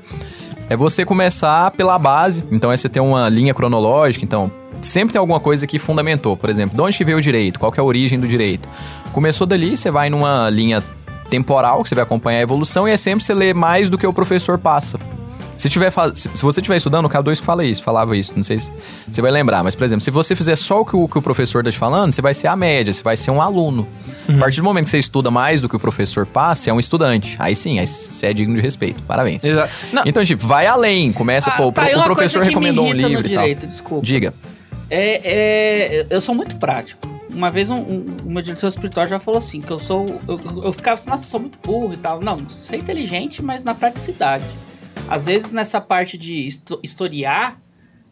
É você começar pela base, então é você ter uma linha cronológica, então sempre tem alguma coisa que fundamentou, por exemplo, de onde que veio o direito, qual que é a origem do direito. Começou dali, você vai numa linha temporal, que você vai acompanhar a evolução, e é sempre você ler mais do que o professor passa. Se, tiver fa- se se você estiver estudando, o K2 que fala isso, falava isso, não sei se você vai lembrar, mas, por exemplo, se você fizer só o que o, que o professor está te falando, você vai ser a média, você vai ser um aluno. A partir do momento que você estuda mais do que o professor passa, você é um estudante. Aí sim, aí você é digno de respeito. Parabéns.
Exato. Não,
Então, tipo, vai além, começa,
Ah,
pô,
tá,
o
e
pro- o
uma
professor
coisa que me
recomendou um
irrita
livro
no
e tal.
direito, desculpa.
Diga.
É, é, eu sou muito prático. Uma vez um, um, um meu diretor espiritual já falou assim, que eu sou. Eu, eu ficava assim, nossa, eu sou muito burro e tal. Não, sou inteligente, mas na praticidade. Às vezes nessa parte de histo- historiar,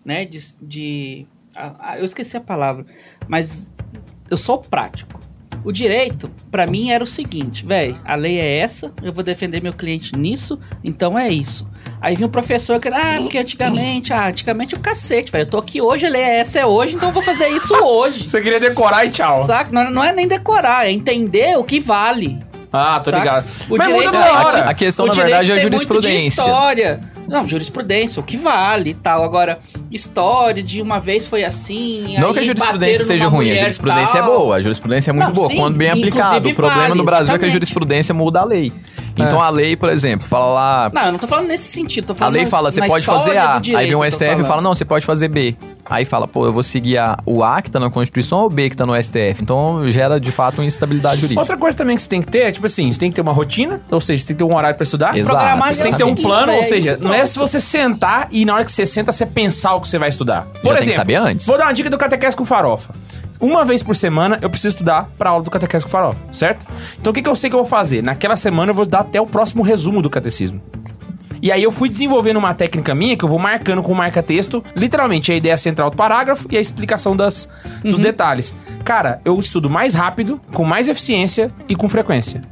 né? De. de- ah, ah, eu esqueci a palavra. Mas eu sou prático. O direito, pra mim, era o seguinte, velho, a lei é essa, eu vou defender meu cliente nisso, então é isso. Aí vinha o professor que, ah, porque antigamente, ah, antigamente o cacete, velho, eu tô aqui hoje, a lei é essa, é hoje, então eu vou fazer isso hoje.
você queria decorar e tchau.
Saca? Não, não é nem decorar, é entender o que vale.
Ah, tô
Saca?
ligado.
O
Mas muda
direito
toda
é-
hora.
A questão,
o
na
direito
verdade, é a
tem muito de
jurisprudência.
história. Não, jurisprudência, o que vale e tal. Agora, história de uma vez foi assim.
Não
aí
que a jurisprudência
bateram
seja
numa
ruim, a
mulher e
jurisprudência é
tal.
boa, a jurisprudência é muito
Não,
boa,
sim,
quando bem
inclusive
aplicada. O problema
vale,
no Brasil é que a
exatamente.
jurisprudência muda a lei. Então a lei, por exemplo, fala lá,
Não, eu não tô falando nesse sentido, tô
A
falando
lei
na-
fala, você
na
pode
história
fazer A.
do direito,
aí vem um
eu
o
tô
STF e
falando.
fala, não, você pode fazer B. Aí fala, pô, eu vou seguir a- o A que tá na Constituição ou o B que tá no STF. Então gera, de fato, uma instabilidade jurídica.
Outra coisa também que você tem que ter é, tipo assim, você tem que ter uma rotina, ou seja, você tem que ter um horário pra estudar.
Exato.
Programar
Você
já
tem que ter
é o
um
seguinte,
plano,
velho,
ou seja,
isso
não é
pronto.
se você sentar e na hora que você senta, você pensar o que você vai estudar. Por exemplo,
tem que saber antes.
vou dar uma dica do Catequese com Farofa. Uma vez por semana eu preciso estudar pra aula do Catequese com Farofa, certo? Então o que, que eu sei que eu vou fazer? Naquela semana eu vou dar até o próximo resumo do catecismo. E aí eu fui desenvolvendo uma técnica minha que eu vou marcando com marca-texto, literalmente a ideia central do parágrafo e a explicação das, dos detalhes. Cara, eu estudo mais rápido, com mais eficiência e com frequência.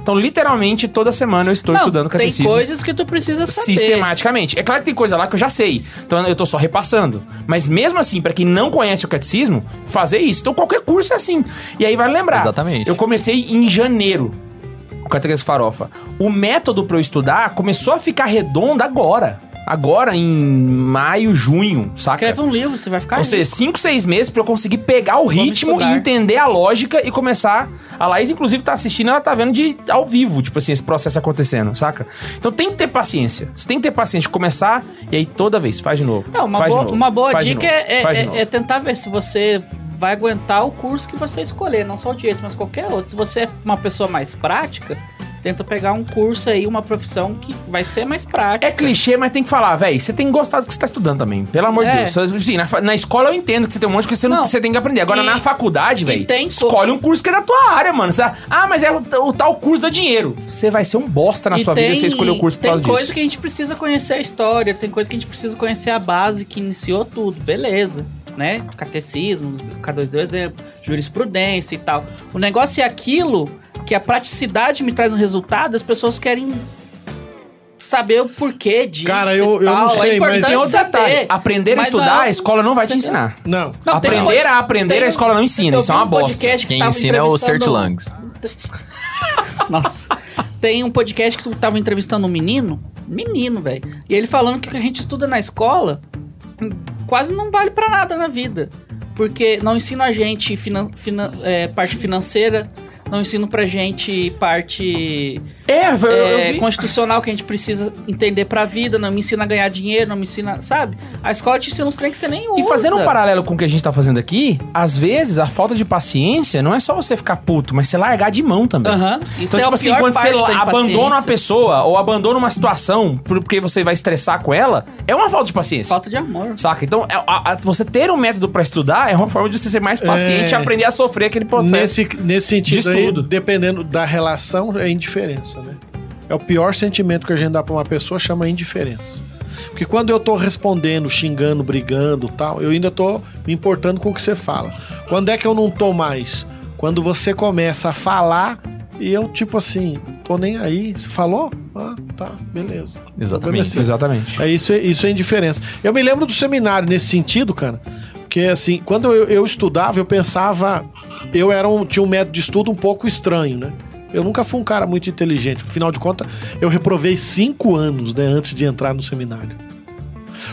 Então, literalmente, toda semana eu estou estudando
tem
catecismo
coisas que tu precisa saber.
sistematicamente. É claro que tem coisa lá que eu já sei, então eu tô só repassando. Mas mesmo assim, pra quem não conhece o catecismo, fazer isso. Então qualquer curso é assim. E aí vai lembrar.
Exatamente.
Eu comecei em janeiro o Catequese Farofa. O método pra eu estudar começou a ficar redondo agora. Agora, em maio, junho, saca?
Escreve um livro, você vai ficar
Ou seja,
rico.
5, 6 meses pra eu conseguir pegar o ritmo e
estudar.
entender a lógica e começar. A Laís, inclusive, tá assistindo, ela tá vendo de ao vivo, tipo assim, esse processo acontecendo, saca? Então tem que ter paciência. Você tem que ter paciência de começar e aí toda vez, faz de novo.
É, uma
faz
boa,
de novo,
uma boa
faz de
dica
novo,
é, é-
faz de
é-
novo.
é tentar ver se você vai aguentar o curso que você escolher, não só o direito, mas qualquer outro. Se você é uma pessoa mais prática, tenta pegar um curso aí, uma profissão que vai ser mais prática.
É clichê, mas tem que falar, velho. Você tem que gostar do que você tá estudando também. Pelo amor de
É.
Deus. Assim, na, fa- na escola eu entendo que você tem um monte que você, não,
Não.
você tem que aprender. Agora,
E-
na faculdade,
e
velho,
tem co-
escolhe um curso que é da tua área, mano. Você- ah, mas é o, o tal curso dá dinheiro. Você vai ser um bosta na
E
sua vida se você escolher o curso por
tem
causa
coisa
disso.
que a gente precisa conhecer a história, tem coisa que a gente precisa conhecer a base que iniciou tudo, beleza, né? Catecismo, K2 deu exemplo, jurisprudência e tal. O negócio é aquilo que a praticidade me traz um resultado, as pessoas querem saber o porquê disso.
Cara,
e
eu- eu
tal.
não sei,
é
mas-
importante
Tem
saber.
Aprender a
Mas
estudar,
não-
a escola não vai te
Entendeu?
ensinar.
Não.
Não, tem
aprender
coisa-
a aprender,
tem
a
um-
escola não ensina.
eu
Isso é
vi
uma
um
bosta.
podcast que
Quem
tava
ensina é o
entrevistando-
Cert Langs.
Nossa. Tem um podcast que eu tava entrevistando um menino, menino, velho. E ele falando que o que a gente estuda na escola hum, quase não vale pra nada na vida. Porque não ensina a gente finan- finan- é, parte financeira, não ensina pra gente parte
É, eu, eu
é,
vi.
constitucional que a gente precisa entender pra vida, não me ensina a ganhar dinheiro, não me ensina, sabe? A escola te ensina uns trem que você nem usa.
E fazendo um paralelo com o que a gente tá fazendo aqui, às vezes a falta de paciência não é só você ficar puto, mas você largar de mão também.
Aham. Isso
Então,
é
tipo
a
assim,
pior
quando você
parte da
abandona uma
impaciência.
pessoa ou abandona uma situação porque você vai estressar com ela, é uma falta de paciência.
Falta de amor.
Saca? Então, é- a- a- você ter um método pra estudar é uma forma de você ser mais paciente
É.
e aprender a sofrer aquele processo.
Nesse, nesse
Diz
sentido aí,
tudo.
dependendo da relação, é indiferença, né? É o pior sentimento que a gente dá pra uma pessoa, chama indiferença. Porque quando eu tô respondendo, xingando, brigando tal, eu ainda tô me importando com o que você fala. Quando é que eu não tô mais? Quando você começa a falar e eu, tipo assim, tô nem aí. Você falou? Ah, tá, beleza.
Exatamente.
Assim,
Exatamente.
é isso, é- isso é indiferença. Eu me lembro do seminário nesse sentido, cara. Porque assim, quando eu, eu estudava, eu pensava. Eu era um, tinha um método de estudo um pouco estranho, né? Eu nunca fui um cara muito inteligente. Afinal de contas, eu reprovei cinco anos, né, antes de entrar no seminário.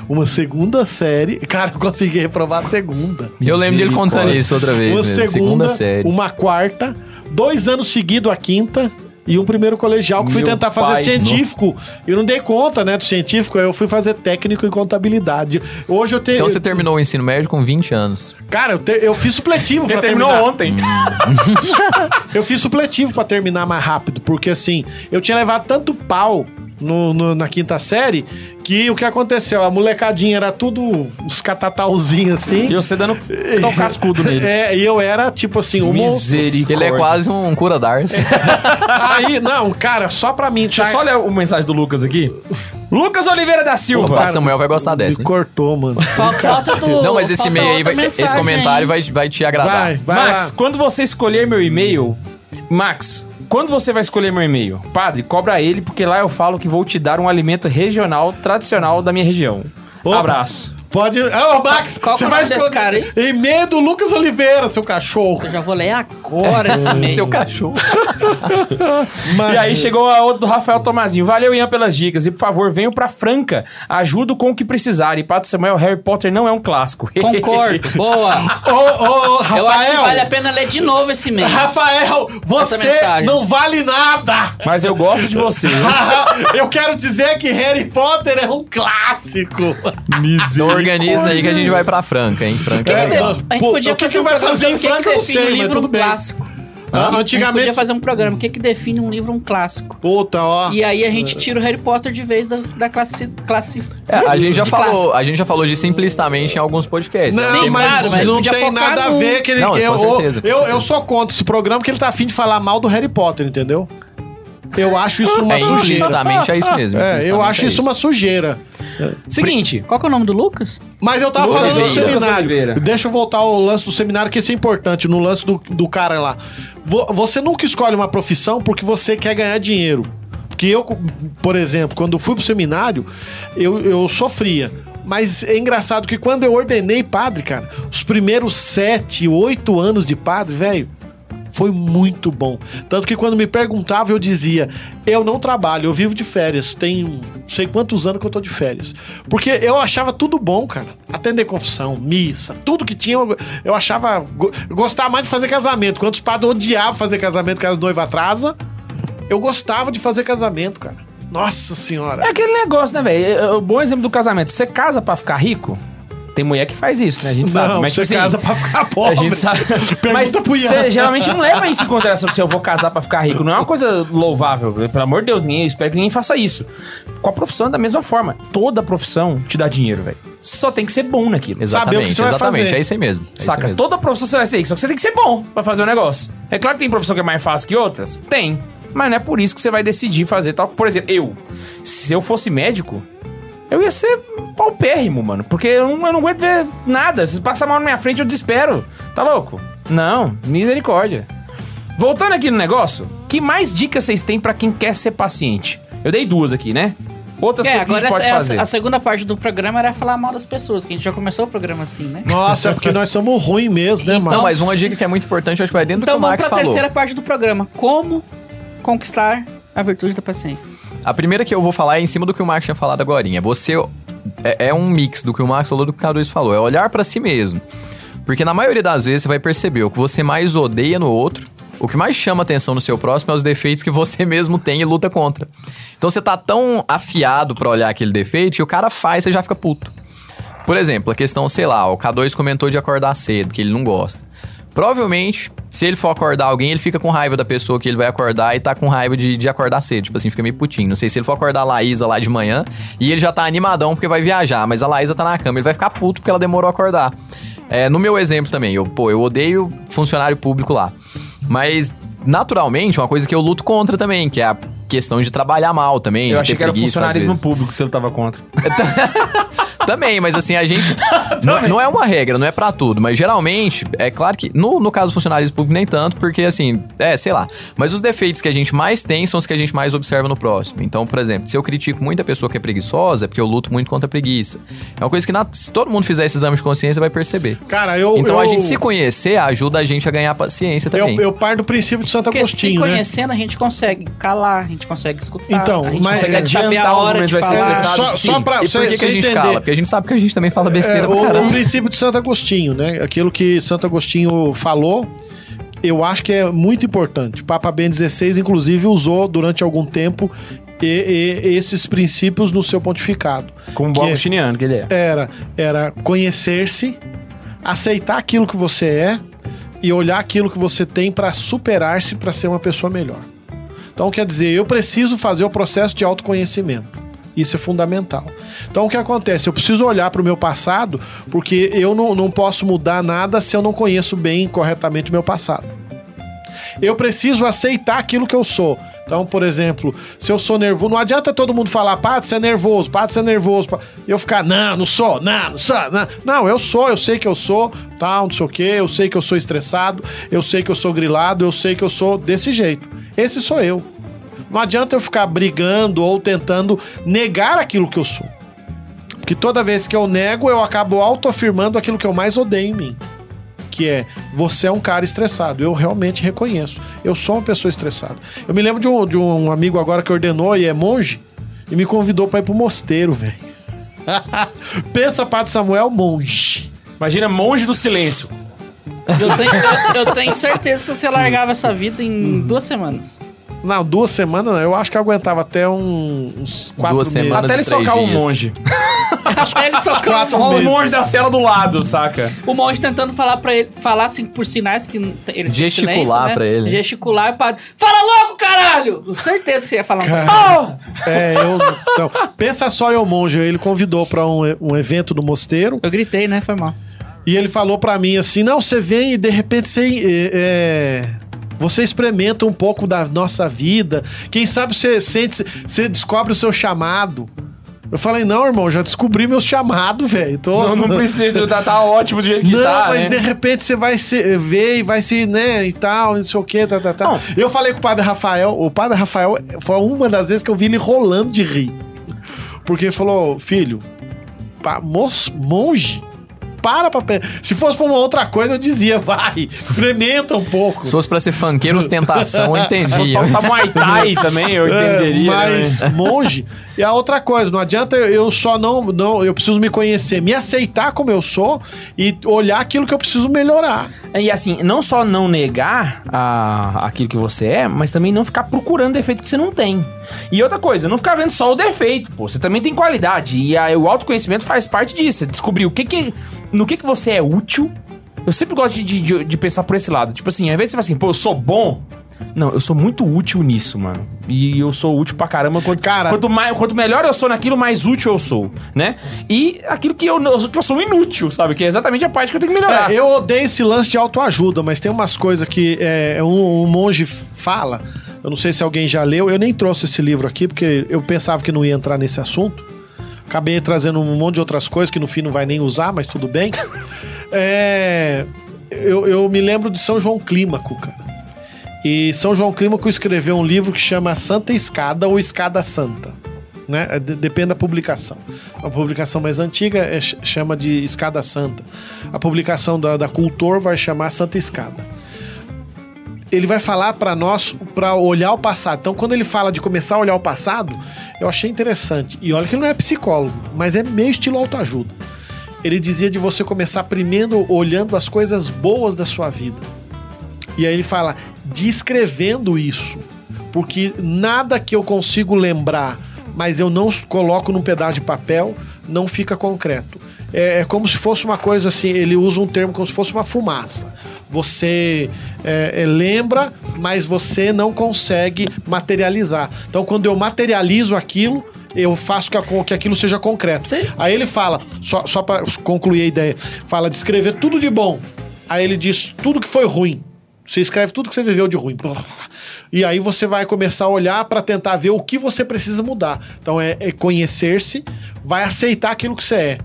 Uma segunda série. Cara, eu consegui reprovar a segunda.
Eu lembro dele contando
Misericórdia.
isso outra vez.
Uma
mesmo,
segunda, um
série.
uma quarta, dois anos seguido a quinta e um primeiro colegial que fui
Meu
tentar
pai,
fazer científico. Eu não dei conta, né, do científico, aí eu fui fazer técnico em contabilidade. Hoje eu tenho,
Então você terminou o ensino médio com 20 anos.
cara, eu, te- eu fiz supletivo pra
Terminou
terminar.
ontem.
Eu fiz supletivo pra terminar mais rápido, porque assim, eu tinha levado tanto pau no- no- na quinta série que o que aconteceu, a molecadinha era tudo uns catatauzinhos assim.
E você dando um cascudo nele.
É, e eu era tipo assim, um monstro.
Ele
Misericórdia.
é quase um cura d'ars.
É, Aí, não, cara, só pra mim,
Deixa eu só ler o mensagem do Lucas aqui. Lucas Oliveira da
o
Silva.
Pato Samuel vai gostar
Me
dessa. hein?
cortou, mano.
Fal- Falta do.
Não, mas esse
falta
e-mail aí,
outra
vai- esse
mensagem
comentário
aí.
vai, vai te agradar.
Vai, vai
Max,
lá.
quando você escolher meu e-mail. Max, quando você vai escolher meu e-mail? Padre, cobra ele, porque lá eu falo que vou te dar um alimento regional, tradicional da minha região.
Opa.
Abraço.
Pode... Ah, Ô, Max,
Qual
você
que é o
vai
nome desse cara, hein?
Em meio do Lucas Oliveira, seu cachorro.
Eu já vou ler agora esse e-mail.
Seu cachorro.
Mas-
E aí chegou a outro do Rafael Tomazinho. Valeu, Ian, pelas dicas. E por favor, venham pra Franca. Ajudo com o que precisar. E Pato Samuel, Harry Potter não é um clássico.
Concordo, boa.
Ô, ô, ô, Rafael.
Eu acho que vale a pena ler de novo esse e-mail.
Rafael, você
mensagem.
não vale nada.
Mas eu gosto de você.
Ah, Eu quero dizer que Harry Potter é um clássico.
Então organiza aí que a gente vai pra Franca, hein? Franca.
É,
é legal.
mano.
A gente
Pô,
podia
o que
fazer
que
um
vai
programa
fazer em
sobre o que que
Franca, eu não
define
sei,
um
mas
livro
tudo
um
bem.
clássico.
Ah,
A gente
antigamente...
podia fazer um programa. O que, que define um livro um clássico?
Puta, ó.
E aí a gente tira o Harry Potter de vez da, da classe, classe.
É, a, gente já
de
falou,
clássico.
a gente já falou disso implicitamente em alguns podcasts.
Não,
Tem-
Sim,
mas
claro, mas
não
podia
tem
focar
nada a
num-
ver que ele...
Não, com
eu,
certeza, com
eu, eu
certeza.
só conto esse programa que ele tá afim de falar mal do Harry Potter, entendeu? Eu acho isso uma
É,
sujeira.
implicitamente é isso mesmo.
É, eu
implicitamente
acho
é
isso uma sujeira.
Seguinte,
Qual que é o nome do Lucas?
Mas eu tava
Lucas
falando do
Oliveira.
seminário.
Lucas Oliveira.
Deixa eu voltar ao lance do seminário, que isso é importante, no lance do, do cara lá. Vo- Você nunca escolhe uma profissão porque você quer ganhar dinheiro. Porque eu, por exemplo, quando fui pro seminário, eu, eu sofria. Mas é engraçado que quando eu ordenei padre, cara, os primeiros sete, oito anos de padre, velho, foi muito bom. Tanto que quando me perguntava, eu dizia: eu não trabalho, eu vivo de férias. Tem não sei quantos anos que eu tô de férias. Porque eu achava tudo bom, cara. Atender confissão, missa, tudo que tinha, eu, eu achava. go- eu Gostava mais de fazer casamento. Quando os padres odiavam fazer casamento, que as noivas atrasa, eu gostava de fazer casamento, cara. Nossa senhora.
é aquele negócio, né, velho? É, é, O bom exemplo do casamento. Você casa pra ficar rico? Tem mulher que faz isso, né? A gente sabe.
não,
mas,
você
tipo assim,
casa pra ficar
A
pobre.
gente sabe. Mas
Pergunta pro Ian.
você geralmente não leva isso em consideração se eu vou casar pra ficar rico. Não é uma coisa louvável. Pelo amor de Deus, ninguém, eu espero que ninguém faça isso. Com a profissão é da mesma forma. Toda profissão te dá dinheiro, velho. Só tem que ser bom naquilo.
é isso.
saber o que
Exatamente,
você vai
exatamente.
fazer.
É isso aí mesmo. é isso
Saca?
mesmo.
Toda profissão você vai ser rico, só que você tem que ser bom pra fazer o negócio. É claro que tem profissão que é mais fácil que outras? Tem. Mas não é por isso que você vai decidir fazer tal. Por exemplo, eu. Se eu fosse médico, eu ia ser paupérrimo, mano. Porque eu não, eu não aguento ver nada. Se passar mal na minha frente, eu desespero. Tá louco? Não, misericórdia. Voltando aqui no negócio, que mais dicas vocês têm pra quem quer ser paciente? Eu dei duas aqui, né? Outras
É,
coisas que a
agora
gente pode
é a,
fazer.
a segunda parte do programa era falar mal das pessoas, que a gente já começou o programa assim, né?
Nossa, é porque nós somos ruins mesmo, né, mano?
Não, mas uma dica que é muito importante, eu acho que vai dentro
Então
do que o
vamos
Max
pra
falou.
terceira parte do programa. Como conquistar a virtude da paciência?
A primeira que eu vou falar é em cima do que o Max tinha falado agora. Você é, é um mix do que o Max falou e do que o K2 falou. É olhar pra si mesmo. Porque na maioria das vezes você vai perceber o que você mais odeia no outro, o que mais chama atenção no seu próximo é os defeitos que você mesmo tem e luta contra. Então você tá tão afiado pra olhar aquele defeito que o cara faz, você já fica puto. Por exemplo, a questão, sei lá, o K2 comentou de acordar cedo, que ele não gosta. Provavelmente, se ele for acordar alguém, ele fica com raiva da pessoa que ele vai acordar e tá com raiva de, de acordar cedo. Tipo assim, fica meio putinho. Não sei se ele for acordar a Laísa lá de manhã e ele já tá animadão porque vai viajar, mas a Laísa tá na cama, ele vai ficar puto porque ela demorou a acordar. É, no meu exemplo também, eu, pô, eu odeio funcionário público lá. Mas, naturalmente, uma coisa que eu luto contra também, que é a questão de trabalhar mal também.
Eu
de
achei
ter
que era
preguiça, às
funcionarismo
vezes.
público se eu tava contra.
Também, mas assim, a gente. não, não é uma regra, não é pra tudo. Mas geralmente, é claro que. No, no caso do funcionalismo público, nem tanto, porque assim, é, sei lá. Mas os defeitos que a gente mais tem são os que a gente mais observa no próximo. Então, por exemplo, se eu critico muita pessoa que é preguiçosa, é porque eu luto muito contra a preguiça. É uma coisa que na- se todo mundo fizer esse exame de consciência, vai perceber.
Cara, eu.
Então
eu,
a gente se conhecer ajuda a gente a ganhar paciência
eu,
também.
eu parto do princípio de Santo
Porque se
Agostinho, né?
conhecendo, a gente consegue calar, a gente consegue escutar,
Então,
a gente
mas-
consegue saber
é Adiantar
a
os
hora
momentos
de
vai ser
falar.
Ah,
estressado.
só, só pra
e por
você
que, que a gente
entender.
cala? Porque a gente sabe que a gente também fala besteira
É,
pra
o, o
caramba.
princípio de Santo Agostinho, né? Aquilo que Santo Agostinho falou, eu acho que é muito importante. Papa Ben XVI, inclusive, usou durante algum tempo e- e- esses princípios no seu pontificado.
Como
Que-
bom agostiniano que ele é.
Era, era conhecer-se, aceitar aquilo que você é e olhar aquilo que você tem para superar-se para ser uma pessoa melhor. Então, quer dizer, eu preciso fazer o processo de autoconhecimento. Isso é fundamental. Então, o que acontece? Eu preciso olhar para o meu passado, porque eu não, não posso mudar nada se eu não conheço bem e corretamente o meu passado. Eu preciso aceitar aquilo que eu sou. Então, por exemplo, se eu sou nervoso, não adianta todo mundo falar, Pato, você é nervoso, Pato, você é nervoso. Pato." Eu ficar, não, não sou, não, não sou, não. Não, eu sou, eu sei que eu sou, tal, não sei o quê, eu sei que eu sou estressado, eu sei que eu sou grilado, eu sei que eu sou desse jeito. Esse sou eu. Não adianta eu ficar brigando ou tentando negar aquilo que eu sou. Porque toda vez que eu nego, eu acabo autoafirmando aquilo que eu mais odeio em mim que é você é um cara estressado. Eu realmente reconheço. Eu sou uma pessoa estressada. Eu me lembro de um, de um amigo agora que ordenou e é monge e me convidou pra ir pro mosteiro, velho. Pensa, Padre Samuel, monge.
Imagina monge do silêncio.
Eu tenho, eu- eu tenho certeza que você largava essa vida
Uhum.
em duas semanas.
Não, duas semanas não. Eu acho que eu aguentava até um- uns quatro
Duas
meses.
semanas.
Até ele
três
socar um
dias.
monge.
Até ele só
Quatro
Tá O
meses.
monge da cela do lado, saca?
O monge tentando falar para ele, falar assim por sinais que n- eles têm
Gesticular
silêncio, né?
pra ele.
Gesticular e padre. Fala logo, caralho! Com certeza que você ia falar um
Cara.
caralho.
É, eu. Então, pensa só, eu monge. Ele convidou pra um, e- um evento do mosteiro.
Eu gritei, né? Foi mal.
E ele falou pra mim assim: não, você vem e de repente você. é, é, Você experimenta um pouco da nossa vida. Quem sabe você sente, você descobre o seu chamado. Eu falei, não, irmão, já descobri meu chamado, velho. Tô-
Não, não precisa, tá, tá ótimo do jeito que
Não,
tá,
mas
né?
de repente você vai se ver e vai se, né, e tal, não sei o que, tá, tá, tá.
Não.
Eu falei com o padre Rafael, o padre Rafael foi uma das vezes que eu vi ele rolando de rir. Porque ele falou, filho, pa, mos- monge, para pra. pe- Se fosse pra uma outra coisa, eu dizia, vai, experimenta um pouco.
Se fosse pra ser funkeiro, ostentação, eu
Se fosse
entendia.
pra, pra tá Muay Thai também, eu entenderia.
É,
né?
mas monge. E a outra coisa, não adianta eu, eu só não, não. Eu preciso me conhecer, me aceitar como eu sou e olhar aquilo que eu preciso melhorar.
E assim, não só não negar a, aquilo que você é, mas também não ficar procurando defeito que você não tem. E outra coisa, não ficar vendo só o defeito, pô. Você também tem qualidade. E a- o autoconhecimento faz parte disso. Você descobrir o que que. No que que você é útil. Eu sempre gosto de, de, de pensar por esse lado. Tipo assim, ao invés de você falar assim, pô, eu sou bom. Não, eu sou muito útil nisso, mano. E eu sou útil pra caramba. Quanto,
Cara-
quanto, mais, quanto melhor eu sou naquilo, mais útil eu sou, né? E aquilo que eu, não- que eu sou inútil, sabe? Que é exatamente a parte que eu tenho que melhorar.
É, eu odeio esse lance de autoajuda, mas tem umas coisas que é, um, um monge fala. Eu não sei se alguém já leu, eu nem trouxe esse livro aqui, porque eu pensava que não ia entrar nesse assunto. Acabei trazendo um monte de outras coisas que no fim não vai nem usar, mas tudo bem. É, eu, eu me lembro de São João Clímaco, cara. E São João Clímaco escreveu um livro que chama Santa Escada ou Escada Santa. Né? É, de- depende da publicação. A publicação mais antiga é ch- chama de Escada Santa. A publicação da, da Cultor vai chamar Santa Escada. Ele vai falar para nós para olhar o passado. Então, quando ele fala de começar a olhar o passado, eu achei interessante. E olha que ele não é psicólogo, mas é meio estilo autoajuda. Ele dizia de você começar primeiro olhando as coisas boas da sua vida. E aí ele fala, descrevendo isso. Porque nada que eu consigo lembrar, mas eu não coloco num pedaço de papel, não fica concreto. É, é como se fosse uma coisa assim, ele usa um termo como se fosse uma fumaça. Você é, é, lembra, mas você não consegue materializar. Então, quando eu materializo aquilo, eu faço que, a- com que aquilo seja concreto.
Sim.
Aí ele fala, só, só para concluir a ideia, fala de escrever tudo de bom. Aí ele diz tudo que foi ruim. Você escreve tudo que você viveu de ruim. E aí você vai começar a olhar para tentar ver o que você precisa mudar. Então é, é conhecer-se, vai aceitar aquilo que você é.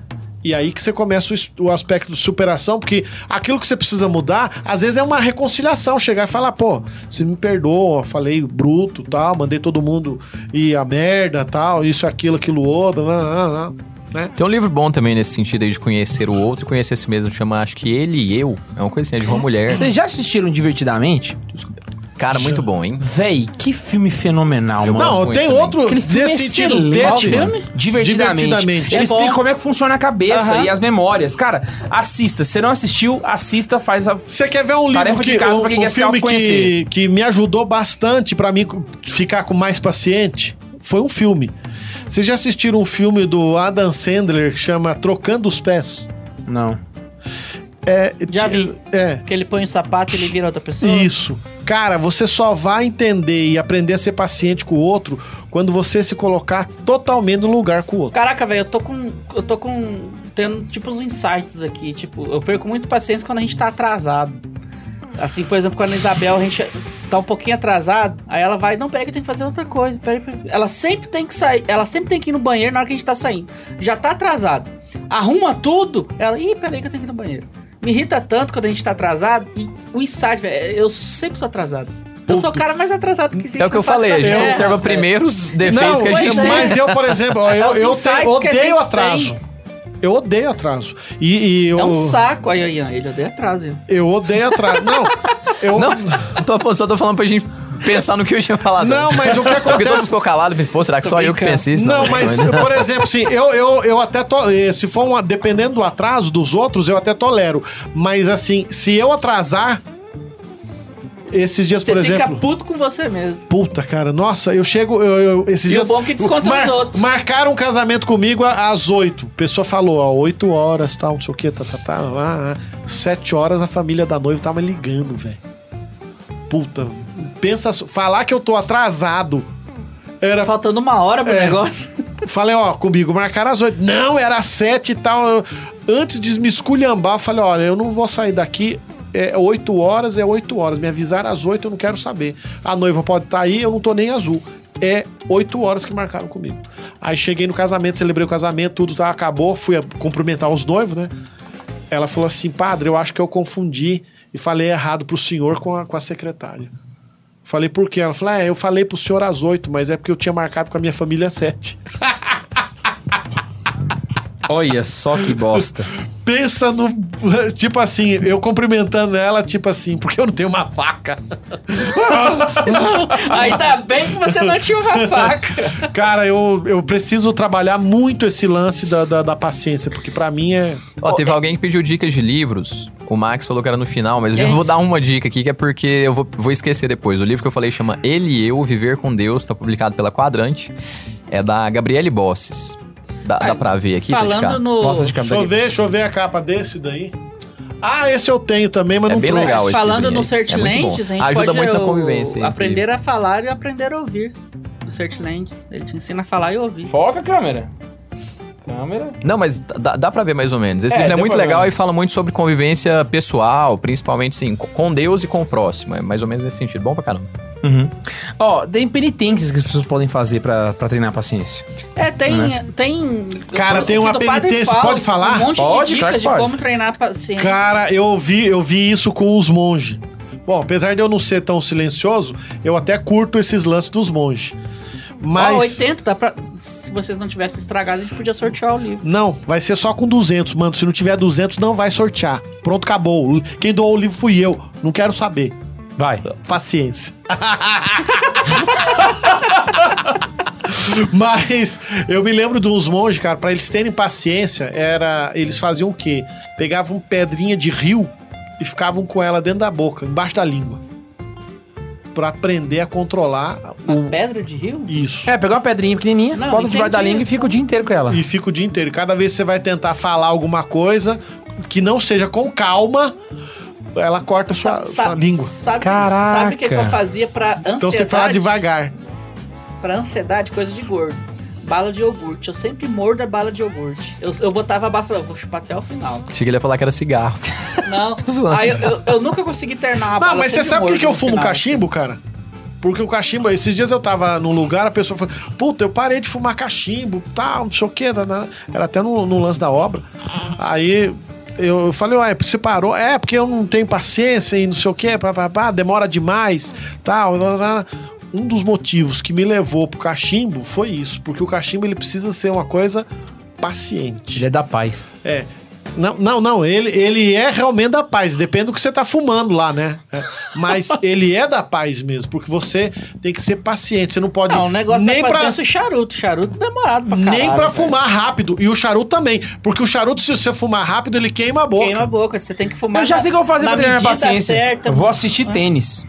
E aí que você começa o, es- o aspecto de superação, porque aquilo que você precisa mudar, às vezes é uma reconciliação, chegar e falar, pô, você me perdoa, falei bruto, tal, mandei todo mundo ir a merda, tal, isso, aquilo, aquilo, outro, não, não, não, né?
Tem um livro bom também nesse sentido aí de conhecer o outro e conhecer a si mesmo. Chama, acho que Ele e Eu. É uma coisinha de uma mulher.
Vocês já assistiram Divertidamente?
Cara, muito bom, hein?
Véi, que filme fenomenal, mano.
gosto
Não,
muito
tem
também.
outro
Aquele filme
desse
é
sentido,
excelente,
desse
mano. Divertidamente.
Divertidamente.
Ele
É bom.
explica como é que funciona a cabeça
Aham.
e as memórias. Cara, assista. Se você não assistiu, assista, faz a...
Você quer ver um livro
Tarefa de
que,
casa
um,
pra quem
um
quer se
filme que,
autoconhecer.
que me ajudou bastante pra mim ficar com mais paciente? Foi um filme. Vocês já assistiram um filme do Adam Sandler que chama Trocando os Pés?
Não.
É,
Já
ti-
vi.
É,
Que ele põe o sapato e ele vira outra pessoa.
isso. Cara, você só vai entender e aprender a ser paciente com o outro quando você se colocar totalmente no lugar com o outro.
Caraca, velho, eu tô com. Eu tô com. Tendo, tipo, uns insights aqui. Tipo, eu perco muito paciência quando a gente tá atrasado. Assim, por exemplo, quando a Isabel, a gente tá um pouquinho atrasado, aí ela vai, não, peraí que eu tenho que fazer outra coisa. Peraí, peraí. Ela sempre tem que sair, ela sempre tem que ir no banheiro na hora que a gente tá saindo. Já tá atrasado. Arruma tudo, ela, ih, peraí que eu tenho que ir no banheiro. Me irrita tanto quando a gente tá atrasado e o insight, velho, eu sempre sou atrasado. Eu sou o cara mais atrasado que existe.
É o que eu
faço
falei, a gente
tabela.
observa
É,
primeiro os defeitos que a
mas-
gente
pois é.
tem.
Mas eu, por exemplo, ó, eu,
os
eu
É insights
tenho-
que a gente
odeio
tem.
atraso. Eu odeio atraso. E, e eu,
É um saco. Aí, aí, aí, ele odeia atraso. viu?
eu odeio atraso. Não, eu,
Não, tô- só tô falando pra gente pensar no que eu tinha falado.
Não, mas o que
É Porque
acontece-
todos ficou calado, pensei, pô, será que
Tô
só eu que
brincando.
pensei isso?
Não, mas, por exemplo, assim, eu, eu, eu até to, eh, se for uma, dependendo do atraso dos outros, eu até tolero. Mas assim, se eu atrasar esses dias,
Você
por
fica
exemplo,
puto com você mesmo.
puta, cara, nossa, eu chego, eu, eu- esses
E
dias
o bom é que desconta nos outros.
Marcaram um casamento comigo a- às 8. Pessoa falou, ó, 8 horas, tal, não sei o que, tá, tá, tá, lá, lá. 7 horas a família da noiva tava ligando, velho. Puta, pensa, só- falar que eu tô atrasado. Era
Tá faltando uma hora pro
É.
negócio.
Falei, ó, comigo, marcaram às 8. Não, era às 7 e tal. Eu- antes de me esculhambar, eu falei, olha, eu não vou sair daqui é 8 horas, é 8 horas. Me avisaram às 8, eu não quero saber. A noiva pode estar aí, eu não tô nem azul. É 8 horas que marcaram comigo. Aí cheguei no casamento, celebrei o casamento, tudo tá, acabou, fui a- cumprimentar os noivos, né? Ela falou assim, padre, eu acho que eu confundi e falei errado pro senhor com a, com a secretária. Falei, por quê? Ela falou, é, eu falei pro senhor às 8, mas é porque eu tinha marcado com a minha família às 7.
Olha só que bosta.
Pensa no. Tipo assim, eu cumprimentando ela, tipo assim, porque eu não tenho uma faca.
Ainda tá bem que você não tinha uma faca.
Cara, eu, eu preciso trabalhar muito esse lance da, da, da paciência, porque pra mim é.
Ó, teve alguém que pediu dicas de livros. O Max falou que era no final, mas eu já vou dar uma dica aqui, que é porque eu vou, vou esquecer depois. O livro que eu falei chama Ele e Eu, Viver com Deus, tá publicado pela Quadrante. É da Gabriele Bosses. Dá, dá pra ver aqui, tá de cá.
Falando no.
Bosta de
Deixa eu
cabelo.
ver, deixa eu ver a capa desse daí. Ah, esse eu tenho também, mas
É
não
bem
trouxe.
legal esse
Falando no
livrinho aí. É muito bom.
Searchlands, a gente
Ajuda
pode
muito na
o-
convivência. entre-
aprender a falar e aprender a ouvir. Do Searchlands, ele te ensina a falar e ouvir.
Foca a câmera. Câmera.
Não, mas dá, dá pra ver mais ou menos. Esse
É,
livro é
deu
muito
pra ver.
legal e fala muito sobre convivência pessoal, principalmente, sim, com Deus e com o próximo. É mais ou menos nesse sentido. Bom pra caramba.
Uhum. Ó, tem penitências que as pessoas podem fazer pra, pra treinar a paciência.
É, tem.
Né?
tem um
Cara,
eu trouxe
tem uma
aqui do Padre
penitência,
Fausto,
pode falar?
Um monte
Pode,
de
claro que
dicas de
pode.
como treinar a paciência.
Cara, eu vi, eu vi isso com os monges. Bom, apesar de eu não ser tão silencioso, eu até curto esses lances dos monges.
Ó,
Mas.
80, dá pra. Se vocês não tivessem estragado, a gente podia sortear o livro.
Não, vai ser só com 200, mano. Se não tiver 200, não vai sortear. Pronto, acabou. Quem doou o livro fui eu. Não quero saber.
Vai.
Paciência. Mas eu me lembro de uns monges, cara, pra eles terem paciência, era eles faziam o quê? Pegavam pedrinha de rio e ficavam com ela dentro da boca, embaixo da língua. Pra aprender a controlar
Uma
o...
pedra de rio?
isso.
É, pegar uma pedrinha pequenininha,
Não,
bota debaixo da
entendi.
língua e fica o dia inteiro com ela.
E fica o dia inteiro. Cada vez que você vai tentar falar alguma coisa que não seja com calma, ela corta sua, sua língua.
Sabe,
Caraca.
sabe o que, que eu fazia pra ansiedade?
Então você tem que falar devagar.
Pra ansiedade, coisa de gordo. Bala de iogurte. Eu sempre mordo a bala de iogurte. Eu, eu botava a bala e falava, vou chupar até o final.
Achei que ele ia falar que era cigarro.
Não.
zoando.
Aí eu, eu- eu nunca consegui terminar a bala.
Não, mas você
sempre
sabe por que
mordo
que eu
no
fumo
final. assim.
cachimbo, cara? Porque o cachimbo, esses dias eu tava num lugar, a pessoa falou, puta, eu parei de fumar cachimbo, tal, não sei o quê. nanana." Era até no, no lance da obra. Aí eu falei, ué, você parou? É, porque eu não tenho paciência e não sei o quê, pá, pá, pá, demora demais, tal. nanana." Um dos motivos que me levou pro cachimbo foi isso, porque o cachimbo ele precisa ser uma coisa paciente.
Ele é da paz.
É. Não, não, não. Ele, ele é realmente da paz. Depende do que você tá fumando lá, né? É. Mas ele é da paz mesmo, porque você tem que ser paciente. Você não pode
Não, o negócio
nem
da
pra,
paciência é o charuto. Charuto é demorado pra caralho.
nem para
velho.
fumar rápido. E o charuto também, porque o charuto se você fumar rápido ele queima a boca.
Queima a boca. Você tem que fumar
eu já
na-
sei o que eu vou fazer
na
pra treinar a
medida
paciência.
certa. Ah,
Eu vou assistir tênis.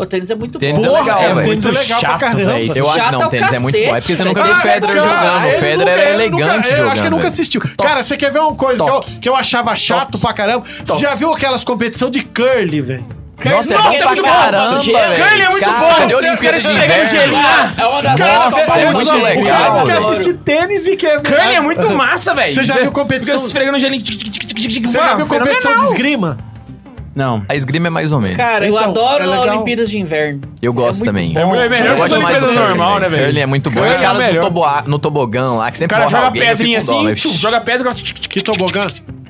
O tênis é muito
Tênis
bom.
é legal,
cara,
velho.
tênis é legal pra caramba.
velho.
Eu acho
Chato é
não,
o
tênis é muito bom. É porque você
cacete,
nunca
velho.
viu o
Ah,
Federer
cara,
jogando. O
ele
Federer
nunca-
era
ele nunca-
elegante
Eu
jogando.
acho que ele nunca
velho.
assistiu. Cara, você quer ver uma coisa que eu, que eu achava chato pra caramba? Você já viu aquelas competição de curly, velho?
Nossa, é bom pra
muito bom.
caramba,
Gelo.
velho.
Curly é muito
Caralho,
bom.
Olimpíada
Os caras
de
pegam
inverno.
gelinho.
É uma das
Cara,
horas-
Nossa, é muito
eu-
legal,
Eu quero
velho.
assistir tênis e quer...
Curly é muito massa, velho.
Você já viu competição-
Fica esfregando gelinho. tic, tic, tic, tic, tic, tic.
Você já
Mano,
viu competição de
fenomenal.
esgrima?
Não.
A esgrima é mais ou menos.
Cara, eu
Então, é
adoro
legal.
Olimpíadas de Inverno.
Eu gosto
muito
também.
É melhor
Eu
que
gosto
as
mais do
Olimpíadas
curling,
normal, né, velho?
Curling é muito bom.
Curling
Os
é
caras no,
melhor.
toboa- no tobogão lá, que
O
sempre
cara
borra
joga
alguém, eu fico
pedrinha
com dó,
assim,
mas-
tchum, joga pedra. tic, tic, tic.
Que tobogã?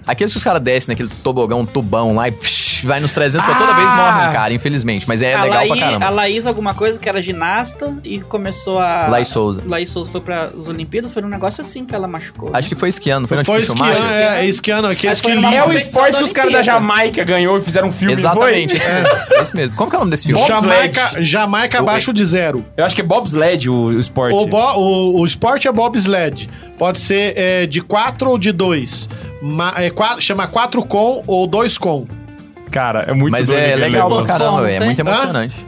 Aqueles que os caras descem naquele tobogão, tubão lá e psh, vai nos 300 pra toda
Ah!
vez morre um cara, infelizmente. Mas é
a,
legal pra
Laí- a
caramba.
Laís alguma coisa que era ginasta e começou a...
Laís Souza.
Laís Souza foi para as Olimpíadas, foi um negócio assim que ela machucou.
Acho que foi esquiando,
Foi,
foi, não
foi
tipo Schumacher?
esquiando, é, é esquiando, aqueles
Mas
que
foi numa
É o
limpam.
competição
esporte
da
que os caras da
Olimpíada.
Jamaica ganhou e fizeram um filme. não Foi?
Exatamente, esse mesmo. esse mesmo. Como que é o nome desse filme?
Bob-
Jamaica, Jamaica
O-
abaixo de zero.
Eu acho que é bobsled o, o esporte.
O, bo- o, o esporte é bobsled. Pode ser é, de 4 ou de 2. chama 4 com ou 2 com.
Cara, é muito
Mas
doido
é
aquele
legal pra
negócio.
caramba,
Som,
velho. É
tem?
muito
Hã?
emocionante.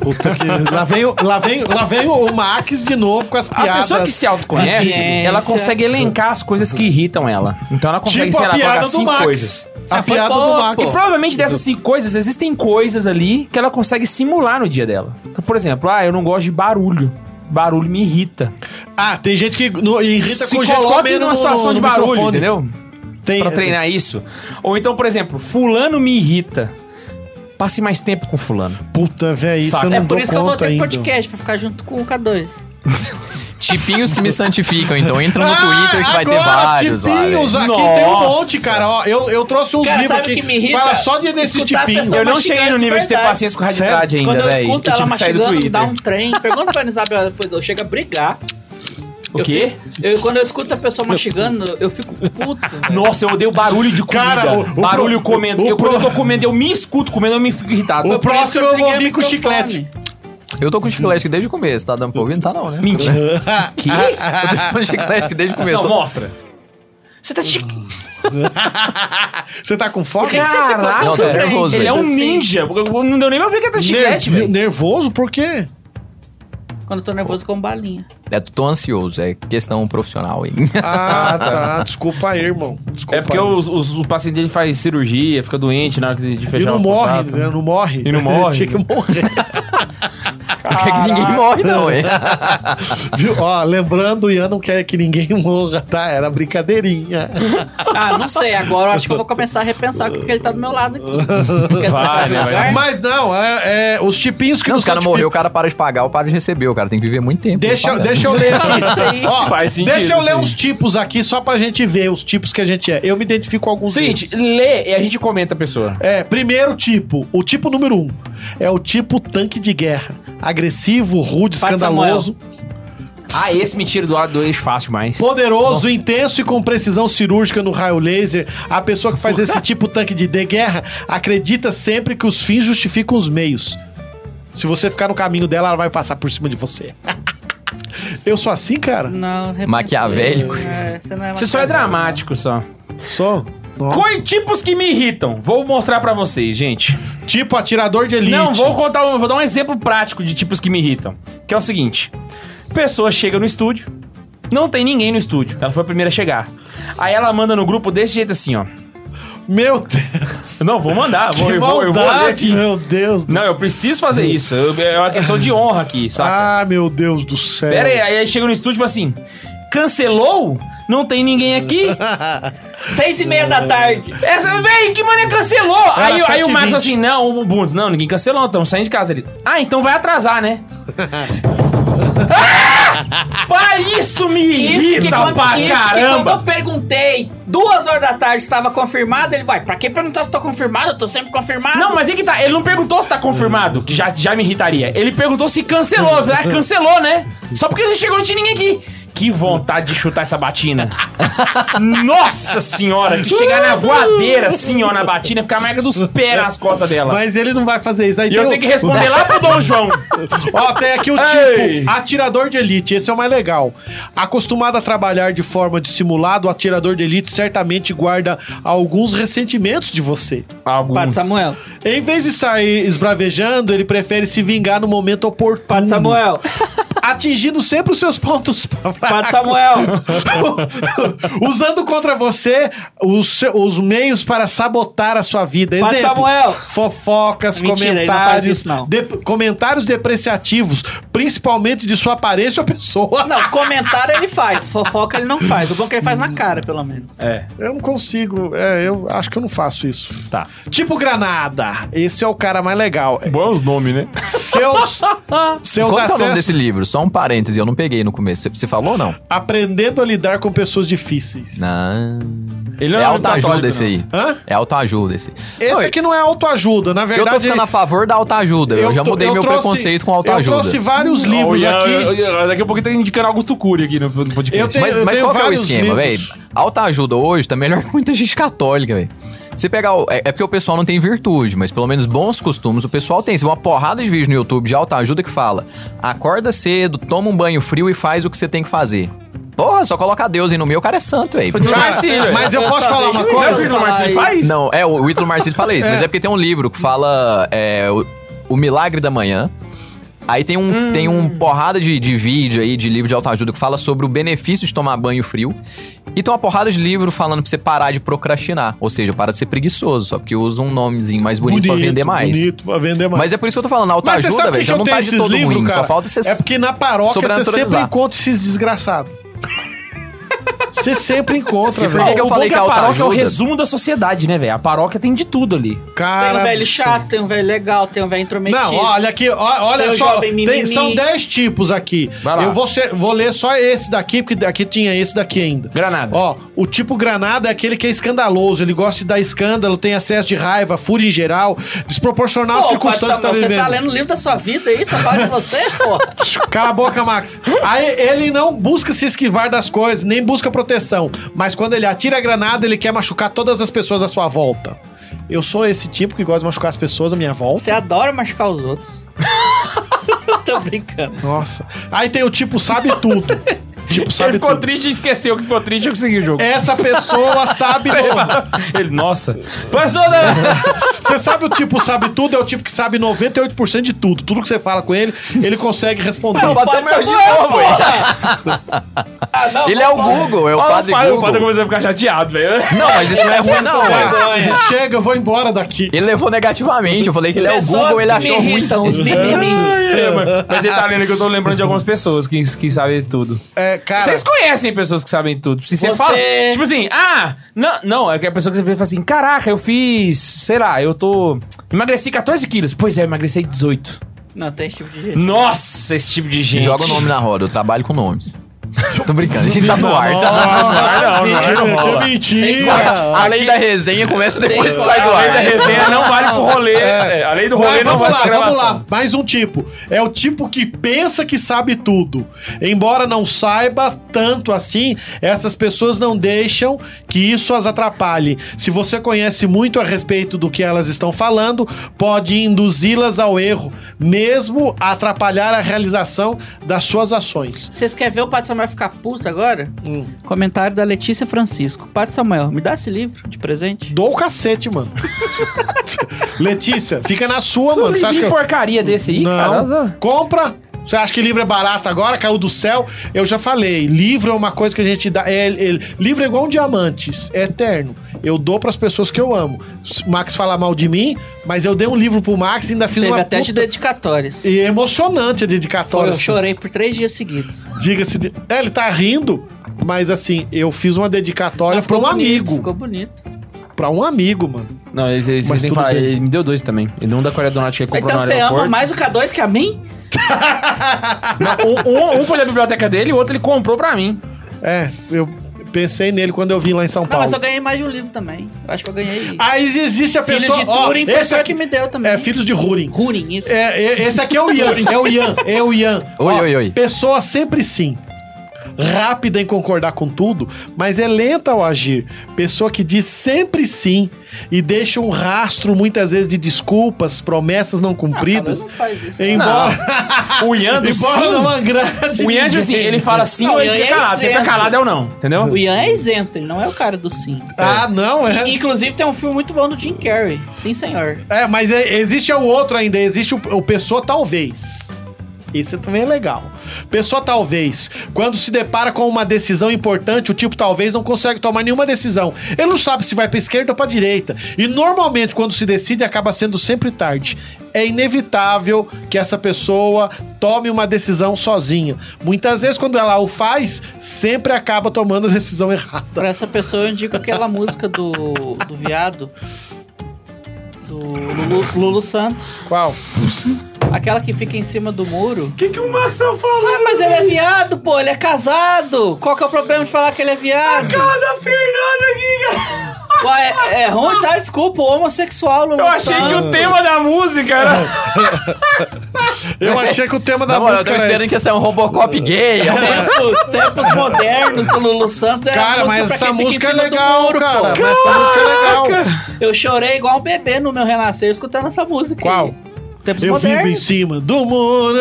Puta que. lá, vem, o- lá, vem, lá vem o Max de novo com as
A
piadas.
pessoa que se autoconhece,
Paciência.
ela consegue elencar as coisas que irritam ela. Então ela consegue,
Tipo
sei
a
lá,
piada
tocar
do
cinco
Max.
coisas.
A
Ah, foi
piada do
boa,
Max.
E provavelmente dessas cinco coisas, existem coisas ali que ela consegue simular no dia dela. Então, por exemplo, ah, eu não gosto de barulho. Barulho me irrita.
Ah, tem gente que no- irrita
Se
com gente
coloca
comendo
numa
no-
situação
no
de barulho,
microfone.
entendeu?
Tem-
pra treinar isso. Ou então, por exemplo, fulano me irrita. Passe mais tempo com fulano.
Puta, velho, isso
Saca.
eu não
É
dou
por isso que eu
conta
voltei pro
ainda.
podcast, pra ficar junto com o K2.
Tipinhos que me santificam, então entra no Twitter que vai ter
Ah, agora,
vários lá. velho.
tipinhos, aqui tem um
Nossa.
monte, cara. Ó, eu, eu trouxe uns
Cara,
livros
sabe
aqui.
o que me irrita?
Fala só de, desses
Escutar a
tipinhos.
pessoa
Eu não
mastigante
cheguei no
de
nível de ter
verdade.
paciência com radicade
Quando
ainda,
eu
velho.
escuto
Que
ela
tive que sair do
mastigando, dá
Twitter.
um trem. Pergunta pra Isabela depois, eu chego a brigar.
O
Eu
quê?
fico- eu- quando eu escuto a pessoa mastigando, eu fico puto. velho.
Nossa, eu odeio barulho de comida.
Cara, o- o
barulho
pro-
comendo.
o- o
eu, quando eu
pro-
tô comendo, eu me escuto comendo, eu me fico irritado.
O
Eu-
Por isso que
próximo eu vou
desliguei
vir
o
com
microfone.
chiclete.
Eu tô com chiclete desde o começo, tá dando pra ouvir? Não tá não, né?
Mentira.
Eu tô com chiclete desde o começo.
Não,
Tô-
mostra. Você tá chique.
Você tá com fome?
que você ficou tão
Caraca,
Não, tá nervoso,
Ele é
velho.
um
Assim.
ninja. Não deu nem pra ver que tá chiclete,
Nerv-
velho.
nervoso? Por quê?
Quando eu tô nervoso com balinha.
É, tô ansioso, é questão profissional. hein?
Ah, tá. Desculpa aí, irmão. Desculpa.
É porque
aí.
os, os- o paciente dele faz cirurgia, fica doente na hora de de
E
fechar
não
o
morre,
contrato.
né? Não morre.
E não morre.
Tinha que morrer.
Porque ninguém morre não, hein?
Viu? Ó, lembrando, o Ian não quer que ninguém morra, tá? Era brincadeirinha.
Ah, não sei, agora eu acho que eu vou começar a repensar porque ele tá do meu lado aqui. Porque
Vai,
tá no
né,
lugar.
vai.
Mas não, é, é, os tipinhos que
Não,
não
os caras
santificam-
morreu, o cara para de pagar, o para de receber, o cara tem que viver muito tempo.
Deixa, eu-
pagando.
deixa eu ler
Fala isso
aqui.
aí.
Ó,
Faz sentido
deixa eu
isso
ler
aí.
uns tipos aqui só pra gente ver os tipos que a gente é. Eu me identifico com alguns
Seguinte,
deles.
lê e a gente comenta a pessoa.
É, primeiro tipo, o tipo número um é o tipo tanque de guerra. Agressivo, rude,
Padre
escandaloso,
Ah, esse me tira do lado do eixo fácil mais.
poderoso, intenso e com precisão cirúrgica no raio laser. A pessoa que faz esse tipo tanque de, de guerra acredita sempre que os fins justificam os meios. Se você ficar no caminho dela, ela vai passar por cima de você. Eu sou assim, cara?
Não, repensei.
Maquiavélico.
É, você não é
Você só é
maquiavélico.
dramático, só.
Sou. Nossa.
Coi tipos que me irritam. Vou mostrar pra vocês, gente.
Tipo atirador de elite.
Não, vou contar, um- vou dar um exemplo prático de tipos que me irritam. Que é o seguinte: pessoa chega no estúdio, não tem ninguém no estúdio. Ela foi a primeira a chegar. Aí ela manda no grupo desse jeito assim, ó.
Meu Deus.
Não, vou mandar, vou,
Que
eu, vou, eu vou ler
maldade,
aqui.
meu Deus do
Não, eu preciso fazer isso. Eu- é uma questão de honra aqui, saca?
Ah, é. meu Deus do céu.
Pera aí, aí chega no estúdio e fala assim: cancelou? Não tem ninguém aqui?
Seis e meia da tarde.
Essa, véi, que mané cancelou! aí
Era
aí o
7h20.
Max falou assim: não, o Bundes, não, ninguém cancelou, então saindo de casa. Ele, ah, então vai atrasar, né? ah! Para isso me
Isso que,
irrita
quando,
pra
isso que quando eu
caramba!
perguntei, duas horas da tarde estava confirmado, ele vai, pra que perguntar se tô confirmado? Eu tô sempre confirmado.
Não, mas é que tá. Ele não perguntou se tá confirmado, que já, já me irritaria. Ele perguntou se cancelou. Eu falei, ah, cancelou, né? Só porque ele chegou não tinha ninguém aqui. Que vontade de chutar essa batina. Nossa senhora, que chegar na voadeira assim, ó, na batina, ficar a marca dos pés nas costas dela.
Mas ele não vai fazer isso. Aí
E
tem
eu
o-
tenho que responder lá pro Dom João.
Ó, tem aqui o
Ei.
tipo atirador de elite. Esse é o mais legal. Acostumado a trabalhar de forma dissimulada, o atirador de elite certamente guarda alguns ressentimentos de você.
Padre
Alguns.
tá
Samuel.
Em vez de sair esbravejando, ele prefere se vingar no momento oportuno.
Padre Samuel.
Atingindo sempre os seus pontos fracos.
Padre Samuel.
Usando contra você os, se- os meios para sabotar a sua vida.
Padre
Exemplo,
Samuel.
fofocas,
Mentira, ele não faz
comentários,
isso, não.
de- comentários depreciativos, principalmente de sua aparência ou pessoa.
Não, comentário ele faz, fofoca ele não faz. O bom é que ele faz na cara, pelo menos.
É,
Eu não consigo, é, eu acho que eu não faço isso.
tá.
Tipo Granada, esse é o cara mais legal.
Bons nomes, né?
Seus, seus
Qual que é o nome desse
acessos,
livro? Só um parêntese, eu não peguei no começo. Você- Você falou ou não?
aprendendo a lidar com pessoas difíceis.
Não.
Ele
Ah, É autoajuda
católico,
esse
não.
aí.
Hã?
É autoajuda esse.
tá Esse
Não,
aqui não é autoajuda, na
Eu tô
verdade.
ficando a favor da autoajuda. Eu, já
tô-
mudei
eu
meu
trouxe-
preconceito com
Eu trouxe
autoajuda.
vários
Ó, o
livros
Ian-
aqui.
eu- eu- daqui a pouco tá indicando Augusto Cury aqui no no podcast.
Eu tenho-
Mas, mas
tenho
qual que é o
vários
esquema, velho?
livros.
Autoajuda hoje tá melhor que muita gente católica, velho. Você pegar. o- É, é porque o pessoal não tem virtude, mas pelo menos bons costumes o pessoal tem. Você vê uma porrada de vídeo no YouTube de autoajuda que fala: acorda cedo, toma um banho frio e faz o que você tem que fazer. Porra, só coloca Deus aí no meio, o cara é santo, velho.
Do Marcílio, velho.
Mas eu
só
posso falar uma
vejo
Não é o
coisa?
que o Marcílio faz?
Não, é, o o Ítalo Marcílio fala isso,
É.
mas é porque tem um livro que fala é, o, o Milagre da Manhã. Aí tem um,
Hum.
tem um porrada de, de vídeo aí, de livro de autoajuda que fala sobre o benefício de tomar banho frio. E tem uma porrada de livro falando pra você parar de procrastinar. Ou seja, para de ser preguiçoso, só porque usa um nomezinho mais bonito, pra vender mais.
Bonito, pra vender mais.
Mas é por isso que eu tô falando, a
Mas você
autoajuda,
sabe por
velho,
que
já
eu
não
tenho
tá de
esses
todo ruim.
livros, cara?
É
Só falta você...
É porque na paróquia você sempre
Sobrenaturalizar.
encontra esses desgraçados.
Você sempre encontra,
Por que
velho.
que eu
o
falei
bom
que
a
a
paróquia é o
autoajuda?
resumo da sociedade, né, velho? A paróquia tem de tudo ali.
Cara.
Tem um velho
do céu.
chato, tem um velho legal, tem um velho intrometido.
Não, olha aqui, ó- olha
Tem o
só.
jovem
tem-
mimimi.
são 10 tipos aqui.
Vai lá.
Eu vou, ser- vou ler só esse daqui, porque aqui tinha esse daqui ainda.
Granada.
Ó, o tipo granada é aquele que é escandaloso, ele gosta de dar escândalo, tem acesso de raiva, fúria em geral, desproporcional às
Pô, Padre
circunstâncias que tá
Samuel, você
vivendo.
tá lendo o livro da sua vida é aí? Só fala de você, pô.
Cala a boca, Max. Aí ele não busca se esquivar das coisas, nem busca proteção. Mas quando ele atira a granada, ele quer machucar todas as pessoas à sua volta. Eu sou esse tipo que gosta de machucar as pessoas à minha volta.
Você adora machucar os outros. Tô brincando.
Nossa. Aí tem o tipo sabe tudo. Tipo sabe
ele ficou
tudo.
triste e esqueceu que ficou triste e conseguiu o jogo.
Essa pessoa sabe tudo.
Ele, nossa. Passou da...
Você sabe o tipo sabe tudo? É o tipo que sabe 98% de tudo. Tudo que você fala com ele, ele consegue responder.
Pode ser meu de novo,
Ah, não,
Ele é o Google, é o
Olha
padre
pai, o padre
Google.
começou a ficar chateado, velho. né?
Não, mas isso não é ruim, não, ué.
Ah, Chega, eu vou embora daqui.
Ele levou negativamente. Eu falei que ele é o Google, ele achou
me
ruim.
irritam, os mimimi.
É, mas- Mas ele tá lendo que eu tô lembrando de algumas pessoas que, que sabem tudo.
É, cara.
Vocês conhecem pessoas que sabem tudo. Se você,
Você-
fala. Tipo assim, ah, não, não, é que a pessoa que você vê e fala assim: caraca, eu fiz, sei lá, eu tô. Emagreci 14 quilos. Pois é, emagreci 18.
Não, tem esse tipo de gente.
Nossa, esse tipo de gente.
Joga o nome na roda, eu trabalho com nomes. Tô brincando, a gente tá no ar, tá?
não, não, não, não rola.
que mentira.
A lei da resenha começa depois que sai do
A lei da
ar.
resenha não vale pro rolê. É, a lei do rolê
Mas
não
vamos
vale
lá,
pra
vamos
gravação.
lá. Mais um tipo. É o tipo que pensa que sabe tudo. Embora não saiba tanto assim, essas pessoas não deixam que isso as atrapalhe. Se você conhece muito a respeito do que elas estão falando, pode induzi-las ao erro, mesmo atrapalhar a realização das suas ações.
Vocês querem ver o Padre Samuel ficar puto agora?
Hum.
Comentário da Letícia Francisco. Padre Samuel, me dá esse livro de presente?
Dou o cacete, mano. Letícia, fica na sua,
Um
mano. Você acha
livrinho
que eu...
porcaria desse aí,
Não.
cara.
Compra. Você acha que livro é barato agora? Caiu do céu? Eu já falei. Livro é uma coisa que a gente dá. É, é- livro é igual um diamante, é eterno. Eu dou pras pessoas que eu amo. O Max fala mal de mim, mas eu dei um livro pro Max e ainda fiz
Teve
uma
até de dedicatórias.
E é emocionante a dedicatória.
Eu
assim.
chorei por três dias seguidos.
Diga-se. de- É, ele tá rindo, mas assim, eu fiz uma dedicatória
Mas
pra
ficou
um
bonito,
amigo.
Ficou bonito.
Pra um amigo, mano.
Não, ele, ele,
Mas
tem que
tudo
falar,
bem.
ele me deu dois também. Ele deu um da Coreia do Norte que ele comprou
Então
no
você ama
aeroporto.
mais o K2 que a mim?
Um, um- um foi da biblioteca dele e o outro ele comprou pra mim.
É, eu pensei nele quando eu vim lá em São
Não,
Paulo.
mas eu ganhei mais de um livro também. Eu acho que eu ganhei.
Ah,
Aí existe a
Filhos
pessoa.
de
ó,
Turing,
esse
pessoa
aqui
que me deu também.
É, filhos de Ruring.
Ruring, isso.
É, é, esse aqui é o Ian. É o Ian. É o Ian.
Oi, oi, oi.
Pessoa sempre sim. Rápida em concordar com tudo, mas é lenta ao agir. Pessoa que diz sempre sim e deixa um rastro, muitas vezes, de desculpas, promessas não cumpridas.
Não faz
É,
isso.
embora
O Ian do
embora
sim.
não agrade.
O Ian, tipo assim,
ninguém.
ele fala sim
Não,
ou ele
Ian
fica
é
calado. Se ele fica
isento.
calado é ou não, entendeu?
O Ian é isento, ele não é o cara do sim.
Ah, não, é.
Inclusive tem um filme muito bom do Jim Carrey. Sim, senhor.
É, mas é- existe o outro ainda, existe o, o pessoa talvez. Esse também é legal. Pessoa talvez, quando se depara com uma decisão importante, o tipo talvez não consegue tomar nenhuma decisão. Ele não sabe se vai pra esquerda ou pra direita. E normalmente quando se decide acaba sendo sempre tarde. É inevitável que essa pessoa tome uma decisão sozinha. Muitas vezes quando ela o faz, sempre acaba tomando a decisão errada.
Pra essa pessoa eu indico aquela música do, do viado. Do Lulu, Lulu Santos.
Qual?
Aquela que fica em cima do muro.
O que, que o Max tá falando?
Ah, mas ele é viado, pô, ele é casado. Qual que é o problema de falar que ele é viado?
Cada Fernanda aqui, cara.
Ué, é, é ruim, tá? Desculpa, o homossexual, Lulu
Eu achei que o
Santos.
tema da música era.
Eu achei que o tema da
Na moral, eu
música
tava
era
esperando
esse.
que ia ser um Robocop gay. é um-
Tempos, tempos modernos do Lulu Santos. É
Cara,
a
mas
pra
essa
quem
música é
fica em cima do
legal,
muro, pô.
cara. Mas essa música é legal.
Eu chorei igual um bebê no meu renascer escutando essa música.
Qual?
aí. Tempos
Eu vivo em
modernos.
cima do mundo.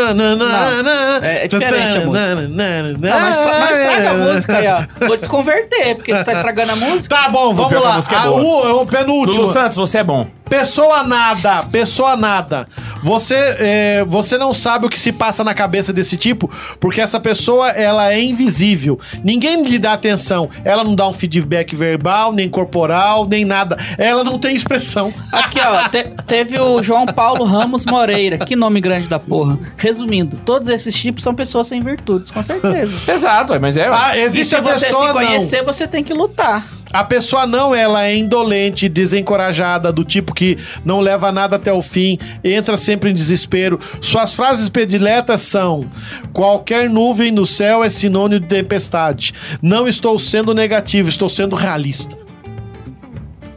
é diferente a música. Não, Ah, mas, estra- mas estraga a
É.
música aí, ó. Vou desconverter, porque tu tá estragando a música.
Tá bom,
O pior
vamos
que a
lá.
música é
Ah,
boa.
o, é o penúltimo.
Lulu Santos, você é bom.
Pessoa nada, pessoa nada. Você, é, você não sabe o que se passa na cabeça desse tipo, porque essa pessoa ela é invisível. Ninguém lhe dá atenção. Ela não dá um feedback verbal, nem corporal, nem nada. Ela não tem expressão.
Aqui, ó, te- teve o João Paulo Ramos Moreira. Que nome grande da porra. Resumindo, todos esses tipos são pessoas sem virtudes, com certeza.
Exato, ué, mas é.
Ah,
E
existe
se
a
você
pessoa
se
não.
conhecer, você tem que lutar.
A pessoa não, ela é indolente, desencorajada, do tipo que não leva nada até o fim, entra sempre em desespero. Suas frases prediletas são: qualquer nuvem no céu é sinônimo de tempestade. Não estou sendo negativo, estou sendo realista.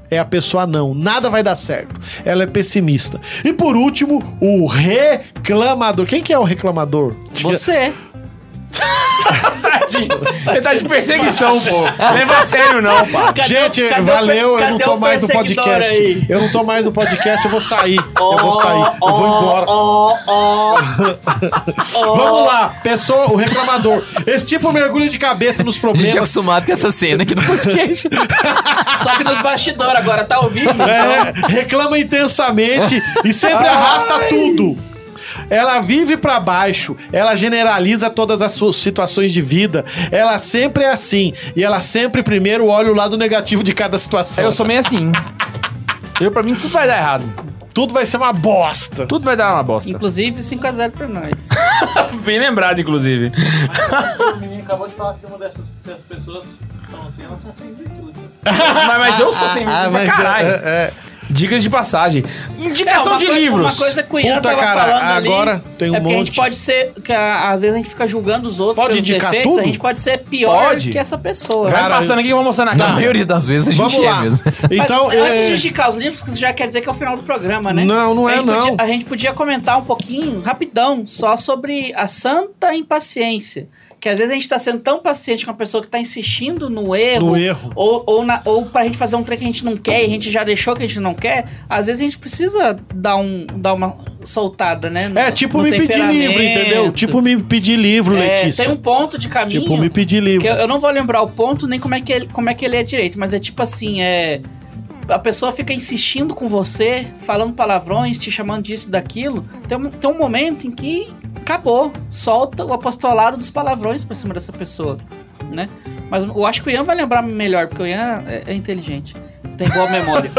É a pessoa não, nada vai dar certo. Ela é pessimista. E por último, o reclamador. Quem que é o reclamador?
Você.
Ele tá de perseguição, pô. Leva a sério, não, pá.
Cadê o-
Gente,
cadê o-
valeu, eu não
cadê
tô
o
mais no
perseguidor
podcast.
aí?
Eu não tô mais no podcast, eu vou sair. eu vou sair. Eu vou embora. Vamos lá, pessoa, o reclamador. Esse tipo mergulha de cabeça nos
A gente é
problemas.
acostumado com essa cena aqui no podcast.
Só que nos bastidores agora, tá ouvindo?
É, reclama intensamente e sempre arrasta tudo. Ela vive pra baixo, ela generaliza todas as suas situações de vida. Ela sempre é assim e ela sempre primeiro olha o lado negativo de cada situação.
Eu sou meio assim. Eu, pra mim, tudo vai dar errado.
Tudo vai ser uma bosta.
Tudo vai dar uma bosta.
Inclusive, 5x0 pra nós.
Bem lembrado, inclusive.
O menino acabou de falar que uma dessas se as pessoas são assim, elas são sem virtude.
mas, mas eu sou sem ah, pra caralho.
é, é.
Dicas de passagem.
É,
Indicação
uma
de
coisa-
livros.
Uma coisa que o Ian
Puta,
tava
cara,
falando ali,
agora tem um
é porque a
monte.
gente pode ser... que, a- às vezes a gente fica julgando os outros
Pode
pelos
indicar
defeitos.
tudo?
A gente pode ser pior
Pode.
que essa pessoa. né?
Vai
Cara,
passando aqui que eu vou mostrar na
A
câmera.
maioria das vezes a gente
Vamos
é
lá.
mesmo.
Então,
Mas antes
é,
de indicar os livros, que isso já quer dizer que é o final do programa, né?
Não, não
A
é,
gente podia-
não.
a gente podia comentar um pouquinho, rapidão, só sobre a santa impaciência. Que às vezes a gente tá sendo tão paciente com a pessoa que tá insistindo no erro.
No erro.
Ou, ou, na, ou pra gente fazer um trem que a gente não quer e a gente já deixou que a gente não quer. Às vezes a gente precisa dar, um, dar uma soltada, né? no-
é tipo
no
me pedir
temperamento.
livro, entendeu? Tipo me pedir livro,
É,
Letícia.
Tem um ponto de caminho.
Tipo me pedir livro.
Que eu, eu não vou lembrar o ponto nem como é que ele, como é que ele é direito, mas é tipo assim, é a pessoa fica insistindo com você, falando palavrões, te chamando disso e daquilo. Tem um, tem um momento em que acabou, solta o apostolado dos palavrões pra cima dessa pessoa, né? Mas eu acho que o Ian vai lembrar melhor, porque o Ian é, é inteligente. Tem boa memória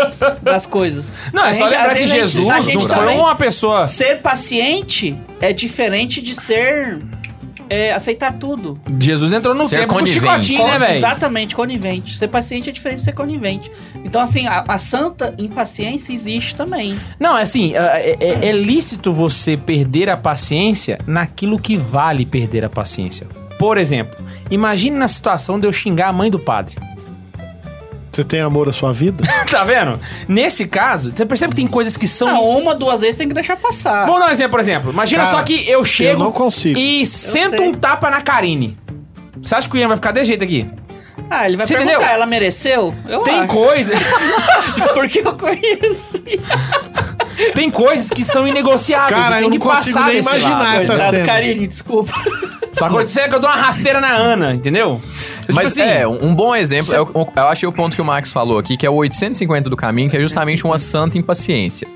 das coisas.
Não, é
A
só
gente- às
lembrar que
vezes a gente-
Jesus
a
não
gente
foi
também-
uma pessoa.
Ser paciente é diferente de ser é, aceitar tudo.
Jesus entrou no
é
Ser
tempo com
conivente.
chicotinho, né,
Con-
velho?
Exatamente, conivente. Ser paciente é diferente de ser conivente. Então, assim, a, a santa impaciência existe também.
Não, é assim, é, é- é lícito você perder a paciência naquilo que vale perder a paciência. Por exemplo, imagine na situação de eu xingar a mãe do padre.
Você tem amor à sua vida?
tá vendo? Nesse caso, você percebe que tem coisas que são.
Não, Ah, uma, duas vezes tem que deixar passar.
Vamos dar um exemplo, por exemplo. Imagina
Cara,
só que eu
eu
chego
não consigo.
e sento
sei.
um tapa na Karine. Você acha que o Ian vai ficar desse jeito aqui?
Ah, ele vai
Você
perguntar,
entendeu?
ela mereceu? Eu
Tem
acho.
coisa.
Porque eu conheço.
Tem coisas que são inegociáveis.
Cara,
tem
eu
que
não consigo
passar
nem
desse
imaginar
lado.
essa
Coitado,
cena.
Karine, desculpa.
Só aconteceu que eu dou uma rasteira na Ana, entendeu? Tipo
Mas
assim,
é, um um bom exemplo,
se-
é o- eu achei o ponto que o Max falou aqui, que é o 850 do caminho, que é justamente uma santa impaciência.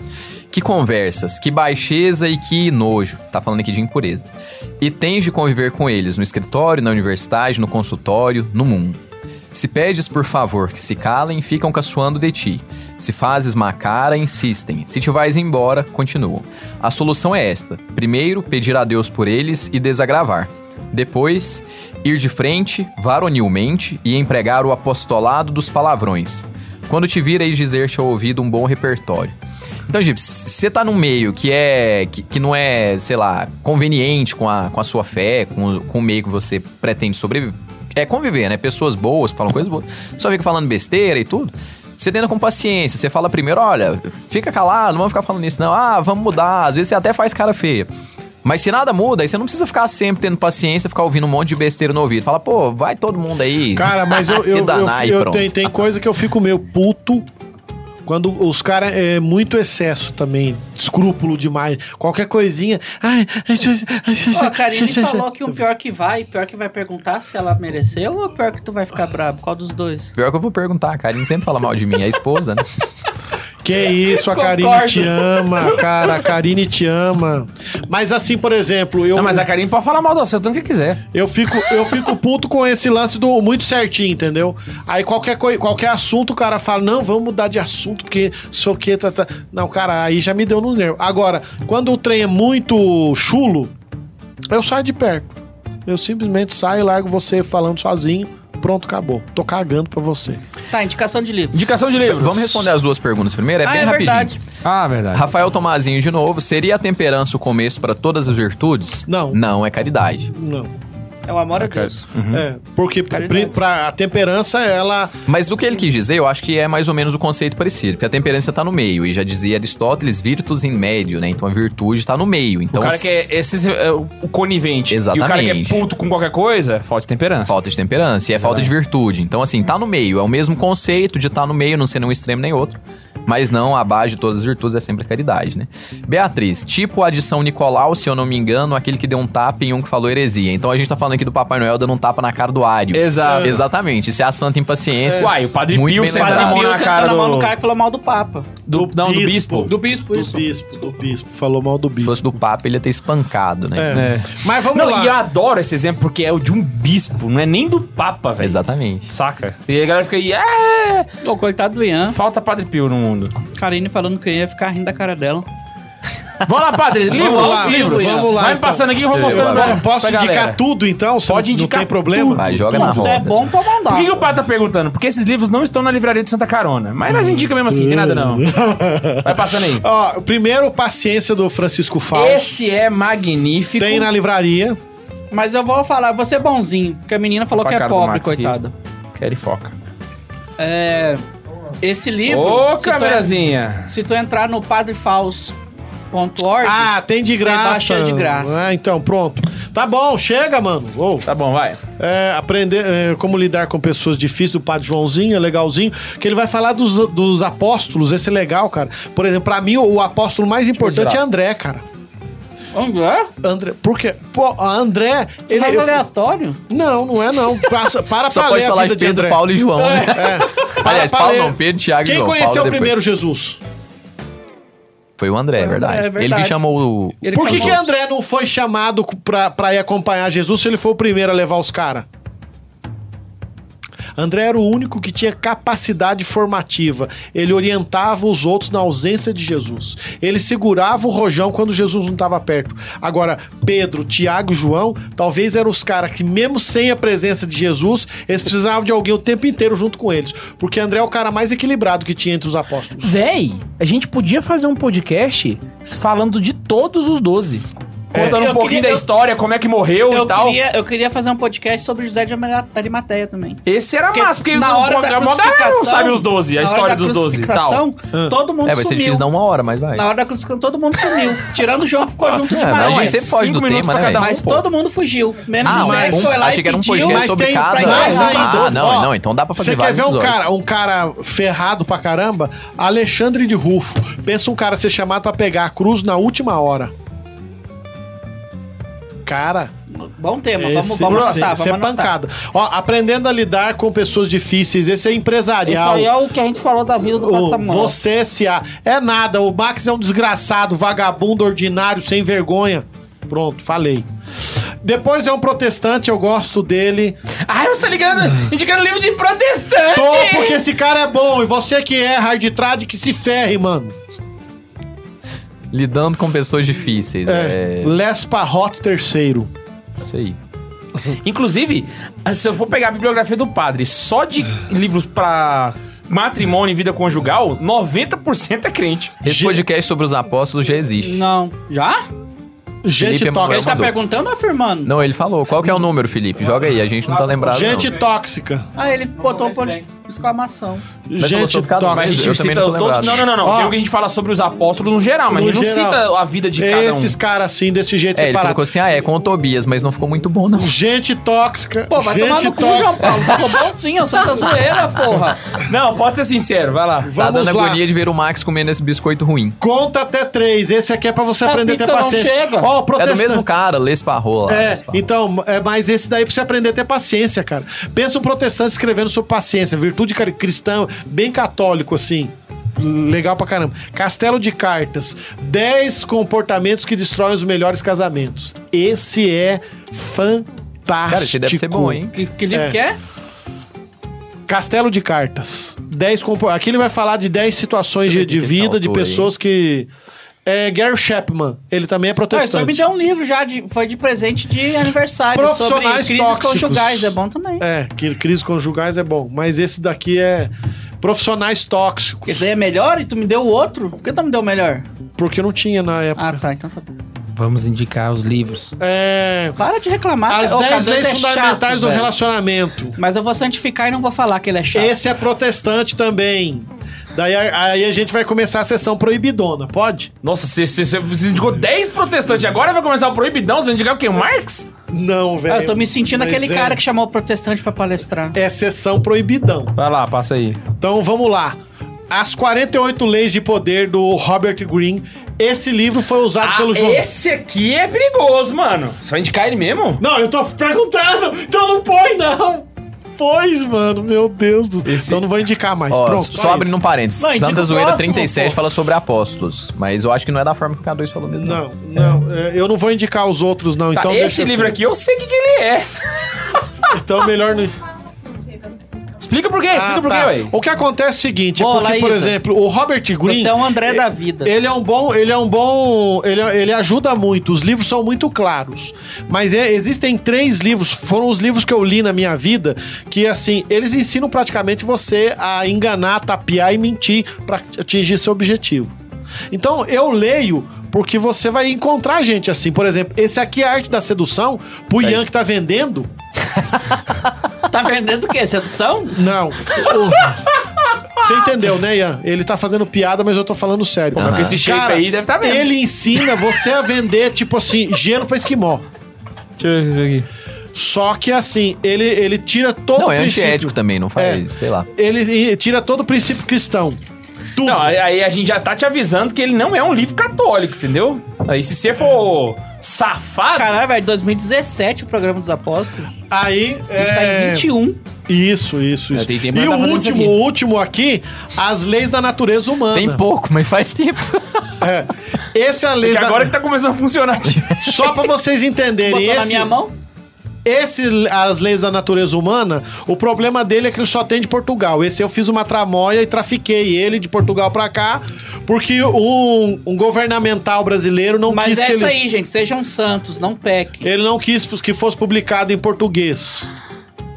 Que conversas, que baixeza e que nojo. Tá falando aqui de impureza. E tens de conviver com eles no escritório, na universidade, no consultório, no mundo. Se pedes por favor que se calem, ficam caçoando de ti. Se fazes má cara, insistem. Se te vais embora, continuam. A solução é esta: primeiro, pedir a Deus por eles e desagravar. Depois, ir de frente, varonilmente, e empregar o apostolado dos palavrões. Quando te vireis dizer-te ao ouvido um bom repertório. Então, Gips, você tá num meio que é. que, que não é, sei lá, conveniente com a, com a sua fé, com, o- com o meio que você pretende sobreviver. É conviver, né? Pessoas boas falam coisas boas. Só fica falando besteira e tudo. Você tenta com paciência, você fala primeiro, olha, fica calado, não vamos ficar falando isso, não. Ah, vamos mudar. Às vezes você até faz cara feia. Mas se nada muda, aí você não precisa ficar sempre tendo paciência, ficar ouvindo um monte de besteira no ouvido. Fala, pô, vai todo mundo aí.
Cara, mas eu,
se
eu,
danar
eu-
e
eu
pronto.
tenho, tem coisa que eu fico meio puto quando os caras é muito excesso também, escrúpulo demais, qualquer coisinha. Ai, ai, ai, ai,
Ó, a
ai,
Karine
ai, ai,
falou
ai.
que um pior que vai, pior que vai perguntar se ela mereceu ou pior que tu vai ficar brabo? Qual dos dois?
Pior que eu vou perguntar, cara. Ele sempre fala mal de mim, é a esposa, né?
O Que isso, a
Concordo.
Karine te ama, cara. A Karine te ama. Mas assim, por exemplo, eu,
Não, mas a Karine pode falar mal do seu tanto que quiser.
eu, fico, eu fico puto com esse lance do muito certinho, entendeu? Aí qualquer, coi- qualquer assunto o cara fala, não, vamos mudar de assunto, porque sei o que. Tá, tá. Não, cara, aí já me deu no nervo. Agora, quando o trem é muito chulo, eu saio de perto. Eu simplesmente saio e largo você falando sozinho. Pronto, acabou. Tô cagando pra você.
Tá, indicação de livro.
Indicação de livro.
Vamos responder as duas perguntas primeiro, é
ah,
bem
é
rapidinho.
verdade.
Ah, verdade.
Rafael Tomazinho de novo, seria a temperança o começo para todas as virtudes?
Não.
Não é caridade.
Não.
É o amor a Deus.
Uhum.
É, porque pri- pra, a temperança, ela.
Mas do que ele quis dizer, eu acho que é mais ou menos o conceito parecido, porque a temperança tá no meio, e já dizia Aristóteles, virtus in médio, né? Então a virtude tá no meio. Então
o cara que é, esse, é o o conivente. E o cara que é
Exatamente.
puto com qualquer coisa, falta de temperança.
Falta de temperança e é falta de virtude. Então, assim, tá no meio. É o mesmo conceito de tá no meio, não ser um extremo nem outro. Mas não, a base de todas as virtudes é sempre a caridade, né? Beatriz, tipo a de São Nicolau, se eu não me engano, aquele que deu um tapa em um que falou heresia. Então a gente tá falando aqui do Papai Noel dando um tapa na cara do Ário.
Exato.
Exatamente. Isso é a santa impaciência.
Uai, o Padre
Muito
Pio
bem
sem dar a
lembrado.
mão Tá
Bill
na
sentou
cara
tá na mão do
do...
cara que falou mal do Papa.
do- Não, do bispo.
Do bispo,
Do
isso.
bispo, do bispo. é. Falou mal do
Se
bispo.
fosse do Papa, ele ia ter espancado, né?
É.
É.
Mas vamos
Não,
lá.
e eu adoro esse exemplo porque é o de um bispo, não é nem do Papa, velho.
Exatamente.
Saca? E aí a galera fica aí, é...
Ô, coitado do Ian.
Falta Padre Pio no mundo.
Karine falando que eu ia ficar rindo da cara dela.
Vamos lá, Padre. Livros,
lá,
livros.
vamos lá,
Vai me
então.
passando aqui e eu vou
Deixa eu
mostrando
ver.
pra,
Bom, posso
pra
indicar
galera.
tudo então? Se
Pode
não
indicar
tem problema?
Vai, joga na
Isso é
roda.
bom pra mandar.
Por que, que o Pato tá perguntando? Porque esses livros não estão na livraria de Santa Carona. Mas nós indica mesmo assim, tem nada não. Vai passando aí.
Ó, o primeiro, Paciência do Francisco Fausto.
Esse é magnífico.
Tem na livraria.
Mas eu vou falar, você é bonzinho, porque a menina falou
Opa,
que é
cara do
pobre,
Max aqui.
coitada.
Quer e foca.
É. Esse livro. tá-
Ô,
se tu-
câmerazinha.
Se tu entrar no padrefaus.org.
Ah, tem de
Você
graça.
baixa de graça.
Ah, então, pronto. Tá bom, chega, mano. Ô,
Tá bom, vai.
é, aprender é, como lidar com pessoas difíceis do Padre Joãozinho, é legalzinho. Que ele vai falar dos, dos apóstolos, esse é legal, cara. Por exemplo, pra mim, o apóstolo mais importante é
girar.
André, cara.
onde é?
André, porque, pô, a André, ele
é
Mas
eu-
aleatório?
Não, não é não. Passa- para
Só
pra
pode
ler a
falar
vida
de
de,
Pedro,
André.
Paulo e João, né?
Para
Aliás,
pra
Paulo
ler.
não, Pedro, Thiago e
Quem
João. Paulo
conheceu
depois.
primeiro Jesus?
Foi o André, é verdade.
André, é
Ele
verdade.
que chamou o...
Ele
Por que, que
é
chamou-
André não foi chamado pra, pra ir acompanhar Jesus se ele foi o primeiro a levar os caras? André era o único que tinha capacidade formativa. Ele orientava os outros na ausência de Jesus. Ele segurava o rojão quando Jesus não estava perto. Agora, Pedro, Tiago e João, talvez eram os caras que, mesmo sem a presença de Jesus, eles precisavam de alguém o tempo inteiro junto com eles. Porque André é o cara mais equilibrado que tinha entre os apóstolos.
Véi, a gente podia fazer um podcast falando de todos os 12. Contando
É. Eu
um pouquinho
queria-
da
eu-
história, como é que morreu
Eu
e tal.
queria, eu queria fazer um podcast sobre José de Amara- Arimateia também.
Esse era
Porque
massa, Ah, porque
na
o- é
hora da
a moda era não
crucificação-
sabe os 12, a
na hora
história
da
dos 12 e tal.
crucificação, Todo mundo
É, vai ser
sumiu.
difícil dar uma hora, mas vai.
Na hora da crucificação, todo mundo sumiu. Tirando o João, que ficou junto
É,
de
mas a gente
Maranhão.
sempre foge
tipo, cinco
do
minutos pra
tema, né,
cada
velho?
Mas
pô.
todo mundo fugiu. Menos
Ah,
José,
mas
que
um,
foi lá
achei
e
que era um
pediu.
podcast
mas
sobre
tem-
cada.
é né? mas
ah,
tá.
ainda-
não,
ó,
não, então dá pra fazer
Você quer
vários
ver um
episódios.
cara, um cara ferrado pra caramba? Alexandre de Rufo. Pensa um cara ser chamado pra pegar a cruz na última hora. Cara,
Bom tema, É, vamos,
esse,
vamos
esse-
anotar,
esse
vamos
é
anotar.
pancada. Ó, aprendendo a lidar com pessoas difíceis, esse é
Isso
empresarial.
aí é o que tá a gente falou da vida do Pato
O
Samuel.
você S.A. É nada, o Max é um desgraçado, vagabundo, ordinário, sem vergonha. Pronto, falei. Depois é um protestante, eu gosto dele.
Ai, você tá ligando, indicando livro de protestante!
Tô, porque esse cara é bom. E você que é hard trad, que se ferre, mano.
um.
Lidando com pessoas difíceis.
É.
É.
Les Parrot terceiro.
Isso aí.
Inclusive, ah, se eu for pegar a bibliografia do padre só de livros pra matrimônio e vida conjugal, 90% é crente.
Esse
Ge-
podcast sobre os apóstolos já existe.
Não. Já?
Gente
Felipe
Ele tá
Emanuel.
tóxica.
Mandou.
perguntando ou afirmando?
Não, ele falou. Qual que é o número, Felipe? Joga aí, a gente não tá lembrado.
Gente
não.
tóxica.
Ah, ele botou um
esse
ponto
daí.
de exclamação.
falou
Gente
sobre cada um,
Mas a
mas
tóxica.
gente
eu
cita
também não tô
todo-
lembrado.
Não, não, não. não.
Ó.
Tem o que a gente fala sobre os apóstolos no geral, mas a
No
gente não
geral.
cita a vida de cada um.
Esses caras assim, desse jeito
É, ele
separado.
colocou assim, ah, é com o Tobias, mas não ficou muito bom, não.
Gente tóxica.
Pô, vai
gente tá.
tomar no cu, João Paulo. Ficou bom sim, eu sou da zoeira, porra.
Não, pode ser sincero, vai lá.
Tá
Vamos
dando
lá.
agonia de ver o Max comendo esse biscoito ruim.
Conta até três. Esse aqui é pra você
A
aprender a ter
pizza não
paciência. Ó,
chega.
o
É do
protestante.
mesmo cara, Lesparro lá.
É,
Lesparro.
então, é, mas esse daí pra você aprender a ter paciência, cara. Pensa um protestante escrevendo sobre paciência, virtude cri- cristã, bem católico, assim. legal pra caramba. Castelo de Cartas. 10 comportamentos que destroem os melhores casamentos. Esse é fantástico.
Cara, esse deve ser bom, hein?
Que, que livro
É.
que é?
Castelo de Cartas. 10 compor... Aqui ele vai falar de 10 situações
Deixa eu
de,
ver quem
de
que é esse
vida, de
autor aí.
pessoas que... É Gary Chapman. Ele também é
Ué, só me
protestante.
deu um livro já, de, foi de presente de aniversário.
Profissionais
sobre crises
tóxicos.
conjugais, é bom também.
É, que crises conjugais é bom. Mas esse daqui é profissionais tóxicos.
Esse daí é melhor e tu me deu o outro? Por que tu me deu o melhor?
Porque não tinha na época.
Ah, tá, então tá bom.
Vamos indicar os livros.
É.
Para de reclamar.
As
cara. Ô,
10
K2
leis
é
fundamentais
chato,
do
velho.
relacionamento.
Mas eu vou santificar e não vou falar que ele é chato.
Esse é protestante também. Daí a- aí a gente vai começar a sessão proibidona, pode?
Nossa, você- você você- você indicou 10 protestantes. Agora vai começar o proibidão? Você vai indicar o quê? O Marx?
Não, velho.
Ah, eu tô me sentindo
Mas
aquele
é-
cara que chamou o protestante pra palestrar.
É sessão proibidão.
Vai lá, passa aí.
Então vamos lá. As 48 Leis de Poder do Robert Greene. Esse livro foi usado
Ah,
pelo João.
esse aqui é perigoso, mano. Você vai indicar ele mesmo?
Não, eu tô perguntando, então não põe, não. Pois, mano, meu Deus do céu. Então eu não vou indicar mais.
Ó,
Pronto,
só abrindo um
isso.
parênteses.
Não, indica
Santa
o
Zoeira
próximo,
37
pô.
fala sobre apóstolos, mas eu acho que não é da forma que o K2 falou mesmo.
Não, não, é, eu não vou indicar os outros, não.
Tá,
então
esse
deixa
livro aqui eu sei o que, que ele é.
aqui. Então melhor não.
Explica por quê, explica
Ah,
por
tá.
quê, velho.
O que acontece é o seguinte,
Boa,
é porque, por
Laísa.
exemplo, o Robert Greene.
Você é um André da vida.
Ele é um bom, ele é um bom, ele, ele ajuda muito. Os livros são muito claros, mas é- existem três livros, foram os livros que eu li na minha vida que assim eles ensinam praticamente você a enganar, tapear e mentir para atingir seu objetivo. Então eu leio porque você vai encontrar gente assim. Por exemplo, esse aqui é a arte da sedução. Pro Ian que tá vendendo,
Tá vendendo o quê? Sedução?
não. O- Você entendeu, né, Ian? Ele tá fazendo piada, mas eu tô falando sério.
mas com esse shape aí deve tá mesmo.
Ele ensina você a vender, tipo assim, gelo pra esquimó.
Deixa eu ver aqui.
Só que assim, ele, ele tira todo
Não,
o
é
princípio.
antiético também, não faz,
É.
sei lá.
Ele eh, tira todo o princípio cristão. Tudo.
Não, aí- aí a gente já tá te avisando que ele não é um livro católico, entendeu? Aí se você for safado...
Caralho, velho, 2017 o programa dos apóstolos.
Aí.
A gente tá em
é,
21.
Isso, isso,
É,
isso.
tem tempo pra
e
tá
o
fazendo isso
último,
aqui.
o último aqui, as leis da natureza humana.
Tem pouco, mas faz tempo.
É. Esse é a lei
que
da...
agora que tá começando a funcionar.
Só pra vocês entenderem.
Botou na
Esse,
minha mão.
Esse, as leis da natureza humana, o problema dele é que ele só tem de Portugal. Esse eu fiz uma tramóia e trafiquei ele de Portugal pra cá, porque um, um governamental brasileiro não
Mas
quis
é
que
isso
ele,
aí, gente. Sejam santos, não pequem.
ele não quis que fosse publicado em português.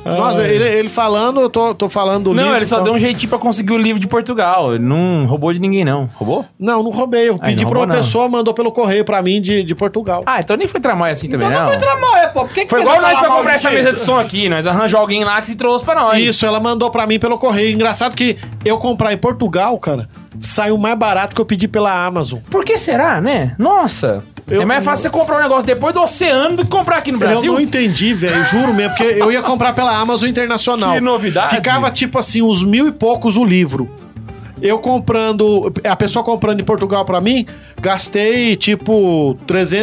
Ah.
Nossa, ele, ele falando, eu tô, tô falando o
não,
livro,
ele só
então-
deu um jeitinho pra conseguir o livro de Portugal. Ele não roubou de ninguém, não. Roubou?
Não, não roubei. Eu pedi
não
pra uma
roubou, não.
pessoa, mandou pelo correio pra mim de, de Portugal.
Ah, então nem foi tramóia assim também,
Então não
não.
foi tramóia, pô. Por que que
Foi
vocês
igual
vão
nós
falar
pra
mal
comprar
de
essa
mim?
mesa de som aqui. Nós arranjou alguém lá que trouxe pra nós.
Isso, ela mandou pra mim pelo correio. Engraçado que eu comprar em Portugal, cara, saiu mais barato que eu pedi pela Amazon.
Por que será, né? Nossa.
Eu-
é mais fácil você comprar um negócio depois do oceano do que comprar aqui no
Eu
Brasil.
não entendi, velho, juro mesmo, porque eu ia comprar pela Amazon Internacional.
Que novidade.
Ficava tipo assim, uns mil e poucos o livro. Eu comprando, a pessoa comprando em Portugal pra mim, gastei tipo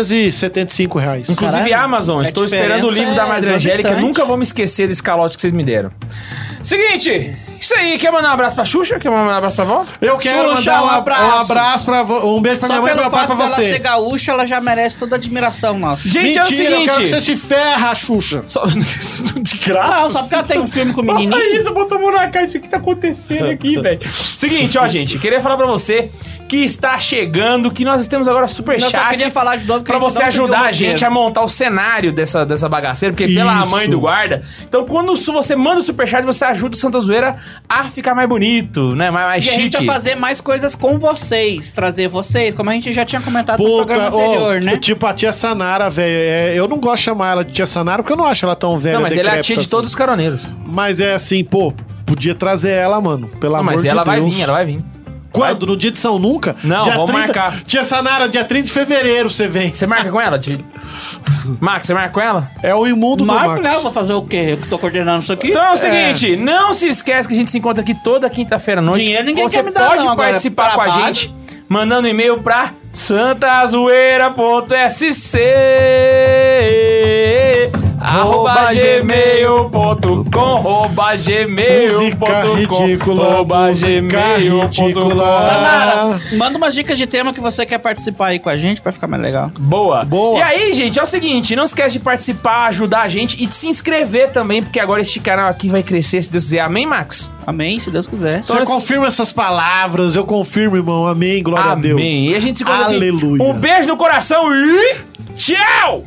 375 reais.
Inclusive,
Caralho,
Amazon,
a
estou
diferença
esperando o livro da
é
Madre Angélica.
exorbitante.
Nunca vou me esquecer desse calote que vocês me deram. Seguinte, isso aí. Quer mandar um abraço pra Xuxa? Quer mandar um abraço pra vó?
Eu quero
Xuxa,
mandar um
um
abraço,
abraço.
um abraço pra vo- um beijo pra
Só
minha mãe e
pelo
meu pai
fato
pra
dela
você.
ser gaúcha, ela já merece toda a admiração nossa.
Gente,
Mentira, eu
é o
quero que
seguinte.
você se ferra, Xuxa.
Só... De graça.
Não, só porque ela tem um filme com o menininho.
Olha isso, botou a mão na cara. O que tá acontecendo aqui, velho? Seguinte, ó, gente. Queria falar pra você que está chegando, que nós temos agora super
Não, eu só queria
chat.
falar de novo que
Pra
a gente
você
não subiu
ajudar
o
a gente
roteiro.
a montar o cenário dessa, dessa bagaceira, porque pela
Isso.
mãe do guarda. Então, quando su- você manda o superchat, você ajuda o Santa Zoeira a ficar mais bonito, né? Mais, mais
E a gente
chique.
vai fazer mais coisas com vocês, trazer vocês, como a gente já tinha comentado no programa
Puta,
anterior,
ó,
né?
tipo a tia Sanara, velho. é, eu não gosto de chamar ela de tia Sanara porque eu não acho ela tão velha.
Não, mas ela é a tia
decrépita
de
assim.
todos os caroneiros.
Mas é assim, pô, podia trazer ela, mano. Pelo
Não,
amor
mas
de
ela vai
Deus.
vir, ela vai vir.
Quando? No dia de São Nunca?
Não,
dia
vamos marcar.
Tia Sanara, dia 30 de fevereiro você vem.
Você marca com ela, tio? Max, você marca com ela?
É o imundo
Marco,
do
né? Eu
Marcos.
vou fazer o quê? Eu que tô coordenando isso aqui?
Então é o seguinte, não se esquece que a gente se encontra aqui toda quinta-feira à noite.
Dinheiro ninguém
Você
quer me dar,
pode
não, agora.
participar com a
Trabalho.
gente mandando um e-mail pra santazoeira.sc Arroba gmail.com, arroba
Música
gmail.com,
ridícula,
arroba
música
gmail.com.
ridícula.
ah.
Samara, manda umas dicas de tema que você quer participar aí com a gente pra ficar mais legal.
Boa.
Boa.
E aí, gente, é o seguinte, não esquece de participar, ajudar a gente e de se inscrever também, porque agora este canal aqui vai crescer, se Deus quiser. Amém, Max? Então,
Amém, se Deus quiser.
Você confirma essas palavras, eu confirmo, irmão. Amém, glória a Deus.
Um Amém. E a gente se encontra aqui.
Aleluia.
Um beijo no coração e tchau!